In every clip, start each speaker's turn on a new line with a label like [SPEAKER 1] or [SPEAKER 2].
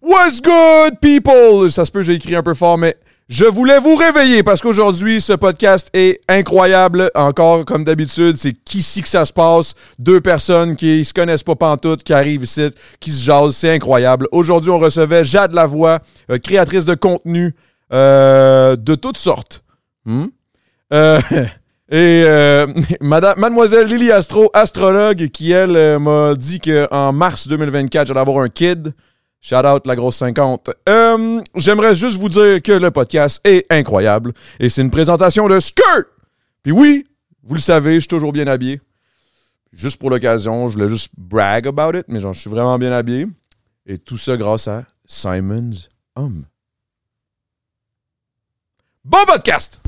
[SPEAKER 1] What's good, people? Ça se peut, j'ai écrit un peu fort, mais je voulais vous réveiller parce qu'aujourd'hui, ce podcast est incroyable. Encore, comme d'habitude, c'est qu'ici que ça se passe. Deux personnes qui se connaissent pas pantoute, qui arrivent ici, qui se jasent. C'est incroyable. Aujourd'hui, on recevait Jade Lavoie, euh, créatrice de contenu euh, de toutes sortes. Hmm? Euh, et euh, madame, mademoiselle Lily Astro, astrologue, qui, elle, euh, m'a dit qu'en mars 2024, j'allais avoir un kid. Shout out la grosse 50. Euh, J'aimerais juste vous dire que le podcast est incroyable et c'est une présentation de Skirt. Puis oui, vous le savez, je suis toujours bien habillé. Juste pour l'occasion, je voulais juste brag about it, mais genre, je suis vraiment bien habillé. Et tout ça grâce à Simon's Homme. Bon podcast!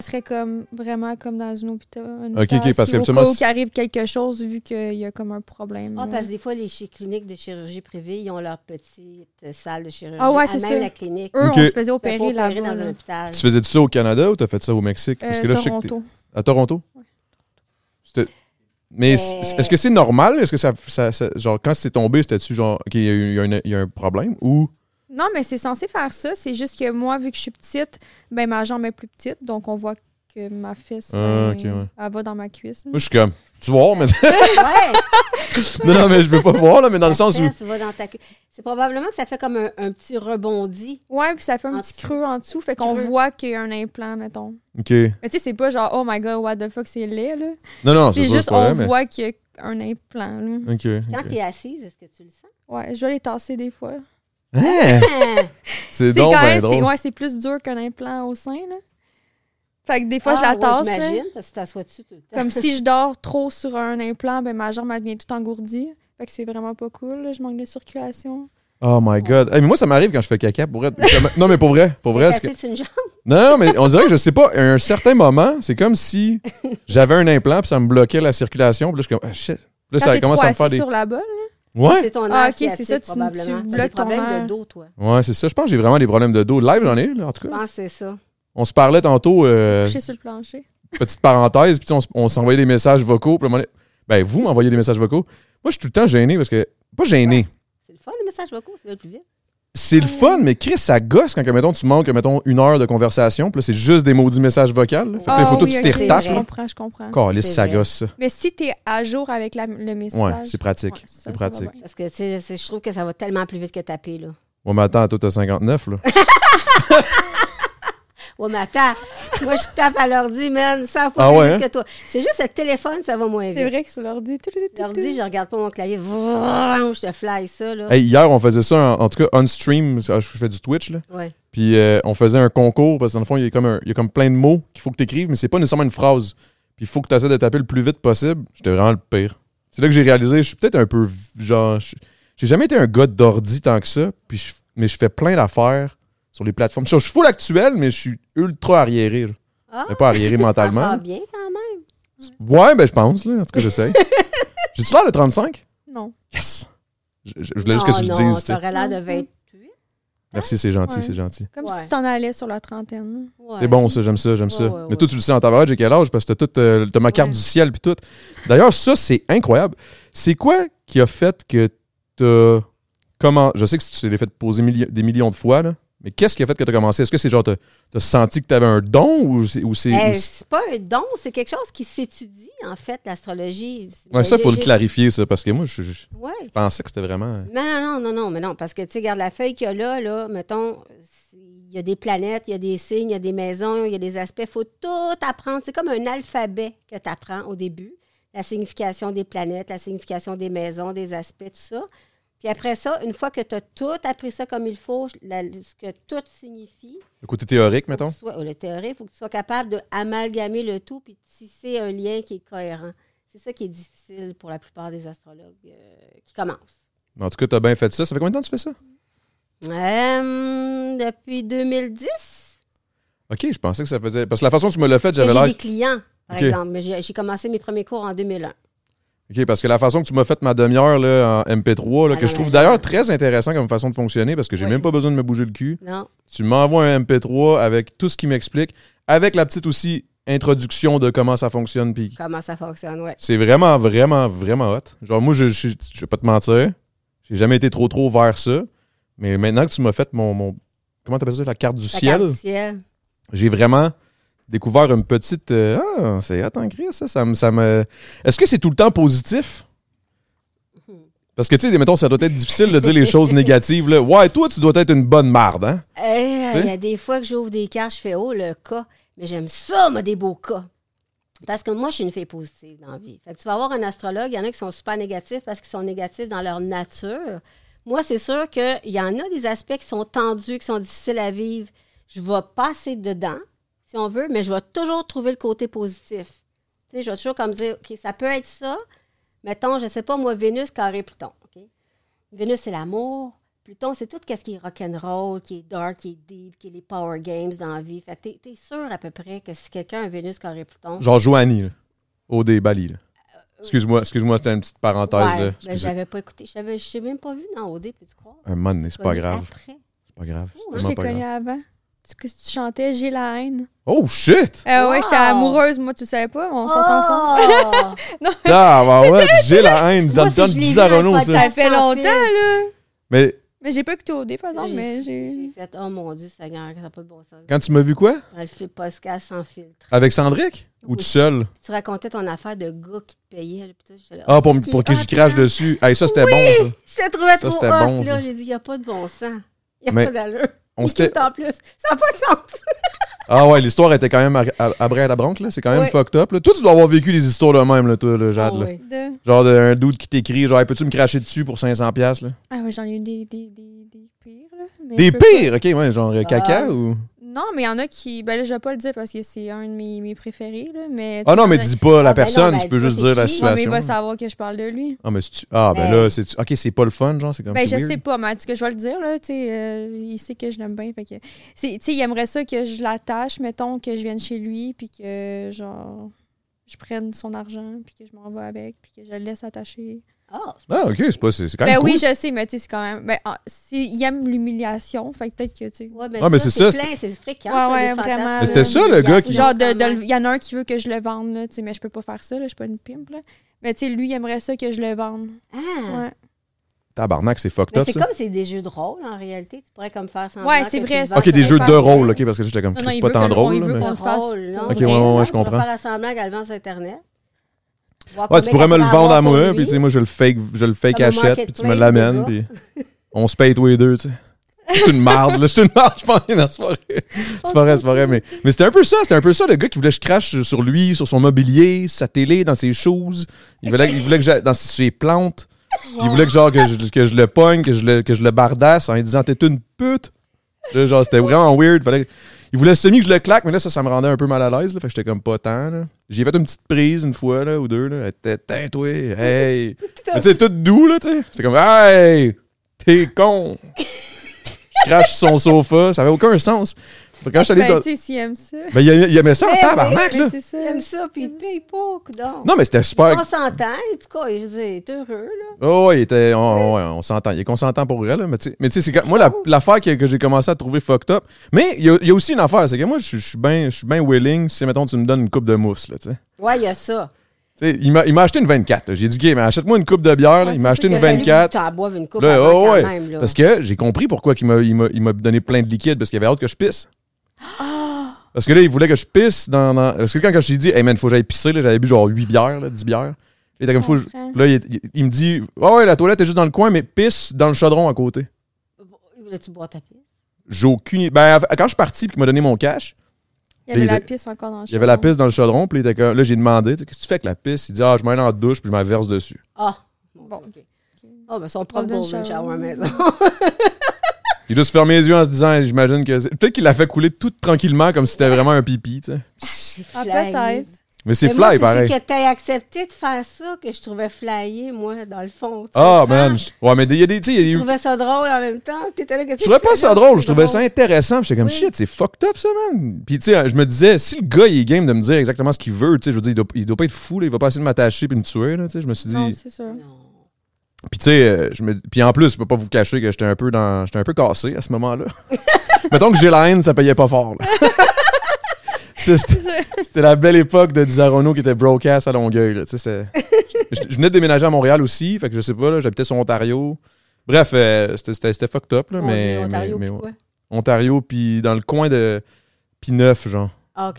[SPEAKER 2] Ce serait comme vraiment comme dans une hôpital. un
[SPEAKER 1] Ok, ok,
[SPEAKER 2] hôpital,
[SPEAKER 1] parce
[SPEAKER 2] si au
[SPEAKER 1] qu'habituellement,
[SPEAKER 2] cas où
[SPEAKER 1] c'est-
[SPEAKER 2] qu'il arrive quelque chose vu qu'il y a comme un problème.
[SPEAKER 3] Ah,
[SPEAKER 2] là.
[SPEAKER 3] parce que des fois, les chi- cliniques de chirurgie privée, ils ont leur petite euh, salle de chirurgie.
[SPEAKER 2] Ah ouais,
[SPEAKER 3] à
[SPEAKER 2] c'est
[SPEAKER 3] même
[SPEAKER 2] sûr.
[SPEAKER 3] la clinique.
[SPEAKER 2] Eux,
[SPEAKER 1] Ok.
[SPEAKER 2] on se faisait
[SPEAKER 3] Fait
[SPEAKER 2] opérer,
[SPEAKER 3] pas opérer
[SPEAKER 2] là-bas,
[SPEAKER 3] dans
[SPEAKER 2] là.
[SPEAKER 3] un hôpital.
[SPEAKER 1] Tu faisais ça au Canada ou t'as fait ça au Mexique?
[SPEAKER 2] Euh,
[SPEAKER 1] là, je sais que t'es-
[SPEAKER 2] Toronto.
[SPEAKER 1] À Toronto? C'était- Mais c-
[SPEAKER 3] Euh,
[SPEAKER 1] est-ce que c'est normal? Est-ce que ça, ça- ça- Genre, quand c'est tombé, c'était-tu genre. OK, il y, a eu- il y a un- il y a un problème? Ou.
[SPEAKER 2] Non, mais c'est censé faire ça. C'est juste que moi, vu que je suis petite, ben ma jambe est plus petite, donc on voit que ma fesse,
[SPEAKER 1] Ah,
[SPEAKER 2] ben,
[SPEAKER 1] ok, ouais.
[SPEAKER 2] elle va dans ma cuisse. là.
[SPEAKER 1] Moi, je suis comme. Tu vois, mais.
[SPEAKER 3] ouais,
[SPEAKER 1] non, non, mais je veux pas voir, là, mais dans le
[SPEAKER 3] la
[SPEAKER 1] sens où.
[SPEAKER 3] fesse va dans ta queue. C'est probablement que ça fait comme un, un petit rebondi.
[SPEAKER 2] Ouais, puis ça fait un
[SPEAKER 3] En
[SPEAKER 2] petit
[SPEAKER 3] dessous.
[SPEAKER 2] creux en dessous, fait qu'on
[SPEAKER 3] Ah, Creux.
[SPEAKER 2] voit qu'il y a un implant, mettons.
[SPEAKER 1] OK.
[SPEAKER 2] Mais tu sais, c'est pas genre, oh my god, what the fuck, c'est laid, là.
[SPEAKER 1] Non, non, c'est
[SPEAKER 2] C'est
[SPEAKER 1] sûr, c'est
[SPEAKER 2] juste,
[SPEAKER 1] pas
[SPEAKER 2] on
[SPEAKER 1] vrai, mais.
[SPEAKER 2] voit qu'il y a un implant, là.
[SPEAKER 1] OK.
[SPEAKER 3] Quand
[SPEAKER 1] ok.
[SPEAKER 3] tu es assise, est-ce que tu le sens?
[SPEAKER 2] Ouais, je vais les tasser des fois.
[SPEAKER 1] Hein?
[SPEAKER 3] Ah!
[SPEAKER 1] C'est
[SPEAKER 2] C'est
[SPEAKER 1] donc
[SPEAKER 2] quand
[SPEAKER 1] ben
[SPEAKER 2] même, c'est
[SPEAKER 1] drôle.
[SPEAKER 2] ouais, c'est plus dur qu'un implant au sein, là. Fait que des fois, je la
[SPEAKER 3] Ah, ouais,
[SPEAKER 2] tasse, là.
[SPEAKER 3] J'imagine, parce que tu t'assois dessus tout le temps.
[SPEAKER 2] Comme si je dors trop sur un implant, ben ma jambe elle devient toute engourdie. Fait que c'est vraiment pas cool. là. Je manque de circulation.
[SPEAKER 1] Oh my God. Hey, mais moi, ça m'arrive quand je fais caca. Pour être... non, mais pour vrai. Pour
[SPEAKER 3] T'es
[SPEAKER 1] vrai. c'est que-
[SPEAKER 3] assise sur une jambe.
[SPEAKER 1] Non, non, mais on dirait que je sais pas, à un certain moment, c'est comme si j'avais un implant puis ça me bloquait la circulation. Puis là, je suis comme, ah, shit. Là,
[SPEAKER 2] Quand
[SPEAKER 1] ça
[SPEAKER 2] t'es
[SPEAKER 1] commence
[SPEAKER 2] trop
[SPEAKER 1] à me faire
[SPEAKER 2] assis
[SPEAKER 1] des.
[SPEAKER 2] sur la balle.
[SPEAKER 1] Ouais.
[SPEAKER 3] C'est ton
[SPEAKER 2] Ah,
[SPEAKER 3] air
[SPEAKER 2] ok, c'est ça,
[SPEAKER 3] sciatique,
[SPEAKER 2] tu- tu
[SPEAKER 3] probablement.
[SPEAKER 2] bloques
[SPEAKER 3] C'est des
[SPEAKER 2] ton
[SPEAKER 3] problèmes
[SPEAKER 2] air.
[SPEAKER 3] de dos, toi.
[SPEAKER 1] Ouais, c'est ça. Je pense que j'ai vraiment des problèmes de dos. Live, j'en ai, là, en tout
[SPEAKER 3] Je
[SPEAKER 1] cas.
[SPEAKER 3] pense que c'est ça.
[SPEAKER 1] On se parlait tantôt, euh,
[SPEAKER 2] couché sur le plancher.
[SPEAKER 1] petite parenthèse, puis tu sais, on, s- on s'envoyait des messages vocaux. Puis à un moment donné- ben, vous m'envoyez des messages vocaux. Moi, je suis tout le temps gêné parce que. Pas gêné.
[SPEAKER 3] C'est le fun, les messages vocaux, c'est le plus vite.
[SPEAKER 1] C'est le fun, mais Chris, ça gosse quand, que, mettons, tu manques, que, mettons, une heure de conversation. Puis là, c'est juste des maudits messages vocaux. là. Fait que là, il
[SPEAKER 2] Ah
[SPEAKER 1] faut tout
[SPEAKER 2] oui,
[SPEAKER 1] tu
[SPEAKER 2] ok,
[SPEAKER 1] t'y
[SPEAKER 3] c'est
[SPEAKER 1] retapes,
[SPEAKER 2] Je
[SPEAKER 3] vrai.
[SPEAKER 1] là.
[SPEAKER 2] comprends, je comprends.
[SPEAKER 1] Calisse,
[SPEAKER 3] C'est
[SPEAKER 1] ça
[SPEAKER 3] vrai.
[SPEAKER 1] gosse, ça.
[SPEAKER 2] Mais si t'es à jour avec la- le message.
[SPEAKER 1] Ouais, c'est pratique.
[SPEAKER 2] ouais, ça, ça
[SPEAKER 1] c'est
[SPEAKER 2] va
[SPEAKER 1] pratique.
[SPEAKER 2] bien.
[SPEAKER 3] Parce que tu sais, c'est- je trouve que ça va tellement plus vite que taper, là.
[SPEAKER 1] Ouais, mais attends, toi, t'as 59, là.
[SPEAKER 3] Ah. Ouais, mais attends, moi, je tape à l'ordi, man, 100 fois
[SPEAKER 1] Ah
[SPEAKER 3] plus
[SPEAKER 1] ouais,
[SPEAKER 3] vite
[SPEAKER 1] hein?
[SPEAKER 3] que toi. C'est juste le téléphone, ça va moins vite.
[SPEAKER 2] C'est vrai que sur l'ordi. tout, tout, tout, tout.
[SPEAKER 3] L'ordi, je regarde pas mon clavier. Vroom, je te fly ça, là.
[SPEAKER 1] Hey, hier, on faisait ça, en, en tout cas, on stream. ça, Je fais du Twitch, là.
[SPEAKER 3] Ouais.
[SPEAKER 1] Puis euh, on faisait un concours parce que dans le fond, il y a comme, un- il y a comme plein de mots qu'il faut que tu écrives, mais c'est pas nécessairement une phrase. Puis il faut que tu essaies de taper le plus vite possible. J'étais vraiment le pire. C'est là que j'ai réalisé, je suis peut-être un peu. v- Genre, je- j'ai jamais été un gars d'ordi tant que ça, puis je- mais je fais plein d'affaires sur les plateformes. Je je suis full actuel, mais je suis ultra arriéré. genre.
[SPEAKER 3] Ah,
[SPEAKER 1] Mais pas arriéré
[SPEAKER 3] ça
[SPEAKER 1] mentalement.
[SPEAKER 3] sort bien quand même.
[SPEAKER 1] Ouais, ben je pense, là. En tout cas, j'essaie. J'ai-tu l'air de 35?
[SPEAKER 2] Non.
[SPEAKER 1] Yes! Je, je- je voulais juste que tu le
[SPEAKER 3] Ah non,
[SPEAKER 1] dises. tu sais.
[SPEAKER 3] t'aurais l'air de 28.
[SPEAKER 1] Merci, c'est gentil,
[SPEAKER 2] Ouais.
[SPEAKER 1] c'est gentil.
[SPEAKER 2] Comme
[SPEAKER 3] Ouais.
[SPEAKER 2] si tu t'en allais sur la trentaine. là.
[SPEAKER 3] Ouais.
[SPEAKER 1] C'est bon, ça, j'aime ça, j'aime ça.
[SPEAKER 3] Ouais, ouais,
[SPEAKER 1] Mais
[SPEAKER 3] ouais.
[SPEAKER 1] toi, tu le sais en tabarade, j'ai quel âge parce que t'as tout, euh, t'as ma carte
[SPEAKER 3] Ouais.
[SPEAKER 1] du ciel puis tout. D'ailleurs, ça, c'est incroyable. C'est quoi qui a fait que t'as. Comment. Je sais que tu t'es fait poser milli- des millions de fois, là. Mais qu'est-ce qui a fait que t'as commencé? Est-ce que c'est genre, t'as t'as senti que t'avais un don ou c'est. ou c'est-
[SPEAKER 3] Eh,
[SPEAKER 1] ou c'est-
[SPEAKER 3] c'est pas un don, c'est quelque chose qui s'étudie, en fait, l'astrologie.
[SPEAKER 1] Ouais, ça,
[SPEAKER 3] J'ai-
[SPEAKER 1] faut le
[SPEAKER 3] j'ai-
[SPEAKER 1] clarifier, ça, parce que moi, je, je- je
[SPEAKER 3] Ouais.
[SPEAKER 1] pensais que c'était vraiment. euh,
[SPEAKER 3] Non, non, non, non, non, mais non, parce que, tu sais, regarde la feuille qu'il y a là, là, mettons, c'est- il y a des planètes, il y a des signes, il y a des maisons, il y a des aspects, il faut tout apprendre. C'est comme un alphabet que tu apprends au début, la signification des planètes, la signification des maisons, des aspects, tout ça. Puis après ça, une fois que tu as tout appris ça comme il faut, la- ce que tout signifie,
[SPEAKER 1] Le côté théorique,
[SPEAKER 3] faut que
[SPEAKER 1] mettons.
[SPEAKER 3] tu sois- oh, le théorique, il faut que tu sois capable d'amalgamer le tout puis de tisser un lien qui est cohérent. C'est ça qui est difficile pour la plupart des astrologues euh, qui commencent.
[SPEAKER 1] En tout cas, t'as bien fait ça. Ça fait combien de temps que tu fais ça?
[SPEAKER 3] Euh, depuis 2010,
[SPEAKER 1] OK, je pensais que ça faisait. Parce que la façon dont tu me l'as fait,
[SPEAKER 3] que
[SPEAKER 1] j'avais
[SPEAKER 3] Ben, j'ai
[SPEAKER 1] l'air.
[SPEAKER 3] des clients, par
[SPEAKER 1] Ok.
[SPEAKER 3] exemple. Mais j'ai j'ai commencé mes premiers cours en 2001.
[SPEAKER 1] OK, parce que la façon que tu m'as fait ma demi-heure là, en MP3, là,
[SPEAKER 3] Ah
[SPEAKER 1] que je
[SPEAKER 3] non,
[SPEAKER 1] trouve
[SPEAKER 3] mais-
[SPEAKER 1] d'ailleurs très intéressant comme façon de fonctionner, parce que j'ai
[SPEAKER 3] Oui.
[SPEAKER 1] même pas besoin de me bouger le cul.
[SPEAKER 3] Non,
[SPEAKER 1] Tu m'envoies un MP3 avec tout ce qui m'explique, avec la petite aussi introduction de comment ça fonctionne. Puis
[SPEAKER 3] comment ça fonctionne, ouais.
[SPEAKER 1] c'est vraiment, vraiment, vraiment hot. Genre, moi, je, je, suis- je vais pas te mentir, j'ai jamais été trop, trop vers ça. Mais maintenant que tu m'as fait mon. mon- comment t'appelles ça La carte du
[SPEAKER 3] La
[SPEAKER 1] ciel
[SPEAKER 3] carte du ciel.
[SPEAKER 1] j'ai vraiment découvert une petite. euh, ah, c'est attends, Chris, ça, ça me. ça me- Est-ce que c'est tout le temps positif? Parce que, tu sais, mettons, ça doit être difficile de dire les choses négatives. Là. Ouais, toi, tu dois être une bonne marde, hein?
[SPEAKER 3] Euh, Il
[SPEAKER 1] Tu sais?
[SPEAKER 3] y a des fois que j'ouvre des cartes, je fais oh le cas, mais j'aime ça, moi, des beaux cas. Parce que moi, je suis une fille positive dans la vie. Fait que tu vas avoir un astrologue, il y en a qui sont super négatifs parce qu'ils sont négatifs dans leur nature. Moi, c'est sûr qu'il y en a des aspects qui sont tendus, qui sont difficiles à vivre. Je vais passer dedans, si on veut, mais je vais toujours trouver le côté positif. Tu sais, je vais toujours comme dire, OK, ça peut être ça. Mettons, je sais pas, moi, Vénus, carré Pluton. OK? Vénus, c'est l'amour. Pluton, c'est tout ce qui est rock'n'roll, qui est dark, qui est deep, qui est les power games dans la vie. Fait que t'es, t'es sûr à peu près que si quelqu'un a Vénus, carré Pluton.
[SPEAKER 1] Genre Joanie, là, au des Bali. là. Excuse-moi, excuse-moi, c'était une petite parenthèse.
[SPEAKER 3] Euh,
[SPEAKER 1] là.
[SPEAKER 3] Ouais, ben,
[SPEAKER 1] Excusez.
[SPEAKER 3] j'avais pas écouté. Je savais- je t'ai même pas vu dans OD, peux-tu croire?
[SPEAKER 1] Un moment donné, c'est pas
[SPEAKER 3] Connu
[SPEAKER 1] grave.
[SPEAKER 3] Après.
[SPEAKER 1] C'est pas grave. c'est
[SPEAKER 3] Moi,
[SPEAKER 2] Je
[SPEAKER 1] vraiment
[SPEAKER 2] t'ai
[SPEAKER 1] pas
[SPEAKER 2] connue
[SPEAKER 1] grave.
[SPEAKER 2] avant. Tu, que tu chantais J'ai la haine.
[SPEAKER 1] Oh shit!
[SPEAKER 2] Ah ouais,
[SPEAKER 3] Wow!
[SPEAKER 2] j'étais amoureuse, moi, tu savais pas, on
[SPEAKER 3] Oh!
[SPEAKER 2] s'entend ensemble.
[SPEAKER 1] Ah, bah ouais, j'ai la haine.
[SPEAKER 3] Moi,
[SPEAKER 1] Ça me
[SPEAKER 3] si
[SPEAKER 1] donne
[SPEAKER 3] je l'ai
[SPEAKER 1] 10
[SPEAKER 3] vu, un
[SPEAKER 1] Arnaud, ça.
[SPEAKER 3] podcast.
[SPEAKER 2] Ça fait
[SPEAKER 3] Sans
[SPEAKER 2] longtemps,
[SPEAKER 3] fil.
[SPEAKER 2] là.
[SPEAKER 1] Mais
[SPEAKER 2] Mais j'ai pas écouté au dé, par exemple, Ah mais
[SPEAKER 3] j'ai, j'ai
[SPEAKER 2] j'ai.
[SPEAKER 3] fait, oh mon Dieu, Seigneur, ça n'a pas de bon sens.
[SPEAKER 1] quand tu m'as vu quoi?
[SPEAKER 3] Dans le fil podcast sans filtre.
[SPEAKER 1] Avec Sandrick? Ou tout
[SPEAKER 3] Oui.
[SPEAKER 1] seul?
[SPEAKER 3] Puis tu racontais ton affaire de gars qui te payait. là, puis tout, j'étais là,
[SPEAKER 1] Ah,
[SPEAKER 3] oh,
[SPEAKER 1] pour,
[SPEAKER 3] c'est qui?
[SPEAKER 1] pour que
[SPEAKER 3] Ah,
[SPEAKER 1] j'y crache
[SPEAKER 3] attends.
[SPEAKER 1] dessus. Hey, ça, c'était bon, ça.
[SPEAKER 3] Je te trouvais trop
[SPEAKER 1] c'était
[SPEAKER 3] hot,
[SPEAKER 1] bon,
[SPEAKER 3] là.
[SPEAKER 1] ça.
[SPEAKER 3] J'ai dit, il n'y a pas de bon sens. Il n'y a
[SPEAKER 1] Mais
[SPEAKER 3] pas d'allure.
[SPEAKER 1] On
[SPEAKER 3] Il est
[SPEAKER 1] s'était.
[SPEAKER 3] cute en plus. Ça n'a pas de sens.
[SPEAKER 1] Ah ouais, l'histoire était quand même à, à, à brin à la bronque, là. C'est quand même
[SPEAKER 3] Ouais.
[SPEAKER 1] fucked up, là. Toi, tu dois avoir vécu des histoires de même, là, toi, là, Jade,
[SPEAKER 3] Ah
[SPEAKER 2] Oh,
[SPEAKER 1] là.
[SPEAKER 3] oui.
[SPEAKER 2] de-
[SPEAKER 1] Genre, de- un doute qui t'écrit, genre, Hey, peux-tu me cracher dessus pour 500$, piastres, là?
[SPEAKER 2] Ah ouais, j'en ai eu des, des, des, des pires, là. mais
[SPEAKER 1] Des
[SPEAKER 2] je peux pas-
[SPEAKER 1] pires, ok, ouais, genre, euh, caca
[SPEAKER 3] Ah.
[SPEAKER 1] ou.
[SPEAKER 2] Non, mais il y en a qui. Ben là, je vais pas le dire parce que c'est un de mes, mes préférés, là. Mais,
[SPEAKER 1] Ah non, mais dis pas la
[SPEAKER 3] Ah, ben non,
[SPEAKER 1] personne,
[SPEAKER 3] ben,
[SPEAKER 1] tu peux
[SPEAKER 3] dis pas
[SPEAKER 1] juste
[SPEAKER 3] c'est
[SPEAKER 1] dire la
[SPEAKER 3] qui.
[SPEAKER 2] Ouais, mais il
[SPEAKER 1] situation.
[SPEAKER 2] va savoir que je parle de lui.
[SPEAKER 1] Ah, mais c'est-tu- Ah, ben
[SPEAKER 3] Ben-
[SPEAKER 1] là, c'est. Ok, c'est pas le fun, genre, c'est comme
[SPEAKER 2] Ben,
[SPEAKER 1] c'est
[SPEAKER 2] je
[SPEAKER 1] weird.
[SPEAKER 2] sais pas, mais en tout cas, je vais le dire, là, tu sais, euh, il sait que je l'aime bien, fait que... c'est- Tu sais, il aimerait ça que je l'attache, mettons, que je vienne chez lui, puis que, genre, je prenne son argent, puis que je m'en vais avec, puis que je le laisse attacher.
[SPEAKER 3] Ah,
[SPEAKER 1] Ah, ok, c'est pas. C'est c'est quand même.
[SPEAKER 2] Ben
[SPEAKER 1] cool.
[SPEAKER 2] oui, je sais, mais tu sais, c'est quand même... Ben, ah, c'est- il aime l'humiliation, fait que peut-être que, tu sais...
[SPEAKER 3] Ouais, ben
[SPEAKER 1] Ah, mais
[SPEAKER 3] ça,
[SPEAKER 1] c'est ça,
[SPEAKER 3] c'est plein, c'est fréquent.
[SPEAKER 2] Ouais,
[SPEAKER 3] ça, les
[SPEAKER 2] ouais,
[SPEAKER 3] fantasmes.
[SPEAKER 2] vraiment,
[SPEAKER 1] Mais c'était là. ça, le gars qui-
[SPEAKER 2] Genre, de, de le- il y en a un qui veut que je le vende, là, tu sais, mais je peux pas faire ça, là, je suis pas une pimpe, là. Mais tu sais, lui, il aimerait ça que je le vende,
[SPEAKER 3] Ah.
[SPEAKER 2] ouais.
[SPEAKER 1] Tabarnak, c'est fucked
[SPEAKER 3] Mais
[SPEAKER 1] up,
[SPEAKER 3] c'est
[SPEAKER 1] ça.
[SPEAKER 3] comme c'est des jeux de rôle en réalité. Tu pourrais comme faire semblant.
[SPEAKER 2] Ouais, c'est
[SPEAKER 3] que tu
[SPEAKER 2] vrai,
[SPEAKER 3] le
[SPEAKER 2] ça.
[SPEAKER 3] vends
[SPEAKER 1] Ok, des
[SPEAKER 2] ça
[SPEAKER 1] jeux
[SPEAKER 2] fait
[SPEAKER 1] de
[SPEAKER 2] faire
[SPEAKER 1] rôle,
[SPEAKER 2] ça.
[SPEAKER 1] ok, parce que j'étais comme.
[SPEAKER 2] Non, non,
[SPEAKER 1] C'est
[SPEAKER 2] il
[SPEAKER 1] pas
[SPEAKER 2] veut que
[SPEAKER 1] tant
[SPEAKER 2] le- on-
[SPEAKER 1] drôle,
[SPEAKER 2] il
[SPEAKER 1] là,
[SPEAKER 2] veut
[SPEAKER 1] mais.
[SPEAKER 2] qu'on-
[SPEAKER 3] de
[SPEAKER 2] le fasse
[SPEAKER 3] rôle, non?
[SPEAKER 2] pour
[SPEAKER 1] Ok, ouais, ouais, ouais, je
[SPEAKER 3] Tu pourrais
[SPEAKER 1] comprends.
[SPEAKER 3] faire semblant qu'elle vend sur Internet.
[SPEAKER 1] Ouais, tu pourrais me le vendre à moi, puis tu sais, moi, je le fake, je le fake
[SPEAKER 3] Comme au
[SPEAKER 1] achète, puis tu me
[SPEAKER 3] marketplace,
[SPEAKER 1] l'amènes,
[SPEAKER 3] des
[SPEAKER 1] puis on se paye tous les deux, tu sais. C'est une marde, là. C'est une marde, je pense. Non, c'est pas vrai. C'est pas vrai, c'est pas vrai. Mais, mais c'était un peu ça. C'était un peu ça, le gars qui voulait que je crache sur- sur lui, sur son mobilier, sur sa télé, dans ses choses. Il voulait, il voulait que j'aille dans ses plantes. Il voulait que, genre, que je, que je le pogne, que je le, que je le bardasse en lui disant T'es une pute. Là, genre, c'était vraiment weird. Fallait, il voulait semi que je le claque, mais là, ça, ça me rendait un peu mal à l'aise. là, Fait que j'étais comme pas tant. là. J'ai fait une petite prise une fois là, ou deux. Là. Elle était teintouée. Hey. Mais tu sais, tout doux, là, tu sais. C'était comme Hey, t'es con. je crache sur son sofa. Ça avait aucun sens. Fait que quand je suis allé
[SPEAKER 2] Ben,
[SPEAKER 1] dans-
[SPEAKER 2] tu sais, s'il aime ça...
[SPEAKER 1] Ben, il aimait- il aimait ça en
[SPEAKER 3] Mais-
[SPEAKER 1] tabarnak, là.
[SPEAKER 2] Ben, c'est ça.
[SPEAKER 3] J'aime ça, puis il te paye pas, coudonc.
[SPEAKER 1] Non, euh, mais c'était super.
[SPEAKER 3] On s'entend, en tout cas, je veux dire, t'es heureux, là.
[SPEAKER 1] Oh, ouais, il était. On, ouais, on s'entend. Il est consentant pour vrai, là. Mais tu sais- mais tu sais, c'est quand- moi, la- l'affaire que, que j'ai commencé à trouver fucked up. Mais il y, a- il y a aussi une affaire, c'est que moi, je suis- je suis bien ben willing si, mettons, tu me donnes une coupe de mousse, là, tu sais.
[SPEAKER 3] Ouais, il y a ça.
[SPEAKER 1] Tu sais, il m'a il m'a acheté une 24. là. J'ai dit, Guy, mais achète-moi une coupe de bière. là.
[SPEAKER 3] Ouais,
[SPEAKER 1] il m'a
[SPEAKER 3] c'est
[SPEAKER 1] acheté une
[SPEAKER 3] sûr que j'aurais voulu que
[SPEAKER 1] 24.
[SPEAKER 3] Tu en boives une coupe
[SPEAKER 1] Là,
[SPEAKER 3] avant
[SPEAKER 1] oh,
[SPEAKER 3] quand
[SPEAKER 1] ouais,
[SPEAKER 3] même, là.
[SPEAKER 1] Parce que j'ai compris pourquoi il m'a- il m'a il m'a donné plein de liquide, parce qu'il avait hâte que je pisse.
[SPEAKER 3] Ah!
[SPEAKER 1] Parce que là, il voulait que je pisse dans. dans- Parce que quand, quand je lui ai dit, hey man, faut que j'aille pisser, là, j'avais bu genre 8 bières, là, 10 bières. Il était comme, faut que je-
[SPEAKER 2] comprends.
[SPEAKER 1] Là, il, est- il- il me dit, ouais, ouais, la toilette est juste dans le coin, mais pisse dans le chaudron à côté.
[SPEAKER 3] Voulais-tu boire ta pisse?
[SPEAKER 1] J'ai aucune. i- Ben, av- quand je suis parti, puis qu'il m'a donné mon cash,
[SPEAKER 2] Il y avait
[SPEAKER 1] il-
[SPEAKER 2] la pisse encore dans le
[SPEAKER 1] il y avait la
[SPEAKER 2] chaudron.
[SPEAKER 1] pisse dans le chaudron, puis il était comme- là, j'ai demandé, tu sais, qu'est-ce que tu fais avec la pisse Il dit, ah, je mets en douche, puis je m'en verse dessus.
[SPEAKER 3] Ah,
[SPEAKER 2] Bon.
[SPEAKER 3] bon, OK. Ah, ben, son propre
[SPEAKER 2] Golden
[SPEAKER 3] golden
[SPEAKER 2] shower.
[SPEAKER 3] shower à la maison.
[SPEAKER 1] Il a juste fermé les yeux en se disant, Hey, j'imagine que. c'est- Peut-être qu'il l'a fait couler tout tranquillement, comme si c'était vraiment un pipi, tu sais.
[SPEAKER 3] C'est
[SPEAKER 2] Ah,
[SPEAKER 3] flyé.
[SPEAKER 2] peut-être.
[SPEAKER 1] Mais c'est
[SPEAKER 3] Mais moi,
[SPEAKER 1] fly, pareil.
[SPEAKER 3] C'est que t'aies accepté de faire ça que je trouvais flyé, moi, dans le fond. tu
[SPEAKER 1] Ah,
[SPEAKER 3] comprends?
[SPEAKER 1] man. je- Ouais, mais il y a des. tu sais, il y a
[SPEAKER 3] Je
[SPEAKER 1] des-
[SPEAKER 3] trouvais ça drôle en même temps. T'étais là, qu'est-ce que
[SPEAKER 1] Je trouvais
[SPEAKER 3] fais
[SPEAKER 1] pas ça
[SPEAKER 3] là?
[SPEAKER 1] drôle,
[SPEAKER 3] C'est
[SPEAKER 1] je trouvais ça intéressant. puis J'étais comme
[SPEAKER 3] Oui.
[SPEAKER 1] shit, c'est fucked up ça, man. Puis tu sais, je me disais, si le gars il est game de me dire exactement ce qu'il veut, tu sais, je veux dire, il doit, il doit pas être fou, là, il va pas essayer de m'attacher puis me tuer, là, tu sais. Je me suis dit.
[SPEAKER 2] Non, c'est sûr.
[SPEAKER 3] Non.
[SPEAKER 1] Puis tu sais, euh, je me... puis en plus, je peux pas vous cacher que j'étais un peu dans, j'étais un peu cassé à ce moment-là. Mettons que j'ai la haine, ça payait pas fort. là. Ça, C'était c'était la belle époque de Dizarono qui était broadcast à Longueuil. là, tu sais, c'était- je, je venais de déménager à Montréal aussi, fait que je sais pas, là, j'habitais sur Ontario. Bref, euh, c'était- c'était c'était fucked up, là,
[SPEAKER 3] On
[SPEAKER 1] mais,
[SPEAKER 3] dit Ontario,
[SPEAKER 1] mais- mais-
[SPEAKER 3] puis quoi?
[SPEAKER 1] Ontario, puis dans le coin de Pis neuf, genre.
[SPEAKER 3] Ah, OK.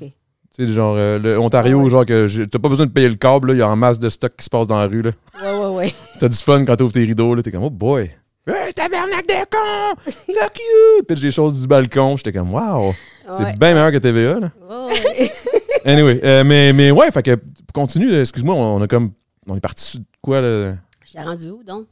[SPEAKER 1] Tu sais, genre, euh, le Ontario,
[SPEAKER 3] Ah ouais.
[SPEAKER 1] genre, que j'ai- t'as pas besoin de payer le câble, là, il y a en masse de stock qui se passe dans la rue, là.
[SPEAKER 3] Ouais, ouais, ouais.
[SPEAKER 1] T'as du fun quand t'ouvres tes rideaux, là, t'es comme, oh boy. Hey, tabernacle de con! Fuck you! Pitch des choses du balcon, j'étais comme, wow!
[SPEAKER 3] Ouais.
[SPEAKER 1] C'est bien meilleur que TVA, là.
[SPEAKER 3] ouais, ouais.
[SPEAKER 1] Anyway, euh, mais, mais ouais, fait que, continue, euh, excuse-moi, on on a comme, on est parti sur de quoi, là?
[SPEAKER 3] J'ai rendu où, donc?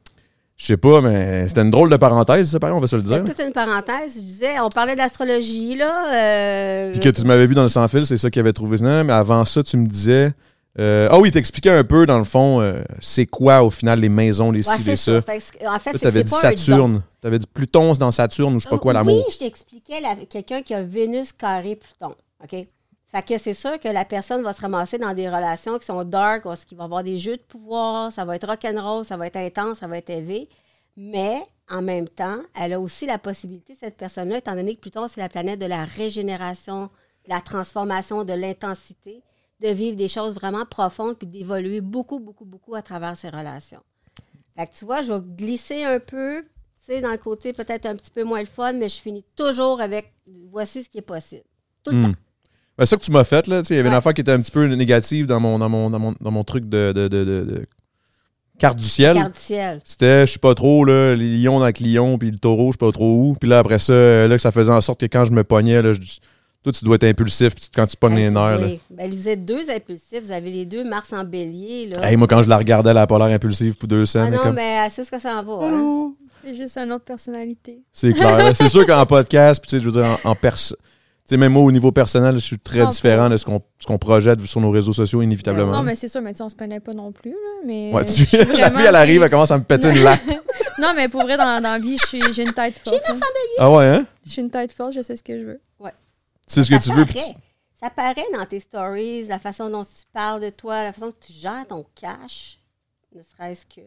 [SPEAKER 1] Je sais pas, mais c'était une drôle de parenthèse, ça, pareil, on va se le dire.
[SPEAKER 3] C'est toute une parenthèse. Je disais, on parlait d'astrologie, là. euh,
[SPEAKER 1] Puis que tu m'avais vu dans le sans fil, c'est ça qu'il avait trouvé. Non, mais avant ça, tu me disais. euh, ah oui, t'expliquais un peu, dans le fond, euh, c'est quoi au final les maisons, les
[SPEAKER 3] Ouais,
[SPEAKER 1] ci,
[SPEAKER 3] c'est
[SPEAKER 1] les
[SPEAKER 3] ça.
[SPEAKER 1] ça.
[SPEAKER 3] Fait que c'est- en
[SPEAKER 1] Toi,
[SPEAKER 3] fait, c'est que
[SPEAKER 1] t'avais dit
[SPEAKER 3] c'est pas un don.
[SPEAKER 1] Saturne. T'avais dit Pluton c'est dans Saturne ou je sais pas quoi, l'amour.
[SPEAKER 3] Oui, je t'expliquais la- quelqu'un qui a Vénus carré Pluton. OK? Fait que c'est sûr que la personne va se ramasser dans des relations qui sont dark, parce qu'il va avoir des jeux de pouvoir, ça va être rock'n'roll, ça va être intense, ça va être élevé. Mais en même temps, elle a aussi la possibilité, cette personne-là, étant donné que Pluton, c'est la planète de la régénération, de la transformation, de l'intensité, de vivre des choses vraiment profondes puis d'évoluer beaucoup, beaucoup, beaucoup à travers ses relations. Fait que tu vois, je vais glisser un peu, tu sais, dans le côté peut-être un petit peu moins le fun, mais je finis toujours avec voici ce qui est possible. Tout le
[SPEAKER 1] Hmm.
[SPEAKER 3] temps.
[SPEAKER 1] Ben, ça que tu m'as fait, là, tu sais, il y avait une
[SPEAKER 3] Ouais.
[SPEAKER 1] affaire qui était un petit peu négative dans mon, dans mon, dans mon, dans mon truc de, de, de, de- de carte du ciel.
[SPEAKER 3] Garde du ciel.
[SPEAKER 1] C'était, je sais pas trop, là, les lions avec lion, puis le taureau, je sais pas trop où. Puis là, après ça, euh, là, que ça faisait en sorte que quand je me pognais, là, je- toi, tu dois être impulsif puis tu- quand tu pognes les
[SPEAKER 3] Ben,
[SPEAKER 1] nerfs. là.
[SPEAKER 3] oui. Ben, vous êtes deux impulsifs, vous avez les deux Mars en bélier. Là.
[SPEAKER 1] Hey, moi, quand je la regardais, la polaire impulsive pour deux scènes,
[SPEAKER 3] ah non,
[SPEAKER 1] comme...
[SPEAKER 3] mais c'est ce que ça en
[SPEAKER 1] Oh,
[SPEAKER 3] va. hein.
[SPEAKER 1] Allô?
[SPEAKER 2] C'est juste une autre personnalité.
[SPEAKER 1] C'est clair. là. c'est sûr qu'en podcast, puis tu sais, je veux dire, en, en perso... Tu sais, même moi, au niveau personnel, je suis très
[SPEAKER 2] Non,
[SPEAKER 1] différent de ce qu'on ce qu'on projette sur nos réseaux sociaux, inévitablement.
[SPEAKER 2] Non, mais c'est sûr, mais tu sais, on se connaît pas non plus, là. Mais
[SPEAKER 1] Ouais,
[SPEAKER 2] euh,
[SPEAKER 1] tu-
[SPEAKER 2] je suis
[SPEAKER 1] la
[SPEAKER 2] vraiment-
[SPEAKER 1] fille, elle arrive, elle commence à me péter une latte.
[SPEAKER 2] Non, mais pour vrai, dans, dans la vie, je suis- j'ai une tête forte. hein.
[SPEAKER 1] Ah ouais, hein?
[SPEAKER 2] Je suis une tête forte, je sais ce que je veux.
[SPEAKER 1] Tu sais ce que tu veux. puis tu-
[SPEAKER 3] paraît. Ça paraît dans tes stories, la façon dont tu parles de toi, la façon dont tu gères ton cash, ne serait-ce que.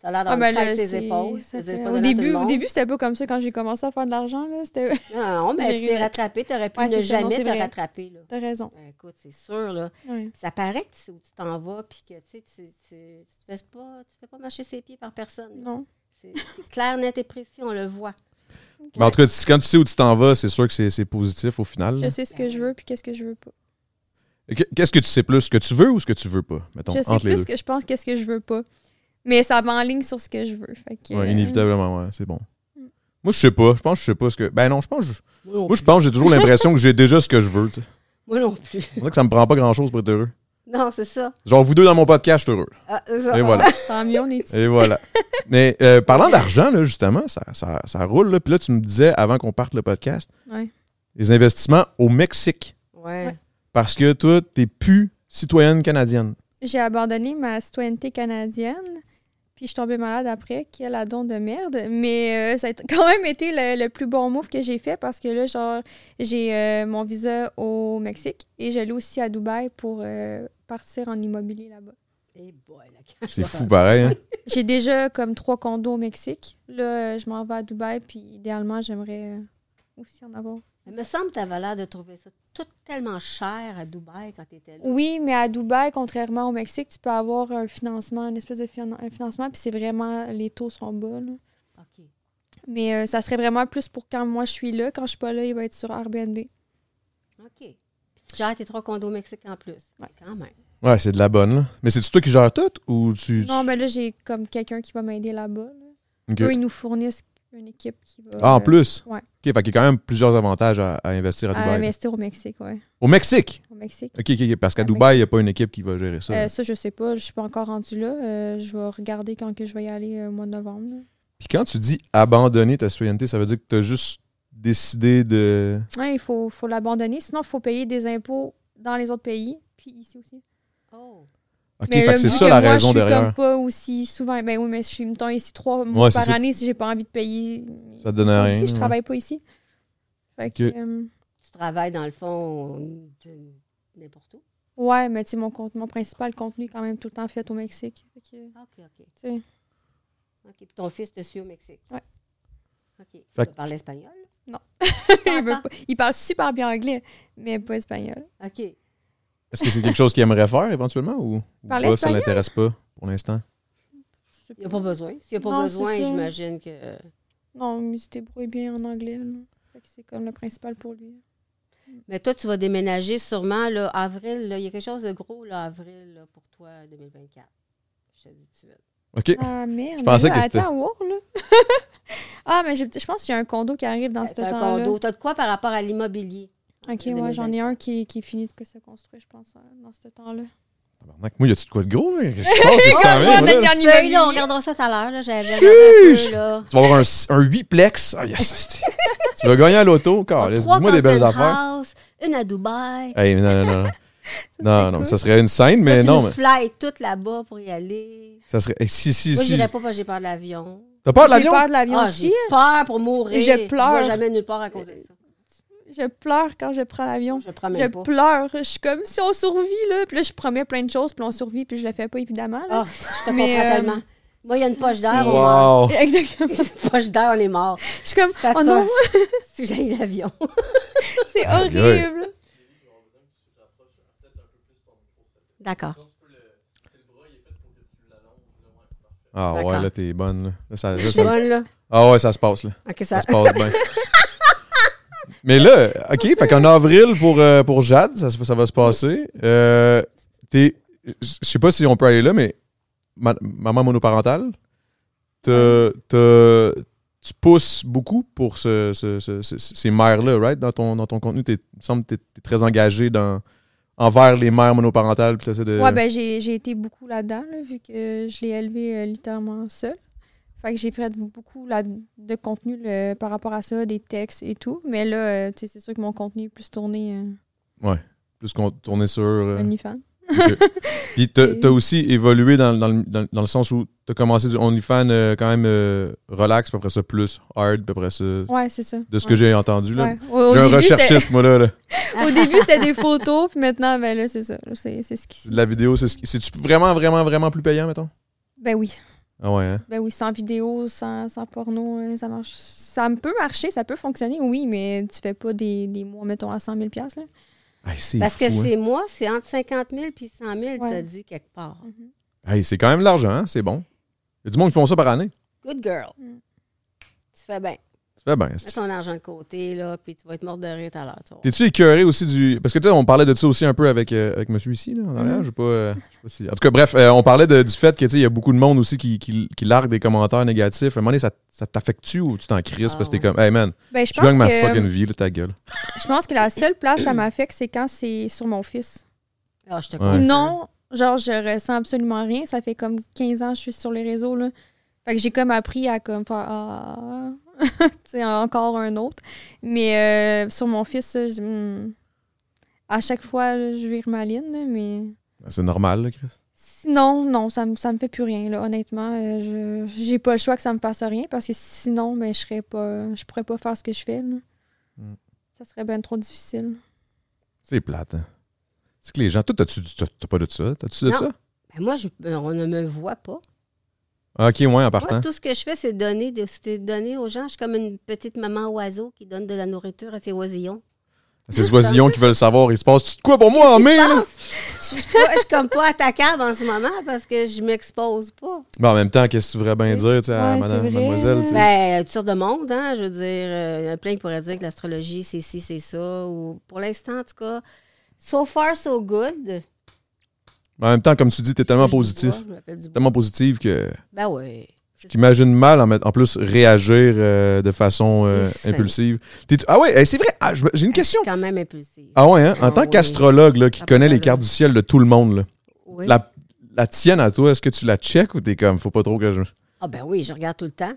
[SPEAKER 3] Tu as l'air
[SPEAKER 2] Ah,
[SPEAKER 3] d'avoir
[SPEAKER 2] ben
[SPEAKER 3] le temps
[SPEAKER 2] là,
[SPEAKER 3] de tes
[SPEAKER 2] c'est-
[SPEAKER 3] épaules.
[SPEAKER 2] ça
[SPEAKER 3] ça
[SPEAKER 2] fait-
[SPEAKER 3] veut pas
[SPEAKER 2] Au
[SPEAKER 3] donner à tout
[SPEAKER 2] début,
[SPEAKER 3] le
[SPEAKER 2] au
[SPEAKER 3] monde.
[SPEAKER 2] début, c'était pas comme ça quand j'ai commencé à faire de l'argent, là. C'était.
[SPEAKER 3] Non, non, mais
[SPEAKER 2] J'ai
[SPEAKER 3] tu t'es
[SPEAKER 2] ri.
[SPEAKER 3] rattrapé, tu aurais pu
[SPEAKER 2] Ouais,
[SPEAKER 3] ne
[SPEAKER 2] c'est ça, non,
[SPEAKER 3] jamais
[SPEAKER 2] c'est
[SPEAKER 3] te
[SPEAKER 2] vrai.
[SPEAKER 3] rattraper. Là.
[SPEAKER 2] T'as raison.
[SPEAKER 3] Ben, écoute, c'est sûr. Là.
[SPEAKER 2] Ouais.
[SPEAKER 3] Ça paraît que c'est où tu t'en vas, puis que tu sais, tu, tu, tu te laisses pas, tu te fais pas marcher ses pieds par personne. là.
[SPEAKER 2] Non.
[SPEAKER 3] C'est c'est clair, net et précis, on le voit.
[SPEAKER 1] Mais en tout cas, tu- quand tu sais où tu t'en vas, c'est sûr que c'est c'est positif au final.
[SPEAKER 2] Je sais ce que je veux puis qu'est-ce que je veux pas.
[SPEAKER 1] Que- Qu'est-ce que tu sais plus, ce que tu veux ou ce que tu veux pas, mettons,
[SPEAKER 2] je sais
[SPEAKER 1] entre les
[SPEAKER 2] plus
[SPEAKER 1] deux?
[SPEAKER 2] ce que je pense qu'est-ce que je veux pas. Mais ça m'enligne sur ce que je veux. Fait que,
[SPEAKER 1] Ouais,
[SPEAKER 2] euh,
[SPEAKER 1] inévitablement, ouais, c'est bon.
[SPEAKER 2] Mm.
[SPEAKER 1] Moi, je sais pas. Je pense que je sais pas ce que. Ben non, je pense que je-
[SPEAKER 3] Moi non,
[SPEAKER 2] Oh.
[SPEAKER 1] Moi, je pense que j'ai toujours l'impression que j'ai déjà ce que je veux. tu sais.
[SPEAKER 3] moi non plus.
[SPEAKER 1] C'est vrai que ça me prend pas grand chose pour être heureux.
[SPEAKER 3] Non, c'est ça.
[SPEAKER 1] Genre, vous deux dans mon podcast, je suis heureux.
[SPEAKER 3] Ah, c'est ça.
[SPEAKER 1] Et voilà.
[SPEAKER 2] Tant mieux, on est ici.
[SPEAKER 1] Et voilà. Mais euh, parlant d'argent, là, justement, ça, ça, ça roule. Là. Puis là, tu me disais avant qu'on parte le podcast,
[SPEAKER 2] Ouais.
[SPEAKER 1] les investissements au Mexique.
[SPEAKER 3] Ouais.
[SPEAKER 1] Parce que toi, t'es plus citoyenne canadienne.
[SPEAKER 2] J'ai abandonné ma citoyenneté canadienne. Puis je suis tombée malade après. Quel adon de merde. Mais euh, ça a été- quand même été le, le plus bon move que j'ai fait parce que là, genre, j'ai euh, mon visa au Mexique et j'allais aussi à Dubaï pour euh, partir en immobilier là-bas.
[SPEAKER 3] Et boy, la cache.
[SPEAKER 1] C'est fou pareil. Hein?
[SPEAKER 2] J'ai déjà comme trois condos au Mexique. Là, euh, je m'en vais à Dubaï, puis idéalement, j'aimerais euh, aussi en avoir.
[SPEAKER 3] Il me semble que tu avais l'air de trouver ça tout tellement cher à Dubaï quand tu étais là.
[SPEAKER 2] Oui, mais à Dubaï, contrairement au Mexique, tu peux avoir un financement, une espèce de finan- un financement, puis c'est vraiment, les taux sont bas. là.
[SPEAKER 3] OK.
[SPEAKER 2] Mais euh, ça serait vraiment plus pour quand moi je suis là. Quand je suis pas là, il va être sur Airbnb.
[SPEAKER 3] OK. Puis tu gères tes trois condos au Mexique en plus.
[SPEAKER 2] Ouais.
[SPEAKER 3] Quand même.
[SPEAKER 1] Ouais, c'est de la bonne, là. Mais c'est-tu toi qui gères tout ou tu. tu-
[SPEAKER 2] Non, ben là, j'ai comme quelqu'un qui va m'aider là-bas. là.
[SPEAKER 1] Ok.
[SPEAKER 2] Eux, ils nous fournissent une équipe qui va
[SPEAKER 1] Ah, en plus?
[SPEAKER 2] ouais.
[SPEAKER 1] OK, fait qu'il y a quand même plusieurs avantages à, à investir à
[SPEAKER 2] euh, à
[SPEAKER 1] Dubaï.
[SPEAKER 2] investir au Mexique, ouais.
[SPEAKER 1] Au Mexique?
[SPEAKER 2] Au Mexique.
[SPEAKER 1] OK, OK, OK, parce qu'à
[SPEAKER 2] À
[SPEAKER 1] Dubaï, il n'y a pas une équipe qui va gérer ça.
[SPEAKER 2] Euh, ça, je sais pas. Je suis pas encore rendue là. Euh, je vais regarder quand que je vais y aller euh, au mois de novembre. là.
[SPEAKER 1] Puis quand tu dis abandonner ta citoyenneté, ça veut dire que tu as juste décidé de...
[SPEAKER 2] Hein, Ouais, il faut, faut l'abandonner. Sinon, il faut payer des impôts dans les autres pays, puis ici aussi.
[SPEAKER 3] Oh.
[SPEAKER 1] OK,
[SPEAKER 2] Mais
[SPEAKER 1] fait que
[SPEAKER 2] là,
[SPEAKER 1] c'est
[SPEAKER 2] vu
[SPEAKER 1] ça
[SPEAKER 2] que
[SPEAKER 1] la
[SPEAKER 2] moi,
[SPEAKER 1] raison
[SPEAKER 2] je suis
[SPEAKER 1] derrière.
[SPEAKER 2] comme pas aussi souvent. Ben oui, mais je suis, mettons, ici trois mois
[SPEAKER 1] Ouais, c'est
[SPEAKER 2] par
[SPEAKER 1] ça.
[SPEAKER 2] année si j'ai pas envie de payer.
[SPEAKER 1] Ça te donne rien.
[SPEAKER 2] Si je
[SPEAKER 1] ouais.
[SPEAKER 2] travaille pas ici. Fait que,
[SPEAKER 1] Ok.
[SPEAKER 2] euh,
[SPEAKER 3] Tu travailles dans le fond de- n'importe où.
[SPEAKER 2] ouais, mais tu sais, mon, compte- mon principal contenu est quand même tout le temps fait au Mexique. Fait que,
[SPEAKER 3] OK, OK.
[SPEAKER 2] tu sais.
[SPEAKER 3] OK. Puis ton fils te suit au Mexique.
[SPEAKER 2] Ouais.
[SPEAKER 3] OK.
[SPEAKER 1] Fait
[SPEAKER 3] Tu parles espagnol?
[SPEAKER 2] Non.
[SPEAKER 3] Pas
[SPEAKER 2] il, veut
[SPEAKER 3] encore?
[SPEAKER 2] pas- il parle super bien anglais, mais pas espagnol.
[SPEAKER 3] OK.
[SPEAKER 1] Est-ce que c'est quelque chose qu'il aimerait faire éventuellement ou, ou
[SPEAKER 2] Parler
[SPEAKER 1] pas, ça
[SPEAKER 2] espagnol?
[SPEAKER 1] l'intéresse pas pour l'instant?
[SPEAKER 2] Je sais
[SPEAKER 3] Il n'y a pas besoin. S'il n'y a pas
[SPEAKER 2] Non,
[SPEAKER 3] besoin,
[SPEAKER 2] c'est ça.
[SPEAKER 3] j'imagine que.
[SPEAKER 2] Non, mais il se débrouille bien en anglais. là. Fait que c'est comme le principal pour lui.
[SPEAKER 3] Mais toi, tu vas déménager sûrement là, avril. là. Il y a quelque chose de gros là, avril là, pour toi 2024. Je te le dis tout de
[SPEAKER 1] OK.
[SPEAKER 3] suite.
[SPEAKER 2] Ah merde.
[SPEAKER 1] Je pensais
[SPEAKER 2] mais là,
[SPEAKER 1] que c'était-
[SPEAKER 2] Attends, wow, là. ah, mais j'ai- je pense que j'ai un condo qui arrive dans ce
[SPEAKER 3] Euh, T'as un
[SPEAKER 2] temps-là.
[SPEAKER 3] condo. T'as de quoi par rapport à l'immobilier?
[SPEAKER 2] Ok,
[SPEAKER 3] En
[SPEAKER 2] ouais, j'en ai
[SPEAKER 3] 2024.
[SPEAKER 2] un qui, qui est fini de que se construire, je pense, hein, dans ce temps-là.
[SPEAKER 1] Oh, Tabarnak, Moi, y a-tu de quoi de gros? là? Qu'est-ce qui se passe? Qu'est-ce qui s'en
[SPEAKER 2] j'en
[SPEAKER 1] vient,
[SPEAKER 2] ai
[SPEAKER 1] là?
[SPEAKER 2] bien-
[SPEAKER 1] Tu
[SPEAKER 2] En
[SPEAKER 3] Feuille,
[SPEAKER 2] immobilier.
[SPEAKER 3] là, on regardera ça tout à l'heure. là. J'avais regardé un peu, là.
[SPEAKER 1] vas avoir un, un 8-plex. Ah, yes, c'est- tu vas gagner à l'auto. car,
[SPEAKER 3] Trois
[SPEAKER 1] Dis-moi des belles
[SPEAKER 3] Compton
[SPEAKER 1] affaires.
[SPEAKER 3] House, une à Dubaï.
[SPEAKER 1] Hey, mais non, non, non. Non, non, mais
[SPEAKER 2] cool.
[SPEAKER 1] ça serait une scène, mais
[SPEAKER 3] Là, tu
[SPEAKER 1] non,
[SPEAKER 3] nous
[SPEAKER 1] mais
[SPEAKER 3] fly toutes là-bas pour y aller.
[SPEAKER 1] ça serait. eh, Si, si,
[SPEAKER 3] Moi,
[SPEAKER 1] si.
[SPEAKER 3] j'irais pas parce que j'ai peur de l'avion.
[SPEAKER 1] T'as peur de
[SPEAKER 2] J'ai
[SPEAKER 1] l'avion?
[SPEAKER 2] peur de l'avion
[SPEAKER 3] Ah, j'ai
[SPEAKER 2] aussi.
[SPEAKER 3] peur pour mourir.
[SPEAKER 2] Je pleure.
[SPEAKER 3] Je vais jamais nulle part à cause de ça.
[SPEAKER 2] Je pleure quand je prends l'avion.
[SPEAKER 3] Je promets
[SPEAKER 2] Je
[SPEAKER 3] Ah, pas.
[SPEAKER 2] pleure. Je suis comme si on survit, là. Puis là, je promets plein de choses, puis on survit, puis je le fais pas, évidemment. là.
[SPEAKER 3] Ah, je te
[SPEAKER 2] Mais,
[SPEAKER 3] comprends
[SPEAKER 2] euh,
[SPEAKER 3] tellement. Moi, il y a une poche d'air, on meurt.
[SPEAKER 1] Wow.
[SPEAKER 2] Exactement.
[SPEAKER 3] Une poche d'air, on est mort.
[SPEAKER 2] Je suis comme,
[SPEAKER 3] Ça se
[SPEAKER 2] oh non,
[SPEAKER 3] passe si j'ai eu l'avion.
[SPEAKER 2] c'est
[SPEAKER 1] Aïe, aïe.
[SPEAKER 2] horrible.
[SPEAKER 3] D'accord.
[SPEAKER 1] Ah ouais,
[SPEAKER 3] D'accord.
[SPEAKER 1] là, t'es bonne. Là. Là, ça, là,
[SPEAKER 3] C'est
[SPEAKER 1] ça-
[SPEAKER 3] bon, là.
[SPEAKER 1] Ah ouais, ça se passe, là.
[SPEAKER 3] OK,
[SPEAKER 1] Ça
[SPEAKER 3] ça.
[SPEAKER 1] se passe bien. Mais là, OK, fait qu'en avril pour, euh, pour Jade, ça, se- ça va se passer. Euh, t'es- Je sais pas si on peut aller là, mais ma- maman monoparentale, te- te- tu pousses beaucoup pour ce- ce- ce- ce- ces mères-là, right? Dans ton, dans ton contenu, t'es- il me semble que tu es très engagé dans, envers les mères monoparentales. Puis t'essaies de...
[SPEAKER 2] Ouais, ben, j'ai j'ai été beaucoup là-dedans, là, vu que je l'ai élevé euh, littéralement seule. Fait que j'ai fait beaucoup là, de contenu là, par rapport à ça, des textes et tout. Mais là, euh, tu sais, c'est sûr que mon contenu est plus tourné euh,
[SPEAKER 1] Plus qu'on tournait sur... euh,
[SPEAKER 2] OnlyFans.
[SPEAKER 1] Puis t'as t'as aussi évolué dans, dans le- dans- dans le sens où t'as commencé du OnlyFans euh, quand même euh, relax, puis après ça plus hard, puis après ça, de
[SPEAKER 2] Ouais, c'est ça.
[SPEAKER 1] ce que j'ai entendu. là.
[SPEAKER 2] Ouais. Au, au
[SPEAKER 1] J'ai un
[SPEAKER 2] début, c'était-
[SPEAKER 1] recherchiste, moi, là. là.
[SPEAKER 2] au début, c'était des photos, puis maintenant, ben là, c'est ça. Là, C'est c'est ce
[SPEAKER 1] C'est
[SPEAKER 2] qui.
[SPEAKER 1] De la vidéo, c'est ce qui- c'est-tu vraiment, vraiment, vraiment plus payant, mettons?
[SPEAKER 2] Ben oui.
[SPEAKER 1] Ah ouais, hein?
[SPEAKER 2] Ben oui, sans vidéo, sans, sans porno, hein, ça marche. Ça peut marcher, ça peut fonctionner, oui, mais tu fais pas des, des mois, mettons, à 100 000 là.
[SPEAKER 1] Hey, c'est
[SPEAKER 3] Parce que
[SPEAKER 1] fou, hein.
[SPEAKER 3] c'est moi, c'est entre 50 000 puis 100 000,
[SPEAKER 2] Ouais.
[SPEAKER 3] t'as dit quelque part.
[SPEAKER 2] Mhm.
[SPEAKER 1] Hey, c'est quand même de l'argent, hein? c'est bon. Il y a du monde qui font ça par année.
[SPEAKER 3] Good girl.
[SPEAKER 2] Mm.
[SPEAKER 3] Tu fais bien.
[SPEAKER 1] Ça fait bien. ben, c'est-
[SPEAKER 3] Mets ton argent de côté, là, puis tu vas être morte de rire tout à l'heure. tu vas voir.
[SPEAKER 1] T'es-tu écœuré aussi du. Parce que tu sais, on parlait de ça aussi un peu avec, euh, avec monsieur ici, là, en arrière.
[SPEAKER 2] Mhm.
[SPEAKER 1] Je sais pas. euh, je sais pas si- En tout cas, bref, euh, on parlait de- du fait que tu sais, il y a beaucoup de monde aussi qui, qui, qui largue des commentaires négatifs. À un moment donné, ça, ça t'affecte-tu ou tu t'en crises
[SPEAKER 3] Ah
[SPEAKER 1] parce que t'es
[SPEAKER 3] ouais.
[SPEAKER 1] comme, hey man,
[SPEAKER 2] Ben, je
[SPEAKER 1] je gagne
[SPEAKER 2] pense,
[SPEAKER 1] ma
[SPEAKER 2] que,
[SPEAKER 1] fucking vie, là, ta gueule.
[SPEAKER 2] je pense que la seule place ça m'affecte, c'est quand c'est sur mon fils.
[SPEAKER 3] Ah, je te
[SPEAKER 1] Ouais.
[SPEAKER 2] Non, genre, je ressens absolument rien. Ça fait comme 15 ans que je suis sur les réseaux, là. Fait que j'ai comme appris à comme faire Ah, tu sais, encore un autre. Mais euh, sur mon fils, là, je- hmm. à chaque fois, là, je vire ma ligne, là, mais.
[SPEAKER 1] Ben, C'est normal, là, Chris.
[SPEAKER 2] Sinon, non, ça me, ça me fait plus rien, là, honnêtement. Euh, je j'ai pas le choix que ça me fasse rien parce que sinon, ben, je serais pas. Je pourrais pas faire ce que je fais. là.
[SPEAKER 1] Mm.
[SPEAKER 2] Ça serait bien trop difficile.
[SPEAKER 1] C'est plate. hein. C'est que les gens. Toi, t'as-tu du- t'as- t'as pas de ça? T'as-tu de
[SPEAKER 3] Non.
[SPEAKER 1] ça?
[SPEAKER 3] Ben, moi, je- euh, on ne me voit pas.
[SPEAKER 1] Ah, Ok, ouais, en
[SPEAKER 3] Moi,
[SPEAKER 1] partant.
[SPEAKER 3] tout ce que je fais, c'est donner, des- c'est donner aux gens. Je suis comme une petite maman oiseau qui donne de la nourriture à ses oisillons.
[SPEAKER 1] Ces oisillons qui veulent savoir, il se passe-tu de quoi pour moi en mai? là?
[SPEAKER 3] Je suis pas- je suis comme pas attaquable en ce moment parce que je m'expose pas.
[SPEAKER 1] Ben, en même temps, qu'est-ce que tu voudrais bien dire, tu sais, à
[SPEAKER 2] Ouais,
[SPEAKER 1] madame,
[SPEAKER 2] c'est vrai,
[SPEAKER 1] mademoiselle?
[SPEAKER 2] là.
[SPEAKER 1] tu sais?
[SPEAKER 3] Ben, toutes sortes de monde, hein. Je veux dire, euh, il y en a plein qui pourraient dire que l'astrologie, c'est ci, c'est ça. Ou pour l'instant, en tout cas, so far, so good.
[SPEAKER 1] Ben, En même temps, comme tu dis, t'es tellement
[SPEAKER 3] Je dis
[SPEAKER 1] positif.
[SPEAKER 3] Dubois, je m'appelle Dubois.
[SPEAKER 1] Tellement positive que.
[SPEAKER 3] Ben oui. C'est ça.
[SPEAKER 1] J'imagine mal en, met- en plus réagir euh, de façon euh,
[SPEAKER 3] Et c'est-
[SPEAKER 1] impulsive. T'es- ah ouais, eh, c'est vrai. ah, je me- J'ai une question.
[SPEAKER 3] Je suis quand même impulsive.
[SPEAKER 1] Ah ouais, hein? en
[SPEAKER 3] Ah
[SPEAKER 1] tant
[SPEAKER 3] oui.
[SPEAKER 1] qu'astrologue là, qui
[SPEAKER 3] Ah,
[SPEAKER 1] connaît
[SPEAKER 3] pas
[SPEAKER 1] les
[SPEAKER 3] mal.
[SPEAKER 1] cartes du ciel de tout le monde, là,
[SPEAKER 3] Oui.
[SPEAKER 1] la, la tienne à toi, est-ce que tu la check ou t'es comme, faut pas trop que je.
[SPEAKER 3] Ah ben oui, je regarde tout le temps.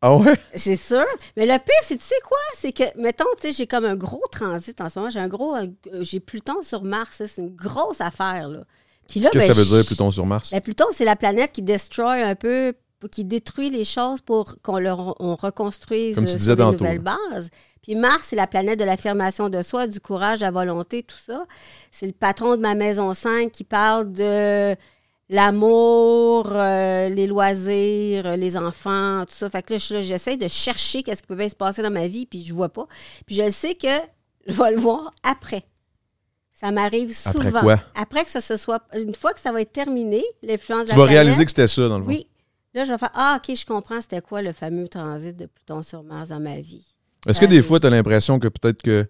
[SPEAKER 1] Ah ouais?
[SPEAKER 3] C'est sûr. Mais le pire, c'est, tu sais quoi? C'est que, mettons, tu sais, j'ai comme un gros transit en ce moment. J'ai un gros, un- euh, j'ai Pluton sur Mars. ça, C'est une grosse affaire, là. Puis là,
[SPEAKER 1] Qu'est-ce que
[SPEAKER 3] ben,
[SPEAKER 1] ça veut
[SPEAKER 3] je-
[SPEAKER 1] dire, Pluton sur Mars?
[SPEAKER 3] Ben, Pluton, c'est la planète qui destroy un peu, qui détruit les choses pour qu'on le, on reconstruise
[SPEAKER 1] Comme tu
[SPEAKER 3] euh,
[SPEAKER 1] disais
[SPEAKER 3] sur une
[SPEAKER 1] tantôt,
[SPEAKER 3] nouvelle base. Puis Mars, c'est la planète de l'affirmation de soi, du courage, de la volonté, tout ça. C'est le patron de ma maison 5 qui parle de l'amour, euh, les loisirs, euh, les enfants, tout ça. Fait que là, je- là, j'essaie de chercher qu'est-ce qui peut bien se passer dans ma vie, puis je vois pas. Puis je sais que je vais le voir après. Ça m'arrive Ben, souvent.
[SPEAKER 1] Après quoi?
[SPEAKER 3] Après que ce ce soit, une fois que ça va être terminé, l'influence de
[SPEAKER 1] Tu
[SPEAKER 3] la
[SPEAKER 1] vas
[SPEAKER 3] planète,
[SPEAKER 1] réaliser que c'était ça, dans le fond.
[SPEAKER 3] Oui. Là, je vais faire Ah, OK, je comprends c'était quoi le fameux transit de Pluton sur Mars dans ma vie.
[SPEAKER 1] Est-ce que des
[SPEAKER 3] arrive.
[SPEAKER 1] fois, tu as l'impression que peut-être que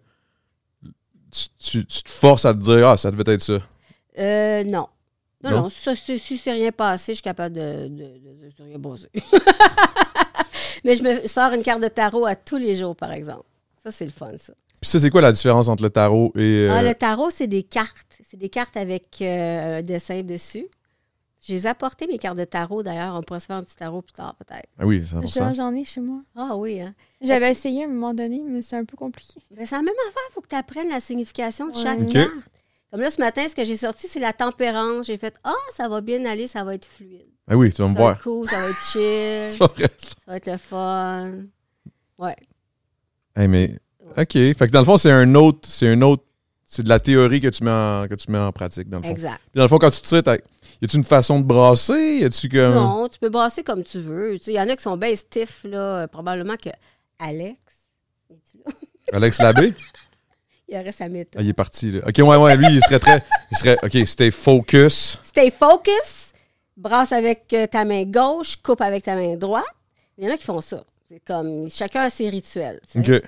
[SPEAKER 1] tu, tu- tu te forces à te dire Ah, ça devait être ça?
[SPEAKER 3] Euh, non. Non,
[SPEAKER 1] Non?
[SPEAKER 3] non, ça, c'est- si c'est rien passé, je suis capable de, de, de- de rien bosser. Mais je me sors une carte de tarot à tous les jours, par exemple. Ça, c'est le fun, ça.
[SPEAKER 1] Puis ça, c'est quoi la différence entre le tarot et. euh,
[SPEAKER 3] Ah, le tarot, c'est des cartes. C'est des cartes avec euh, un dessin dessus. J'ai apporté mes cartes de tarot, d'ailleurs. On pourrait se faire un petit tarot plus tard, peut-être.
[SPEAKER 1] Ah oui, c'est
[SPEAKER 2] J'en j'en ai chez moi.
[SPEAKER 3] Ah oui, hein?
[SPEAKER 2] J'avais essayé à un moment donné, mais c'est un peu compliqué.
[SPEAKER 3] Ben, c'est la même affaire, il faut que tu apprennes la signification de
[SPEAKER 2] Ouais.
[SPEAKER 3] chaque
[SPEAKER 1] OK.
[SPEAKER 3] carte. Comme là, ce matin, ce que j'ai sorti, c'est la tempérance. J'ai fait Ah, ça va bien aller, ça va être fluide.
[SPEAKER 1] Ah oui, tu vas me
[SPEAKER 3] Ça va
[SPEAKER 1] voir.
[SPEAKER 3] être cool, ça va être chill,
[SPEAKER 1] Tu vas rester-
[SPEAKER 3] ça va être le fun.
[SPEAKER 1] Hey, mais. OK. Fait que dans le fond, c'est un autre. C'est un autre. C'est de la théorie que tu mets en, que tu mets en pratique, dans le fond.
[SPEAKER 3] Exact.
[SPEAKER 1] Puis dans le fond, quand tu tires, t'as- y a-tu une façon de brasser? Y a-tu comme.
[SPEAKER 3] Non, tu peux brasser comme tu veux. Tu sais, Il y en a qui sont bien stiff, là. Euh, Probablement que Alex, es-tu là?
[SPEAKER 1] Alex Labbé?
[SPEAKER 3] il aurait sa méthode.
[SPEAKER 1] Ah, il est parti, là. OK, ouais, ouais, lui, il serait très. Il serait. OK, c'était focus.
[SPEAKER 3] Stay focus, brasse avec euh, ta main gauche, coupe avec ta main droite. Il y en a qui font ça. C'est comme chacun a ses rituels. tu sais.
[SPEAKER 1] OK.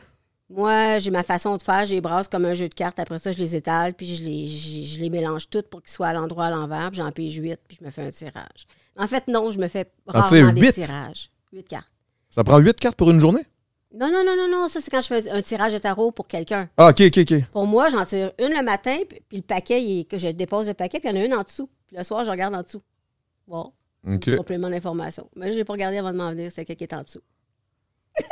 [SPEAKER 3] Moi, j'ai ma façon de faire, je les brasse comme un jeu de cartes. Après ça, je les étale, puis je les, je, je les mélange toutes pour qu'ils soient à l'endroit à l'envers, puis j'en pige huit, puis je me fais un tirage. En fait, non, je me fais
[SPEAKER 1] Ah, tu sais,
[SPEAKER 3] rarement des
[SPEAKER 1] huit?
[SPEAKER 3] tirages. Huit cartes.
[SPEAKER 1] Ça prend huit cartes pour une journée?
[SPEAKER 3] Non, non, non, non, non, ça, c'est quand je fais un tirage de tarot pour quelqu'un.
[SPEAKER 1] Ah, OK, OK, OK.
[SPEAKER 3] Pour moi, j'en tire une le matin, puis, puis le paquet, il est- que je dépose le paquet, puis il y en a une en dessous. Puis le soir, je regarde en dessous. Bon,
[SPEAKER 1] OK.
[SPEAKER 3] un complément d'information. Mais je l'ai pas regardé avant de m'en venir, c'est quelqu'un qui est en dessous.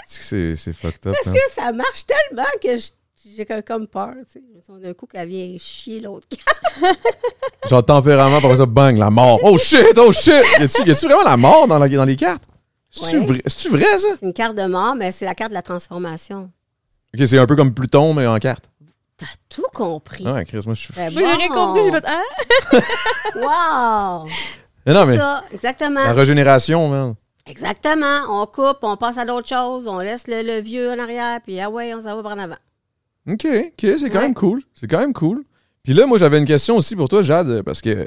[SPEAKER 1] C'est c'est fucked up. hein.
[SPEAKER 3] Parce que ça marche tellement que je- j'ai comme- comme peur, tu sais. Je me sens D'un coup, qu'elle vient chier l'autre
[SPEAKER 1] Genre tempérament, par ça, bang, la mort. Oh shit, oh shit! Y a-tu y a-tu vraiment la mort dans, la- dans les cartes? C'est-tu
[SPEAKER 3] Ouais.
[SPEAKER 1] vrai, c'est-tu vrai, ça?
[SPEAKER 3] C'est une carte de mort, mais c'est la carte de la transformation.
[SPEAKER 1] Ok, c'est un peu comme Pluton, mais en carte.
[SPEAKER 3] T'as tout compris.
[SPEAKER 1] Ah, ouais, Chris, moi je suis.
[SPEAKER 3] Très
[SPEAKER 2] Moi, j'ai rien
[SPEAKER 3] bon.
[SPEAKER 2] compris. J'ai fait Ah!
[SPEAKER 3] Wow!
[SPEAKER 1] Mais non, mais
[SPEAKER 3] Ça, exactement.
[SPEAKER 2] Ah.
[SPEAKER 1] la régénération, man.
[SPEAKER 3] Exactement. On coupe, on passe à d'autres choses, on laisse le, le vieux en arrière, puis ah ouais, on s'en va par en avant.
[SPEAKER 1] Ok, ok, c'est quand
[SPEAKER 3] Ouais.
[SPEAKER 1] même cool. C'est quand même cool. Puis là, moi j'avais une question aussi pour toi, Jade, parce que tu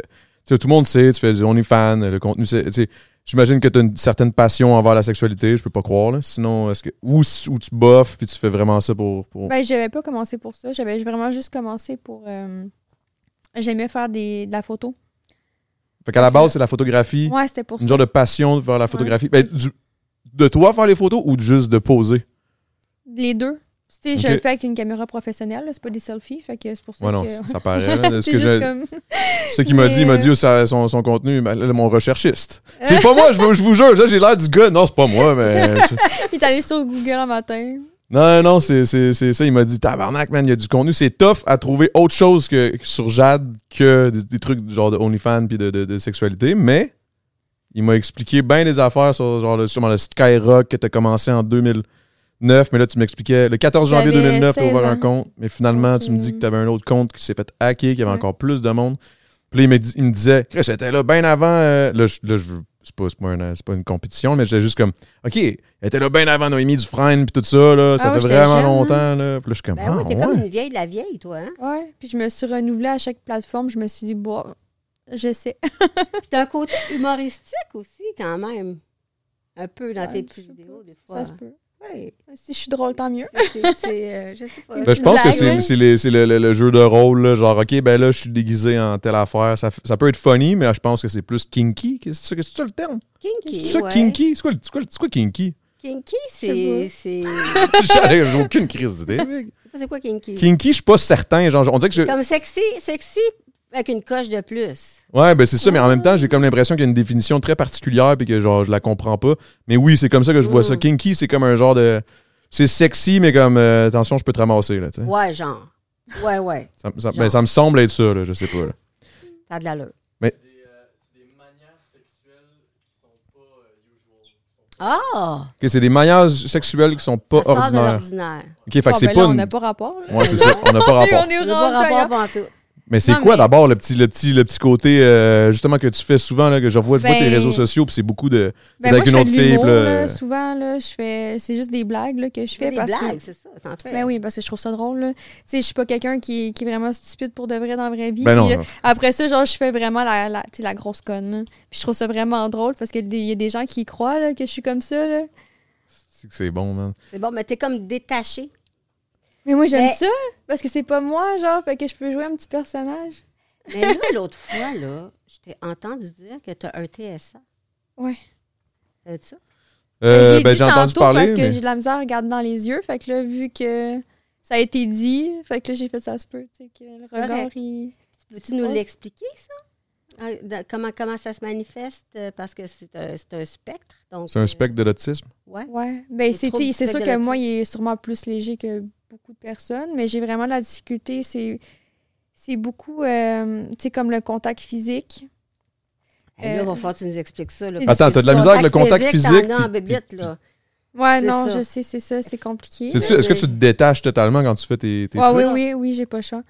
[SPEAKER 1] sais, tout le monde sait, tu fais on est fan, le contenu, c'est. tu sais, J'imagine que tu as une certaine passion envers la sexualité, je peux pas croire. Là. Sinon, est-ce que. Ou, ou tu boffes, puis tu fais vraiment ça pour. pour...
[SPEAKER 2] Ben, j'avais pas commencé pour ça. J'avais vraiment juste commencé pour. euh, J'aimais faire des, de la photo.
[SPEAKER 1] fait qu'à la base, c'est la photographie.
[SPEAKER 2] Ouais, c'était pour
[SPEAKER 1] une
[SPEAKER 2] ça.
[SPEAKER 1] genre de passion vers la photographie. Ben, du- de toi faire les photos ou juste de poser?
[SPEAKER 2] Les deux. Tu sais, je
[SPEAKER 1] Ok.
[SPEAKER 2] le fais avec une caméra professionnelle, là, c'est pas des selfies, fait que c'est pour ça
[SPEAKER 1] Ouais, non,
[SPEAKER 2] que...
[SPEAKER 1] ça, ça paraît. là, de ce
[SPEAKER 2] C'est
[SPEAKER 1] que
[SPEAKER 2] juste
[SPEAKER 1] j'ai-
[SPEAKER 2] comme...
[SPEAKER 1] ce qui m'a
[SPEAKER 2] Mais,
[SPEAKER 1] dit, il m'a
[SPEAKER 2] euh,
[SPEAKER 1] dit oh, ça- son, son contenu, ben, là, mon recherchiste. C'est pas moi, je, vous- je vous jure, là, j'ai l'air du gars. Non, c'est pas moi, mais. je-
[SPEAKER 2] Il est allé sur Google un matin.
[SPEAKER 1] Non, non, c'est, c'est, c'est ça. Il m'a dit, tabarnak, man, il y a du contenu. C'est tough à trouver autre chose que, que sur Jade que des, des trucs genre de OnlyFans puis de, de- de sexualité, mais. Il m'a expliqué bien des affaires sur genre le, sûrement le Skyrock que t'as commencé en 2009, mais là tu m'expliquais le 14 janvier
[SPEAKER 2] J'avais
[SPEAKER 1] 2009 t'as
[SPEAKER 2] 16
[SPEAKER 1] ouvert un
[SPEAKER 2] ans.
[SPEAKER 1] compte, mais finalement
[SPEAKER 2] Donc,
[SPEAKER 1] tu me dis
[SPEAKER 2] euh,
[SPEAKER 1] que t'avais un autre compte qui s'est fait hacker, qu'il y avait
[SPEAKER 2] Ouais.
[SPEAKER 1] encore plus de monde. Puis là, il me, dis- il me disait, Chris, j'étais là bien avant. euh, là, je, là, je veux- c'est pas, c'est pas un- c'est pas une compétition, mais j'étais juste comme, OK, elle était là bien avant Noémie Dufresne, puis tout ça, là, ça
[SPEAKER 2] Ah ouais,
[SPEAKER 1] fait
[SPEAKER 2] j'étais
[SPEAKER 1] vraiment
[SPEAKER 2] jeune, hein.
[SPEAKER 1] longtemps, là. Puis là, je suis comme,
[SPEAKER 3] Ben
[SPEAKER 1] ah,
[SPEAKER 3] oui, t'es
[SPEAKER 1] ouais.
[SPEAKER 3] comme une vieille de la vieille, toi, hein?
[SPEAKER 2] Ouais, puis je me suis renouvelée à chaque plateforme. Je me suis dit, bon, j'essaie.
[SPEAKER 3] Puis t'as un côté humoristique aussi, quand même. Un peu dans
[SPEAKER 2] Ouais,
[SPEAKER 3] tes
[SPEAKER 2] je
[SPEAKER 3] petites
[SPEAKER 2] sais
[SPEAKER 3] vidéos, des fois.
[SPEAKER 2] Ça se peut.
[SPEAKER 3] Ouais.
[SPEAKER 2] Si je suis drôle, tant mieux.
[SPEAKER 3] C'est- c'est, euh, je sais pas.
[SPEAKER 2] Ben,
[SPEAKER 1] Là, je pense que
[SPEAKER 2] Blague,
[SPEAKER 1] c'est
[SPEAKER 2] ouais.
[SPEAKER 1] c'est les- c'est le, le- le jeu de rôle, là, genre, OK, ben là, je suis déguisé en telle affaire. Ça, f- ça peut être funny, mais je pense que c'est plus kinky. Qu'est-ce que c'est- c'est ça le terme?
[SPEAKER 2] Eh
[SPEAKER 3] Kinky.
[SPEAKER 1] C'est ça,
[SPEAKER 3] ouais.
[SPEAKER 1] kinky? C'est quoi, le- c'est quoi, le- c'est quoi kinky?
[SPEAKER 3] Kinky,
[SPEAKER 2] Je
[SPEAKER 3] c'est. C'est
[SPEAKER 1] J'ai j'ai aucune crise d'idée.
[SPEAKER 2] Eh.
[SPEAKER 1] mec.
[SPEAKER 3] c'est pas c'est quoi kinky?
[SPEAKER 1] Kinky, je suis pas certain. Genre, on dirait que je-
[SPEAKER 3] Comme sexy, sexy avec une coche de plus.
[SPEAKER 1] Ouais, ben c'est ça, mais en même temps, j'ai comme l'impression qu'il y a une définition très particulière puis que genre je la comprends pas. Mais oui, c'est comme ça que je vois ça.
[SPEAKER 3] Mm.
[SPEAKER 1] Kinky, c'est comme un genre de c'est sexy mais comme euh, attention, je peux te ramasser là, tu sais.
[SPEAKER 3] Ouais, genre. Ouais, ouais.
[SPEAKER 1] Ça, ça-
[SPEAKER 3] Genre.
[SPEAKER 1] ben, ça me semble être ça là, je sais pas. là.
[SPEAKER 3] T'as de l'allure. Ah!
[SPEAKER 1] Que c'est des maillages sexuels qui sont pas
[SPEAKER 3] Ça sort de
[SPEAKER 1] ordinaires.
[SPEAKER 3] l'ordinaire.
[SPEAKER 1] OK, fait que
[SPEAKER 2] Ah,
[SPEAKER 1] c'est
[SPEAKER 2] ben
[SPEAKER 1] pas
[SPEAKER 2] là, on
[SPEAKER 1] une-
[SPEAKER 2] n'a pas rapport. là.
[SPEAKER 1] Ouais, c'est ça, on n'a pas
[SPEAKER 2] On est
[SPEAKER 1] rapport.
[SPEAKER 2] rendu
[SPEAKER 3] Je vois
[SPEAKER 2] ailleurs.
[SPEAKER 3] rapport pantoute.
[SPEAKER 1] Mais c'est
[SPEAKER 2] Non,
[SPEAKER 1] quoi
[SPEAKER 2] mais-
[SPEAKER 1] d'abord le petit le petit le petit côté euh, justement que tu fais souvent là que je vois je vois
[SPEAKER 2] Ben-
[SPEAKER 1] tes réseaux sociaux puis c'est beaucoup de
[SPEAKER 2] Ben,
[SPEAKER 1] Avec
[SPEAKER 2] moi,
[SPEAKER 1] une
[SPEAKER 2] je
[SPEAKER 1] autre
[SPEAKER 2] fais de
[SPEAKER 1] fille,
[SPEAKER 2] l'humour,
[SPEAKER 1] puis là-
[SPEAKER 2] là, souvent, là, je fais... C'est juste des blagues là, que je fais
[SPEAKER 3] Des
[SPEAKER 2] parce
[SPEAKER 3] blagues,
[SPEAKER 2] que...
[SPEAKER 3] c'est ça, t'en fais.
[SPEAKER 2] Ben oui, parce que je trouve ça drôle. là. Tu sais, je suis pas quelqu'un qui, qui est vraiment stupide pour de vrai dans la vraie vie.
[SPEAKER 1] Ben non.
[SPEAKER 2] Puis, euh, après ça, genre, je fais vraiment la, la, tu sais, la grosse conne. là. Puis je trouve ça vraiment drôle parce qu'il y a des gens qui y croient là, que je suis comme ça. Là.
[SPEAKER 1] c'est que c'est bon man.
[SPEAKER 3] C'est bon, mais t'es comme détaché.
[SPEAKER 2] Mais moi, j'aime
[SPEAKER 3] Mais-
[SPEAKER 2] ça Ben, parce que c'est pas moi, genre, fait que je peux jouer un petit personnage.
[SPEAKER 3] Mais là, l'autre fois, là, je t'ai entendu dire que t'as un TSA.
[SPEAKER 2] Ouais.
[SPEAKER 3] T'as dit ça?
[SPEAKER 1] Euh,
[SPEAKER 2] J'ai
[SPEAKER 1] ben
[SPEAKER 2] dit
[SPEAKER 1] j'ai entendu
[SPEAKER 2] tantôt
[SPEAKER 1] parler
[SPEAKER 2] parce que
[SPEAKER 1] mais
[SPEAKER 2] j'ai de la misère à regarder dans les yeux. Fait que là, vu que ça a été dit, fait que là, j'ai fait ça se peut. Tu sais, que le
[SPEAKER 3] C'est
[SPEAKER 2] regard,
[SPEAKER 3] correct.
[SPEAKER 2] il.
[SPEAKER 3] Peux-tu nous
[SPEAKER 2] Ouais.
[SPEAKER 3] l'expliquer, ça? Ah, dans- Comment, comment ça se manifeste? Euh, Parce que c'est un, c'est un spectre. donc,
[SPEAKER 1] c'est un
[SPEAKER 3] euh,
[SPEAKER 1] spectre de l'autisme.
[SPEAKER 3] ouais.
[SPEAKER 2] Ouais. Ben,
[SPEAKER 3] Les
[SPEAKER 2] c'est
[SPEAKER 3] troubles
[SPEAKER 2] tu sais, c'est
[SPEAKER 3] du
[SPEAKER 2] sûr que
[SPEAKER 3] spectre
[SPEAKER 2] moi, il est sûrement plus léger que beaucoup de personnes, mais j'ai vraiment de la difficulté. C'est c'est beaucoup, euh, tu sais, comme le contact physique.
[SPEAKER 3] Hey, là,
[SPEAKER 2] Euh,
[SPEAKER 3] il va falloir que tu nous expliques ça. Là,
[SPEAKER 2] c'est
[SPEAKER 3] parce
[SPEAKER 1] Attends,
[SPEAKER 3] que
[SPEAKER 1] t'as de la
[SPEAKER 3] du
[SPEAKER 1] misère avec le contact physique,
[SPEAKER 3] T'en as en
[SPEAKER 1] puis-
[SPEAKER 3] bébite, là.
[SPEAKER 2] Ouais,
[SPEAKER 3] C'est
[SPEAKER 2] non,
[SPEAKER 3] ça.
[SPEAKER 2] je sais, c'est ça, c'est compliqué.
[SPEAKER 1] C'est est-ce que tu te détaches totalement quand tu fais tes tes
[SPEAKER 2] Ouais,
[SPEAKER 1] trucs?
[SPEAKER 2] oui, oui, oui, j'ai pas le choix.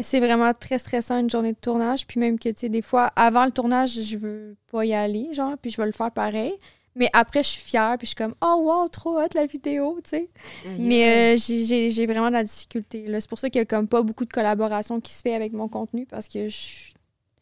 [SPEAKER 2] C'est vraiment très stressant une journée de tournage. Puis même que, tu sais, des fois, avant le tournage, je veux pas y aller, genre, puis je vais le faire pareil. Mais après, je suis fière, puis je suis comme, oh, wow, trop hot la vidéo, tu sais.
[SPEAKER 3] Aïe,
[SPEAKER 2] Mais euh, j'ai- j'ai j'ai vraiment de la difficulté. là. C'est pour ça qu'il y a comme pas beaucoup de collaboration qui se fait avec mon contenu parce que je.